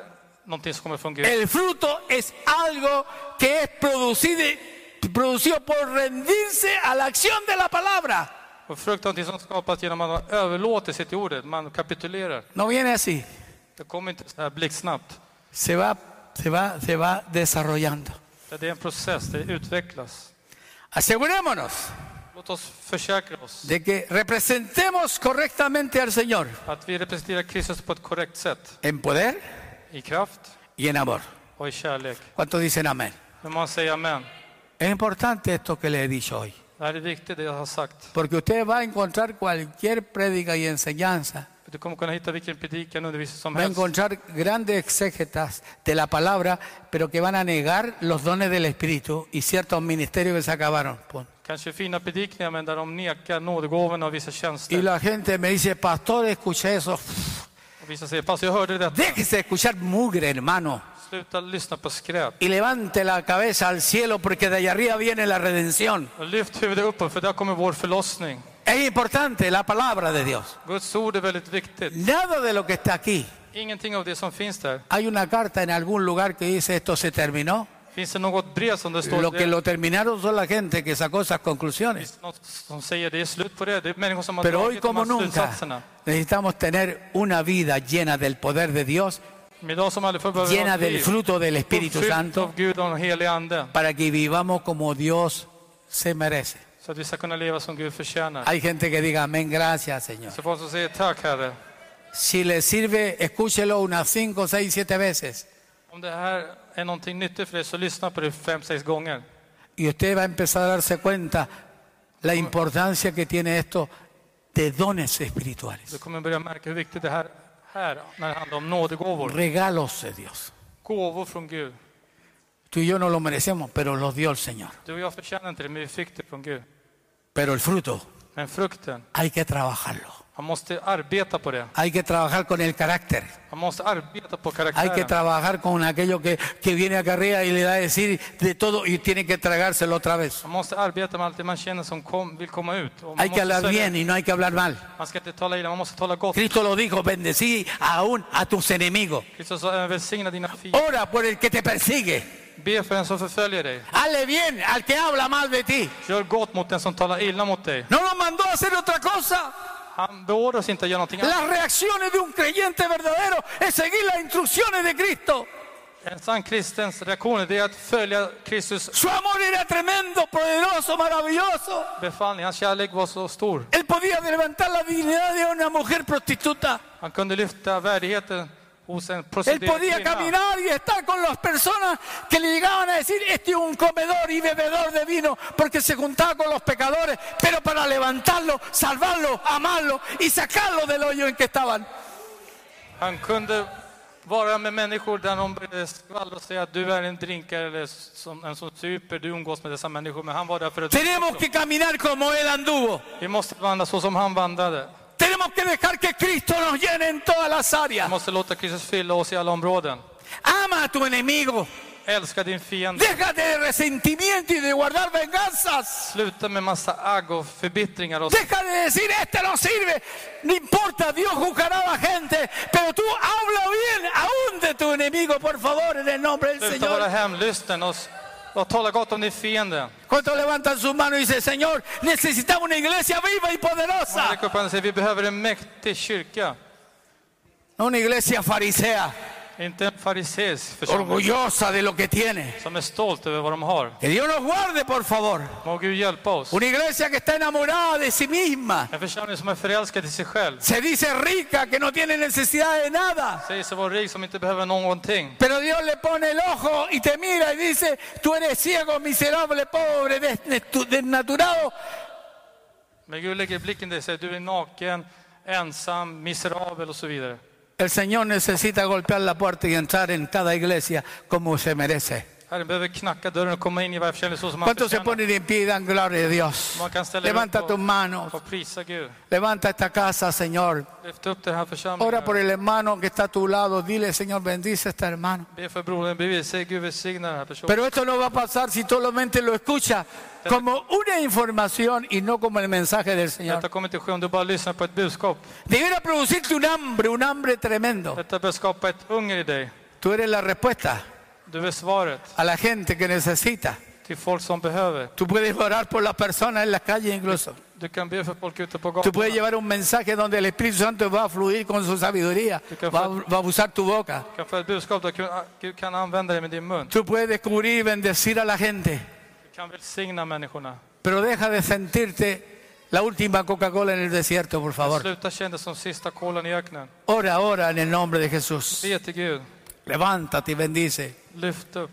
Speaker 2: någonting som kommer från Gud.
Speaker 1: El fruto es algo que es producido, producido por rendirse a la acción de la palabra.
Speaker 2: Och frukt är någonting som skapas genom att man överlåter sig till ordet. Man kapitulerar.
Speaker 1: No viene así,
Speaker 2: Det kommer inte så här blixtsnabbt.
Speaker 1: se va, se va, se va desarrollando.
Speaker 2: Det är en process, det utvecklas.
Speaker 1: Asegurémonos
Speaker 2: Låt oss försäkra oss
Speaker 1: de que representemos correctamente al Señor
Speaker 2: att vi representerar Kristus på ett korrekt sätt.
Speaker 1: en poder
Speaker 2: I kraft
Speaker 1: y en amor.
Speaker 2: och i kärlek.
Speaker 1: ¿Cuántos dicen amén?
Speaker 2: Men man säger amen.
Speaker 1: Es importante esto que le he dicho hoy,
Speaker 2: Det här är viktigt, det jag har sagt.
Speaker 1: porque usted va a encontrar cualquier prédica y enseñanza,
Speaker 2: Du kommer kunna hitta vilken predikan och undervisning som
Speaker 1: va a
Speaker 2: helst.
Speaker 1: encontrar grandes exégetas de la palabra, pero que van a negar los dones del Espíritu y ciertos ministerios que se acabaron. Punto.
Speaker 2: Kanske fina predikningar, men där de nekar nådegåvorna och vissa
Speaker 1: Y
Speaker 2: tjänster.
Speaker 1: la gente me dice, pastor, escuché eso.
Speaker 2: Och vissa säger, fast jag hörde detta.
Speaker 1: Déjese de escuchar mugre, hermano.
Speaker 2: Sluta lyssna på skräp.
Speaker 1: Y levante la cabeza al cielo porque de allá arriba viene la redención.
Speaker 2: Och lyft huvudet uppåt, för där kommer vår förlossning.
Speaker 1: Es importante la palabra de Dios.
Speaker 2: Guds ord är väldigt viktigt.
Speaker 1: Nada de lo que está aquí.
Speaker 2: Ingenting av det som finns där.
Speaker 1: Hay una carta en algún lugar que dice esto se terminó.
Speaker 2: Finns det något brev som det står
Speaker 1: Lo que
Speaker 2: det?
Speaker 1: lo terminaron son la gente que sacó esas conclusiones.
Speaker 2: Finns det något som säger det är slut på det? Det är människor som har
Speaker 1: Pero hoy
Speaker 2: dragit de
Speaker 1: como
Speaker 2: här
Speaker 1: nunca
Speaker 2: slutsatserna.
Speaker 1: necesitamos tener una vida llena del poder de Dios,
Speaker 2: Men idag som aldrig förr behöver vi ha
Speaker 1: llena
Speaker 2: ett
Speaker 1: del
Speaker 2: liv
Speaker 1: fruto del Espíritu
Speaker 2: uppfyllt
Speaker 1: Santo,
Speaker 2: av Gud och den helige Ande.
Speaker 1: para que vivamos como Dios se merece.
Speaker 2: Så att vi ska kunna leva som Gud förtjänar.
Speaker 1: Hay gente que diga amén, gracias Señor.
Speaker 2: Så folk som säger tack Herre.
Speaker 1: Si le sirve, escúchelo unas 5, 6, 7 veces
Speaker 2: Om det här är någonting nyttigt för dig så lyssna på det fem, sex gånger.
Speaker 1: y usted va a empezar a darse cuenta la importancia que tiene esto de dones
Speaker 2: Du
Speaker 1: espirituales,
Speaker 2: kommer börja märka hur viktigt det här är när det handlar om nådegåvor.
Speaker 1: regalos de Dios.
Speaker 2: Gåvor från Gud.
Speaker 1: Tú y yo no lo merecemos, pero los dio el Señor.
Speaker 2: Du och jag förtjänar inte det, men vi fick det från Gud.
Speaker 1: Pero el fruto
Speaker 2: Men frukten,
Speaker 1: hay que trabajarlo.
Speaker 2: man måste arbeta på det.
Speaker 1: Hay que trabajar con el carácter.
Speaker 2: Man måste arbeta på
Speaker 1: Hay que
Speaker 2: karaktären.
Speaker 1: trabajar con aquello que, que viene acá arriba y le da a decir de todo y tiene que tragárselo otra vez.
Speaker 2: Man måste arbeta med allt det man känner som kom, vill komma ut. Och man,
Speaker 1: Hay que
Speaker 2: måste
Speaker 1: hablar
Speaker 2: sälja-
Speaker 1: bien y no hay que hablar mal.
Speaker 2: man ska inte tala illa, man måste tala gott.
Speaker 1: Cristo lo dijo, bendecí aún a tus enemigos.
Speaker 2: Kristus sa, "Äh, välsigna dina fiender.
Speaker 1: Ora por el que te persigue.
Speaker 2: Be för den som förföljer dig.
Speaker 1: Hale bien al que habla mal de ti.
Speaker 2: Gör gott mot den som talar illa mot dig.
Speaker 1: No nos mandó a hacer otra cosa.
Speaker 2: Han beordrar oss inte att göra någonting annat.
Speaker 1: Las reacciones de un creyente verdadero es seguir las instrucciones de Cristo.
Speaker 2: En sann kristens reaktion är det att följa Kristus
Speaker 1: Su amor era tremendo, poderoso, maravilloso.
Speaker 2: befallning. Hans kärlek var så stor.
Speaker 1: Él podía levantar la dignidad de una mujer prostituta.
Speaker 2: Han kunde lyfta värdigheten hos en
Speaker 1: Él
Speaker 2: prostituerad
Speaker 1: podía
Speaker 2: kvinna.
Speaker 1: caminar y estar con las personas que le llegaban a decir, este es un comedor y bebedor de vino, porque se juntaba con los pecadores, pero para levantarlo, salvarlo, amarlo y sacarlo del hoyo en que estaban.
Speaker 2: Han kunde vara med människor där någon började skvallra och säga att du är en drinkare eller som, en som super, du umgås med dessa människor. Men han var där för att...
Speaker 1: Tenemos que caminar como Él anduvo.
Speaker 2: Vi måste vandra så som han vandrade.
Speaker 1: Tenemos que dejar que Cristo nos llene en todas las
Speaker 2: Vi
Speaker 1: áreas.
Speaker 2: måste låta Kristus fylla oss i alla områden.
Speaker 1: Ama a tu enemigo.
Speaker 2: Älska din fiende.
Speaker 1: Déjate de resentimiento y de guardar venganzas.
Speaker 2: Sluta med massa agg och förbittringar. Och
Speaker 1: Deja de decir, este no sirve. No importa, Dios juzgará a la gente. Pero tú habla bien aún de tu enemigo, por favor, en el nombre del
Speaker 2: sluta vara
Speaker 1: Señor.
Speaker 2: hämndlysten och, s- och tala gott om din fiende.
Speaker 1: Cuando levantan sus manos y dicen, Señor, necesitamos una iglesia viva y
Speaker 2: Man
Speaker 1: poderosa.
Speaker 2: räcker upp handen och säger vi behöver en mäktig kyrka.
Speaker 1: No una iglesia farisea,
Speaker 2: Inte en fariseisk församling
Speaker 1: orgullosa de lo que tiene.
Speaker 2: som är stolt över vad de har.
Speaker 1: Que Dios nos guarde, por favor.
Speaker 2: Må Gud hjälpa oss.
Speaker 1: Una iglesia que está enamorada de sí misma.
Speaker 2: En församling som är förälskad i sig själv.
Speaker 1: Se dice rica, que no tiene necesidad de nada.
Speaker 2: Säger sig vara rik som inte behöver någonting.
Speaker 1: Pero Dios le pone el ojo y te mira y dice, tú eres ciego, miserable, pobre, desnestu- desnaturado.
Speaker 2: Men Gud lägger blicken där och säger du är naken, ensam, miserabel och så vidare.
Speaker 1: El Señor necesita golpear la puerta y entrar en cada iglesia como se merece.
Speaker 2: Herren behöver knacka dörren och komma in i varje församling så som han
Speaker 1: ¿Cuántos se ponen en pie y dan gloria a Dios?
Speaker 2: Man kan ställa
Speaker 1: Levanta
Speaker 2: upp
Speaker 1: tus manos,
Speaker 2: och, och prisa Gud.
Speaker 1: levanta esta casa, Señor.
Speaker 2: Lyft upp den här
Speaker 1: Ora por
Speaker 2: församlingen.
Speaker 1: el hermano que está a tu lado, dile, Señor, bendice a este hermano.
Speaker 2: Be för brodern bredvid. Säg Gud välsigna den här personen.
Speaker 1: Pero esto no va a pasar si solamente lo escuchas como una información y no como el mensaje del Señor.
Speaker 2: Detta kommer inte ske om du bara lyssnar på ett budskap.
Speaker 1: Debiera producirte un hambre, un hambre tremendo.
Speaker 2: Detta bör skapa ett hunger i dig.
Speaker 1: Tú eres la respuesta
Speaker 2: Du är svaret
Speaker 1: a la gente que necesita.
Speaker 2: till folk som behöver.
Speaker 1: Tú puedes orar por las personas en la calle incluso.
Speaker 2: Du kan be för folk ute på
Speaker 1: Tú puedes
Speaker 2: gatan.
Speaker 1: llevar un mensaje donde el Espíritu Santo va a fluir con su sabiduría, va, a- va a usar tu boca.
Speaker 2: Du kan få ett budskap där Gud- Gud kan använda dig med din mun.
Speaker 1: Tú puedes descubrir y bendecir a la gente,
Speaker 2: Du kan välsigna människorna.
Speaker 1: pero deja de sentirte la última Coca-Cola en el desierto, por favor.
Speaker 2: Sluta känna dig som sista kolan i öknen.
Speaker 1: Ora, ora en el nombre de Jesús.
Speaker 2: Be till Gud.
Speaker 1: Levántate y bendice.
Speaker 2: Lyft upp.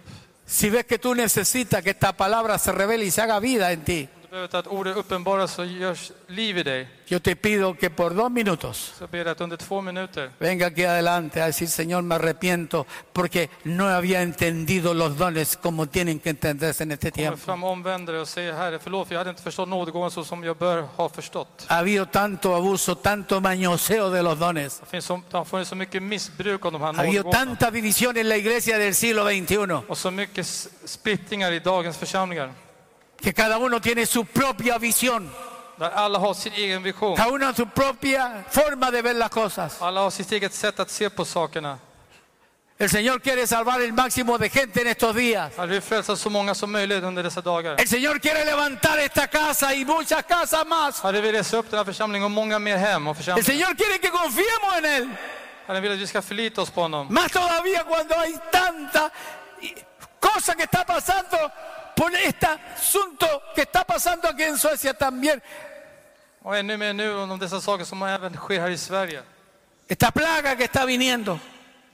Speaker 1: Si ves que tú necesitas que esta palabra se revele y se haga vida en ti,
Speaker 2: Du behöver att ordet uppenbaras och görs liv i dig.
Speaker 1: yo te pido que por dos minutos
Speaker 2: Så jag ber att under två minuter
Speaker 1: Venga aquí adelante a decir, Señor, me arrepiento porque no había entendido los dones como tienen que entenderse en este
Speaker 2: kommer
Speaker 1: tiempo.
Speaker 2: fram och omvänder dig och säger Herre förlåt för jag hade inte förstått nådegåvan så som jag bör ha förstått.
Speaker 1: Ha habido tanto abuso, tanto mañoseo de los dones.
Speaker 2: Det, finns så, det har funnits så mycket missbruk av de här
Speaker 1: Ha habido
Speaker 2: nådegåvorna.
Speaker 1: tanta división en la iglesia del siglo XXI
Speaker 2: Och så mycket s- splittringar i dagens församlingar.
Speaker 1: que cada uno tiene su propia visión,
Speaker 2: Där alla har sin egen vision.
Speaker 1: cada uno su propia forma de ver las cosas.
Speaker 2: Alla har sitt eget sätt att se på sakerna.
Speaker 1: El Señor quiere salvar el máximo de gente en estos días.
Speaker 2: Herre, vi frälsar så många som möjligt under dessa dagar.
Speaker 1: El Señor quiere levantar esta casa y muchas casas más.
Speaker 2: Herre, vi reser upp den här församlingen och många mer hem och
Speaker 1: El
Speaker 2: församlingar.
Speaker 1: Señor quiere que confiemos en Él.
Speaker 2: Herre, vill att vi ska förlita oss på honom.
Speaker 1: Más todavía cuando hay tanta eh, cosa que está pasando por este asunto que está pasando aquí en Suecia también.
Speaker 2: Och ännu mer nu om dessa saker som även sker här i Sverige.
Speaker 1: Esta plaga que está viniendo,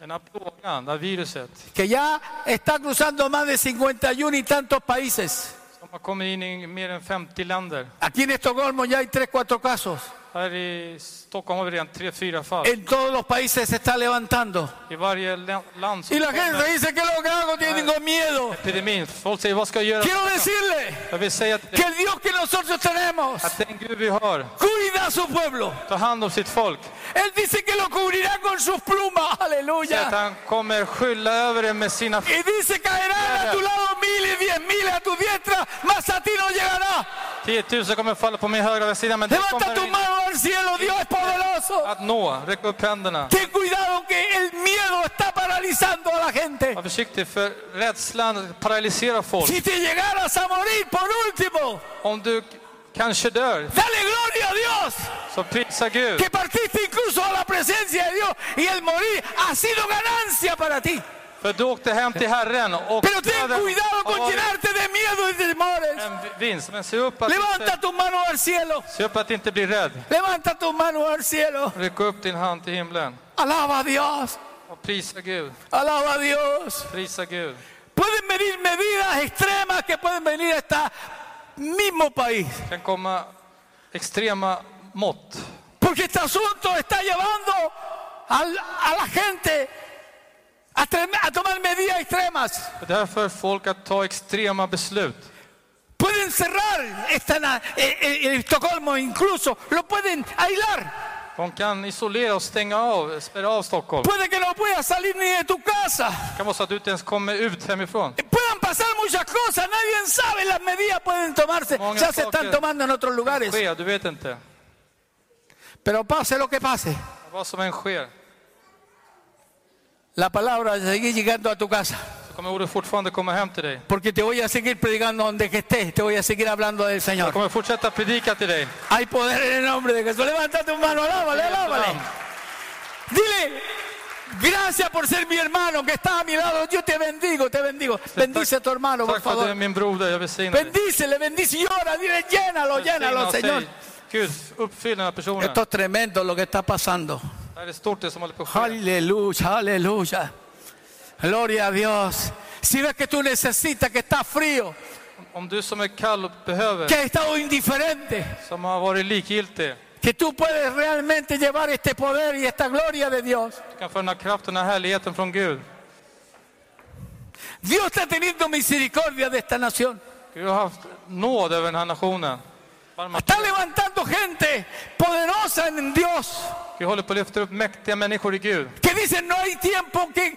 Speaker 2: Den här plågan, det här viruset.
Speaker 1: que ya está cruzando más de 51 y tantos países.
Speaker 2: Som har kommit in i mer än 50 länder.
Speaker 1: Aquí en Estocolmo ya hay 3, 4 casos.
Speaker 2: Här i Stockholm har vi redan tre, fyra fall.
Speaker 1: En todos los países se está levantando.
Speaker 2: I varje lä-
Speaker 1: Y
Speaker 2: land som
Speaker 1: la gente
Speaker 2: kommer
Speaker 1: dice que lo que hago tengo miedo.
Speaker 2: epidemin. Folk säger, vad ska jag göra?
Speaker 1: Quiero decirle
Speaker 2: Jag vill säga till
Speaker 1: que
Speaker 2: dig
Speaker 1: el Dios que nosotros tenemos
Speaker 2: att den Gud vi har
Speaker 1: cuida a su pueblo.
Speaker 2: tar hand om sitt folk.
Speaker 1: Él dice que lo cubrirá con sus plumas.
Speaker 2: Säger att
Speaker 1: Aleluya.
Speaker 2: han kommer skylla över er med sina...
Speaker 1: Y dice caerán a tu lado mil y diez mil a tu diestra, mas a ti no llegará.
Speaker 2: 10 000 kommer falla på min högra sida, men det
Speaker 1: Levanta tu
Speaker 2: kommer inte
Speaker 1: mano al cielo, Dios es poderoso.
Speaker 2: att nå. Räck upp händerna.
Speaker 1: Ten cuidado que el miedo está paralizando a la gente.
Speaker 2: Var försiktig, för rädslan paralyserar folk.
Speaker 1: Si te llegaras a morir por último,
Speaker 2: Om du k- kanske dör,
Speaker 1: dale gloria a Dios,
Speaker 2: så prisa Gud.
Speaker 1: que partiste incluso a la presencia de Dios y el morir ha sido ganancia para ti.
Speaker 2: För du åkte hem till Herren och
Speaker 1: Pero ten
Speaker 2: döden
Speaker 1: cuidado
Speaker 2: har
Speaker 1: con
Speaker 2: varit
Speaker 1: llenarte de miedo y temores.
Speaker 2: en vinst. Men se upp, att inte,
Speaker 1: Levanta tus manos al cielo,
Speaker 2: se upp att inte bli rädd.
Speaker 1: levanta tus manos al cielo.
Speaker 2: Räck upp din hand till himlen
Speaker 1: Alaba a Dios,
Speaker 2: och prisa Gud.
Speaker 1: alaba a Dios.
Speaker 2: Prisa Gud.
Speaker 1: Pueden venir medidas extremas que pueden venir hasta mismo país.
Speaker 2: Det kan komma extrema mått.
Speaker 1: Porque este asunto está llevando al- a la gente a, trem- a tomar medidas extremas.
Speaker 2: Det är därför folk att ta extrema beslut.
Speaker 1: Pueden cerrar esta na- eh, eh, eh, Estocolmo incluso, lo pueden aislar.
Speaker 2: De kan isolera och stänga av, spärra av Stockholm.
Speaker 1: Puede que no puedas salir ni de tu casa.
Speaker 2: Det kan vara så att du inte ens kommer ut hemifrån.
Speaker 1: Puedan pasar muchas cosas, nadie sabe, las medidas pueden tomarse,
Speaker 2: Pongan
Speaker 1: ya se están
Speaker 2: enfoque.
Speaker 1: tomando en otros lugares.
Speaker 2: Sker, du vet inte.
Speaker 1: Pero pase lo que pase,
Speaker 2: Vad som än sker
Speaker 1: la palabra seguir llegando a tu casa,
Speaker 2: så kommer ordet fortfarande komma hem till dig.
Speaker 1: porque te voy a seguir predicando donde que estés, te voy a seguir hablando del Señor.
Speaker 2: Jag kommer fortsätta predika till dig.
Speaker 1: Hay poder en el nombre de Jesús. Levanta tu mano, alábale, alábale. Dile, gracias por ser mi hermano que está a mi lado. Yo te bendigo, te bendigo. Bendice a tu hermano, por
Speaker 2: Tack för att du är
Speaker 1: favor.
Speaker 2: min broder, jag välsignar dig.
Speaker 1: Bendícele, bendice y ora. Dile, llénalo,
Speaker 2: Välsigna
Speaker 1: llénalo,
Speaker 2: och säg,
Speaker 1: Señor.
Speaker 2: Gud, uppfyll den här personen.
Speaker 1: Esto es tremendo lo que está pasando.
Speaker 2: Det här är stort det som håller på att ske.
Speaker 1: Aleluya, aleluya. Gloria a Dios. Si ves que tú necesitas, que estás frío,
Speaker 2: Om du som är kall och behöver,
Speaker 1: que has estado indiferente,
Speaker 2: som har varit likgiltig,
Speaker 1: que tú puedes realmente llevar este poder y esta gloria de Dios.
Speaker 2: du kan få den här kraften, den här härligheten från Gud.
Speaker 1: Dios está teniendo misericordia de esta nación.
Speaker 2: Gud har haft nåd över den här nationen. Barmhärtighet.
Speaker 1: Está levantando gente poderosa en Dios
Speaker 2: Gud håller på att lyfta upp mäktiga människor i Gud.
Speaker 1: que dicen no hay tiempo que,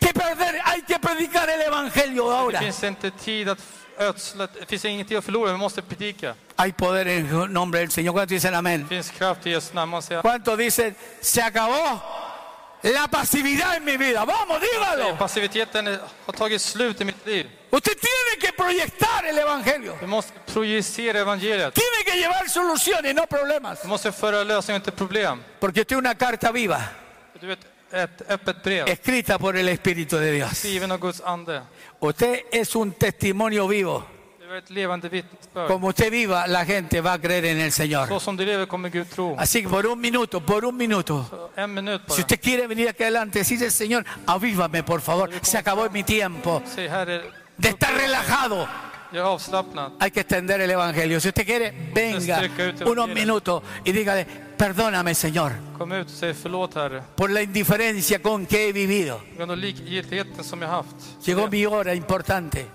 Speaker 1: que perder, hay que predicar el Evangelio
Speaker 2: Det
Speaker 1: ahora.
Speaker 2: finns inte tid att ödsla, det finns ingenting att förlora, vi måste predika.
Speaker 1: Hay poder en el nombre del Señor. ¿Cuántos dicen amén?
Speaker 2: Det finns kraft i Jesu namn, man säger
Speaker 1: ¿Cuántos dicen se acabó la pasividad en mi vida? Vamos, dígalo.
Speaker 2: Passiviteten är- har tagit slut i mitt liv.
Speaker 1: Usted tiene que proyectar el Evangelio.
Speaker 2: Vi måste projicera evangeliet.
Speaker 1: Tiene que llevar soluciones, no problemas.
Speaker 2: Vi måste föra lösningar till problem.
Speaker 1: Porque usted es una carta viva,
Speaker 2: Du vet, ett öppet brev,
Speaker 1: escrita por el Espíritu de Dios.
Speaker 2: skriven av Guds ande.
Speaker 1: Usted es un testimonio vivo.
Speaker 2: Du är ett levande vittnesbörd.
Speaker 1: Como usted viva, la gente va a creer en el Señor.
Speaker 2: Så som du lever kommer Gud tro.
Speaker 1: Así que por un minuto, por un minuto.
Speaker 2: En minut
Speaker 1: Si
Speaker 2: bara.
Speaker 1: usted quiere venir aquí adelante, decirle, Señor, avívame, por favor. Se acabó mi tiempo
Speaker 2: Säg Herre,
Speaker 1: de estar relajado.
Speaker 2: jag är avslappnad.
Speaker 1: Hay que extender el Evangelio. Si usted quiere, venga unos minutos y dígale, perdóname, Señor,
Speaker 2: Kom ut och säg förlåt Herre.
Speaker 1: por la indiferencia con que he vivido.
Speaker 2: På grund av likgiltigheten som jag haft.
Speaker 1: Llegó mi hora importante.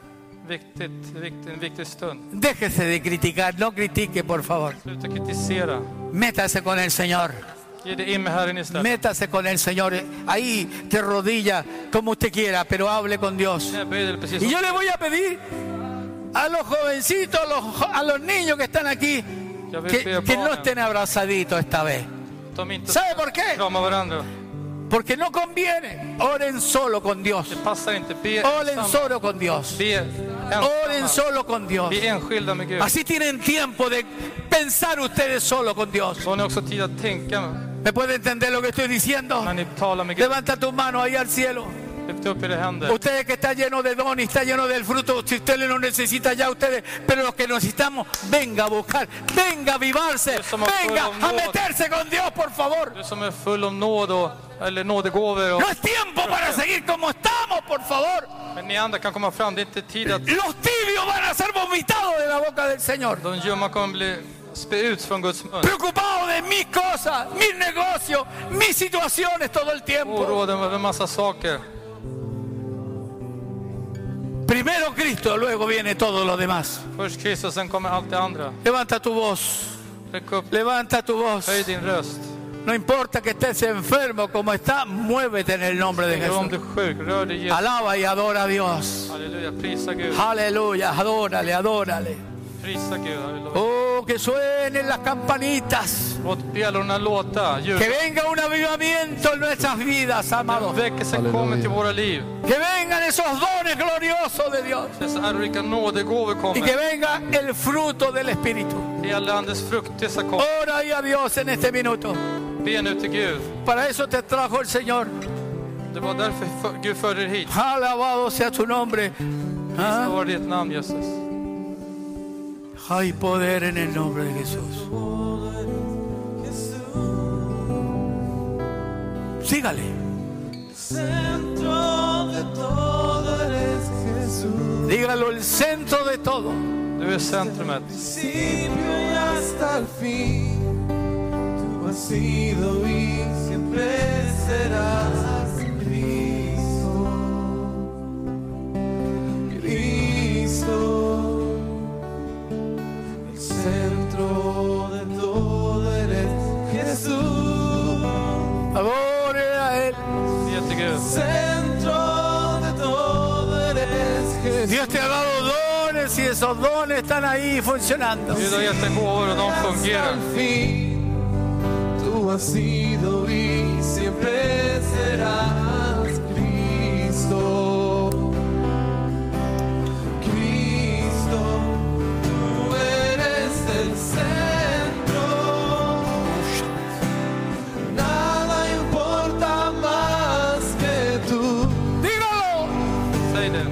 Speaker 2: Viktigt, viktigt, en viktig stund.
Speaker 1: Déjese de criticar, no critique, por favor.
Speaker 2: Sluta kritisera.
Speaker 1: Métase con el Señor.
Speaker 2: Ge dig in med Herren istället.
Speaker 1: Métase con el Señor. Ahí, de rodilla, como usted quiera, pero hable con Dios.
Speaker 2: Jag böjer dig precis
Speaker 1: Y
Speaker 2: som
Speaker 1: yo le voy a pedir a los jovencitos, a los, a los niños que están aquí,
Speaker 2: Jag vill be
Speaker 1: que, que no
Speaker 2: barnen.
Speaker 1: estén abrazaditos esta vez.
Speaker 2: de inte
Speaker 1: ¿Sabe por qué?
Speaker 2: kramar varandra.
Speaker 1: Porque no conviene. Oren solo con Dios.
Speaker 2: Det passar inte. Be
Speaker 1: Oren
Speaker 2: ensamma.
Speaker 1: solo con Dios.
Speaker 2: Be
Speaker 1: Oren
Speaker 2: ensamma.
Speaker 1: solo con Dios.
Speaker 2: Be enskilda med Gud.
Speaker 1: Así tienen tiempo de pensar ustedes solo con Dios.
Speaker 2: Så har ni också tid att tänka
Speaker 1: ¿Me puede entender lo que estoy diciendo?
Speaker 2: när ni talar med Gud.
Speaker 1: Levanta tu mano ahí al cielo.
Speaker 2: Lyft upp era händer.
Speaker 1: Ustedes que está lleno de don y está lleno del fruto, si ustedes no necesitan ya ustedes, pero los que necesitamos, venga a buscar, venga a avivarse, venga a meterse con Dios, por favor.
Speaker 2: Du som är full av nåd och, eller nådegåvor. Och,
Speaker 1: No es tiempo para seguir como estamos, por favor.
Speaker 2: men ni andra kan komma fram. Det är inte tid att
Speaker 1: Los tibios van a ser vomitados de la boca del Señor.
Speaker 2: de ljumma kommer bli spä ut från Guds mun.
Speaker 1: Preocupados de sobre mis cosas, mis negocios, mis situaciones todo el tiempo.
Speaker 2: Oroade mig över massa saker.
Speaker 1: Primero Cristo, luego viene todo lo demás.
Speaker 2: Först Kristus, sen kommer allt det andra.
Speaker 1: Levanta tu voz,
Speaker 2: Räck upp,
Speaker 1: levanta tu voz.
Speaker 2: höj din röst.
Speaker 1: No importa que estés enfermo como está, muévete en el nombre de
Speaker 2: Gör
Speaker 1: Jesús.
Speaker 2: om du är sjuk, rör dig Jesus.
Speaker 1: Alaba y adora a Dios.
Speaker 2: Halleluja, prisa Gud.
Speaker 1: Aleluya, adórale, adórale.
Speaker 2: Prisa Gud, halleluja.
Speaker 1: Oh, que suenen las campanitas.
Speaker 2: Låt bjällrorna låta, ljud.
Speaker 1: Que venga un avivamiento en nuestras vidas, amados.
Speaker 2: Väckelsen kommer till våra liv.
Speaker 1: Que vengan esos dones gloriosos de Dios.
Speaker 2: Dessa ärorika nådegåvor
Speaker 1: Y que
Speaker 2: kommer.
Speaker 1: venga el fruto del Espíritu.
Speaker 2: Hela andens fruktelse kommer.
Speaker 1: Ora ahí a Dios en este minuto.
Speaker 2: Be nu till Gud.
Speaker 1: Para eso te trajo el Señor.
Speaker 2: Det var därför för- Gud förde er hit.
Speaker 1: Alabado sea tu nombre.
Speaker 2: Det
Speaker 1: Ah,
Speaker 2: var ditt namn Jesus.
Speaker 1: Hay poder en el nombre de Jesús. Sígale.
Speaker 3: Centro de todo eres Jesús,
Speaker 1: Dígalo, el centro de todo.
Speaker 2: Du är centrumet.
Speaker 3: principio y hasta el fin. Tú has sido y siempre serás Cristo. Cristo, el centro de todo eres Jesús.
Speaker 1: Adore a Él.
Speaker 2: Be till Gud.
Speaker 3: Centro de todo eres Jesús.
Speaker 1: Dios te ha dado dones y esos dones están ahí funcionando.
Speaker 2: Gud har gett dig gåvor och de
Speaker 3: Hasta
Speaker 2: fungerar.
Speaker 3: el fin, tú has sido y siempre serás Cristo. Cristo, tú eres el centro. Nada importa más que tú.
Speaker 1: Dígalo.
Speaker 2: Säg det.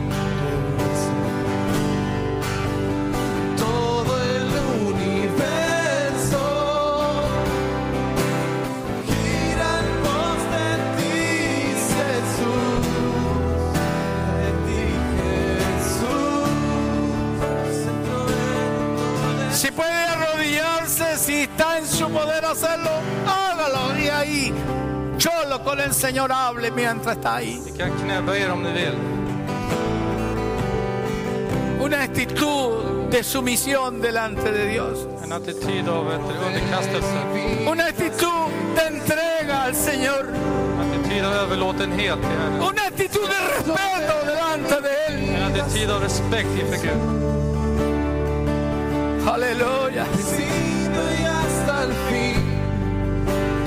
Speaker 3: Todo el universo gira en pos de ti, Jesús, de ti, Jesús, centro de
Speaker 1: Si puede arrodillarse, si está en su poder hacerlo, hágalo. Y ahí, cholo con el Señor hable mientras está ahí.
Speaker 2: Ni kan knäböja er om ni vill.
Speaker 1: Una actitud de sumisión delante de Dios.
Speaker 2: En attityd av vet du, underkastelse.
Speaker 1: Una actitud de entrega al Señor.
Speaker 2: En attityd av överlåtenhet. till Herren.
Speaker 1: Una actitud de respeto delante de Él.
Speaker 2: En attityd av respekt inför Gud.
Speaker 1: Aleluya.
Speaker 3: Sido y hasta el fin,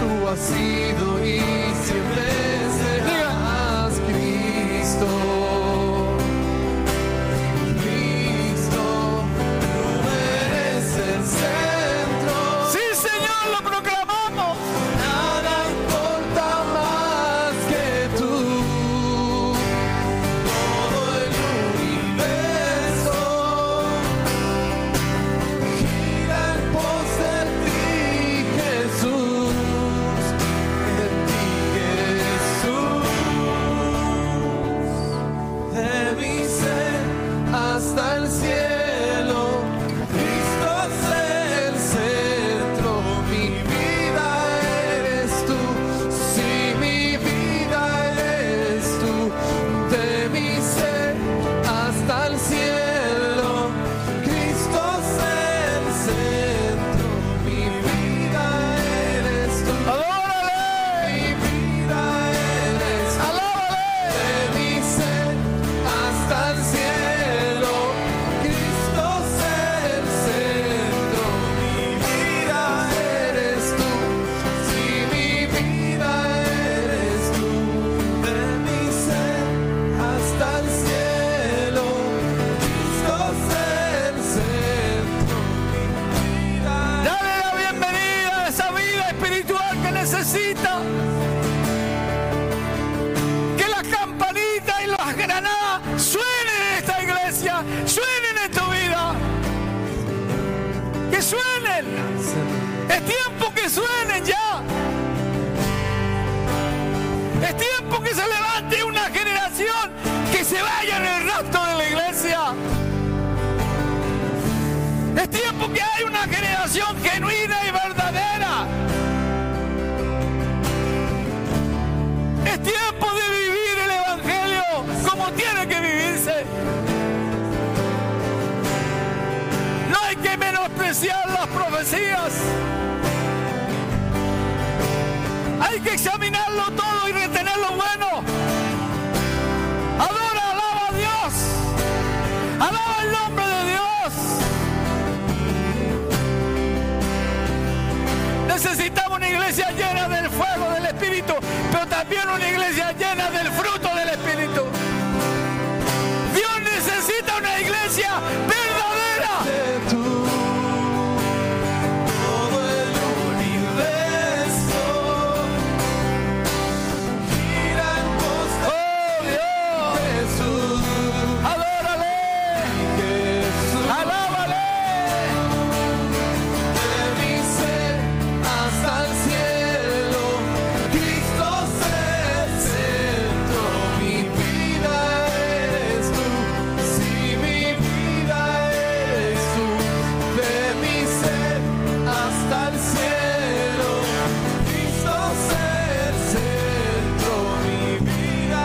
Speaker 3: tú has sido y siempre serás Cristo. Cristo, tú eres el centro.
Speaker 1: Sí, Señor, lo proclamamos.
Speaker 3: Nada importa más que tú. Todo el universo gira en pos de ti, Jesús. De ti, Jesús. De mi ser hasta el cielo. Cristo es el centro. Mi vida eres tú. Si mi vida eres tú. De mi ser hasta el cielo. Cristo es el centro. Mi vida eres tú.
Speaker 1: Adórale.
Speaker 3: Mi vida eres tú.
Speaker 1: Alábale.
Speaker 3: De mi ser hasta el cielo, Cristo es el centro. Mi vida eres tú, si mi vida eres tú. De mi ser hasta el cielo, Cristo es el centro. Mi vida
Speaker 1: Dale la bienvenida a esa vida espiritual que necesita. Que las campanitas y las granadas suenen en esta iglesia, suenen en tu vida. Que suenen.
Speaker 3: es el
Speaker 1: Es tiempo que suenen ya. Es tiempo que se levante una generación que se vaya en el rastro de la iglesia. Es tiempo que haya una generación genuina y verdadera despreciar las profecías. Hay que examinarlo todo y retener lo bueno. Adora, alaba a Dios. Alaba el nombre de Dios. Necesitamos una iglesia llena del fuego del Espíritu, pero también una iglesia llena del fruto del Espíritu. Dios necesita una iglesia verdadera.
Speaker 3: de tú. Todo el universo gira en pos
Speaker 1: Oh Dios,
Speaker 3: de Jesús.
Speaker 1: adórale,
Speaker 3: Jesús
Speaker 1: alábale.
Speaker 3: de mi ser hasta el cielo. Cristo es el centro. Mi vida eres tú. Si mi vida eres tú. De mi ser hasta el cielo. Cristo es el centro. Mi vida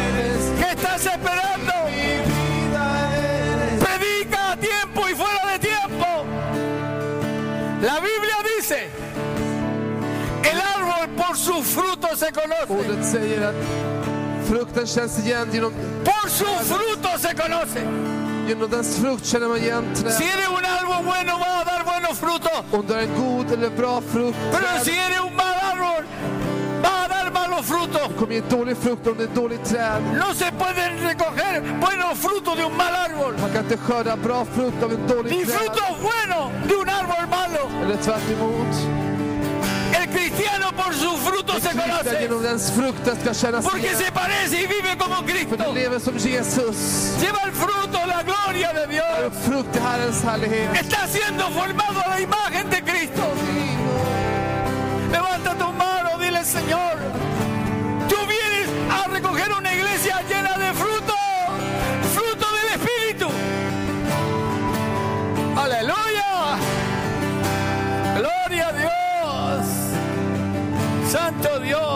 Speaker 3: eres tú.
Speaker 1: ¿Qué estás esperando?
Speaker 3: Mi vida eres
Speaker 1: Predica a tiempo y fuera de tiempo. La Biblia dice, el árbol por sus frutos se conoce.
Speaker 3: Ordet säger att frukten känns igen genom,
Speaker 1: Por sus frutos se conoce.
Speaker 3: genom dess frukt känner man igen
Speaker 1: Si
Speaker 3: trädet.
Speaker 1: eres un árbol bueno, vas a dar buenos frutos.
Speaker 3: Om du är en god eller bra frukt
Speaker 1: Pero si
Speaker 3: träd,
Speaker 1: eres un mal árbol, vas a dar malos frutos.
Speaker 3: kommer ge dålig frukt om det är dåligt träd.
Speaker 1: No se pueden recoger buenos frutos de un mal árbol,
Speaker 3: Man kan inte skörda bra frukt av en
Speaker 1: ni
Speaker 3: dålig träd.
Speaker 1: frutos buenos de un árbol malo.
Speaker 3: Eller tvärt emot.
Speaker 1: El cristiano por sus frutos se
Speaker 3: Frukten
Speaker 1: conoce.
Speaker 3: genom dens frukten ska kännas
Speaker 1: Porque
Speaker 3: igen.
Speaker 1: se parece y vive como
Speaker 3: För
Speaker 1: Cristo.
Speaker 3: du lever som Jesus.
Speaker 1: Lleva el fruto, la gloria de
Speaker 3: Bär
Speaker 1: Dios.
Speaker 3: upp frukt i Herrens härlighet.
Speaker 1: Está siendo formado a la imagen de Cristo. Levanta tu mano, dile Señor. Tú vienes a recoger una iglesia llena de fruto. Fruto del Espíritu. Aleluya. Gloria a Dios. Santo Dios.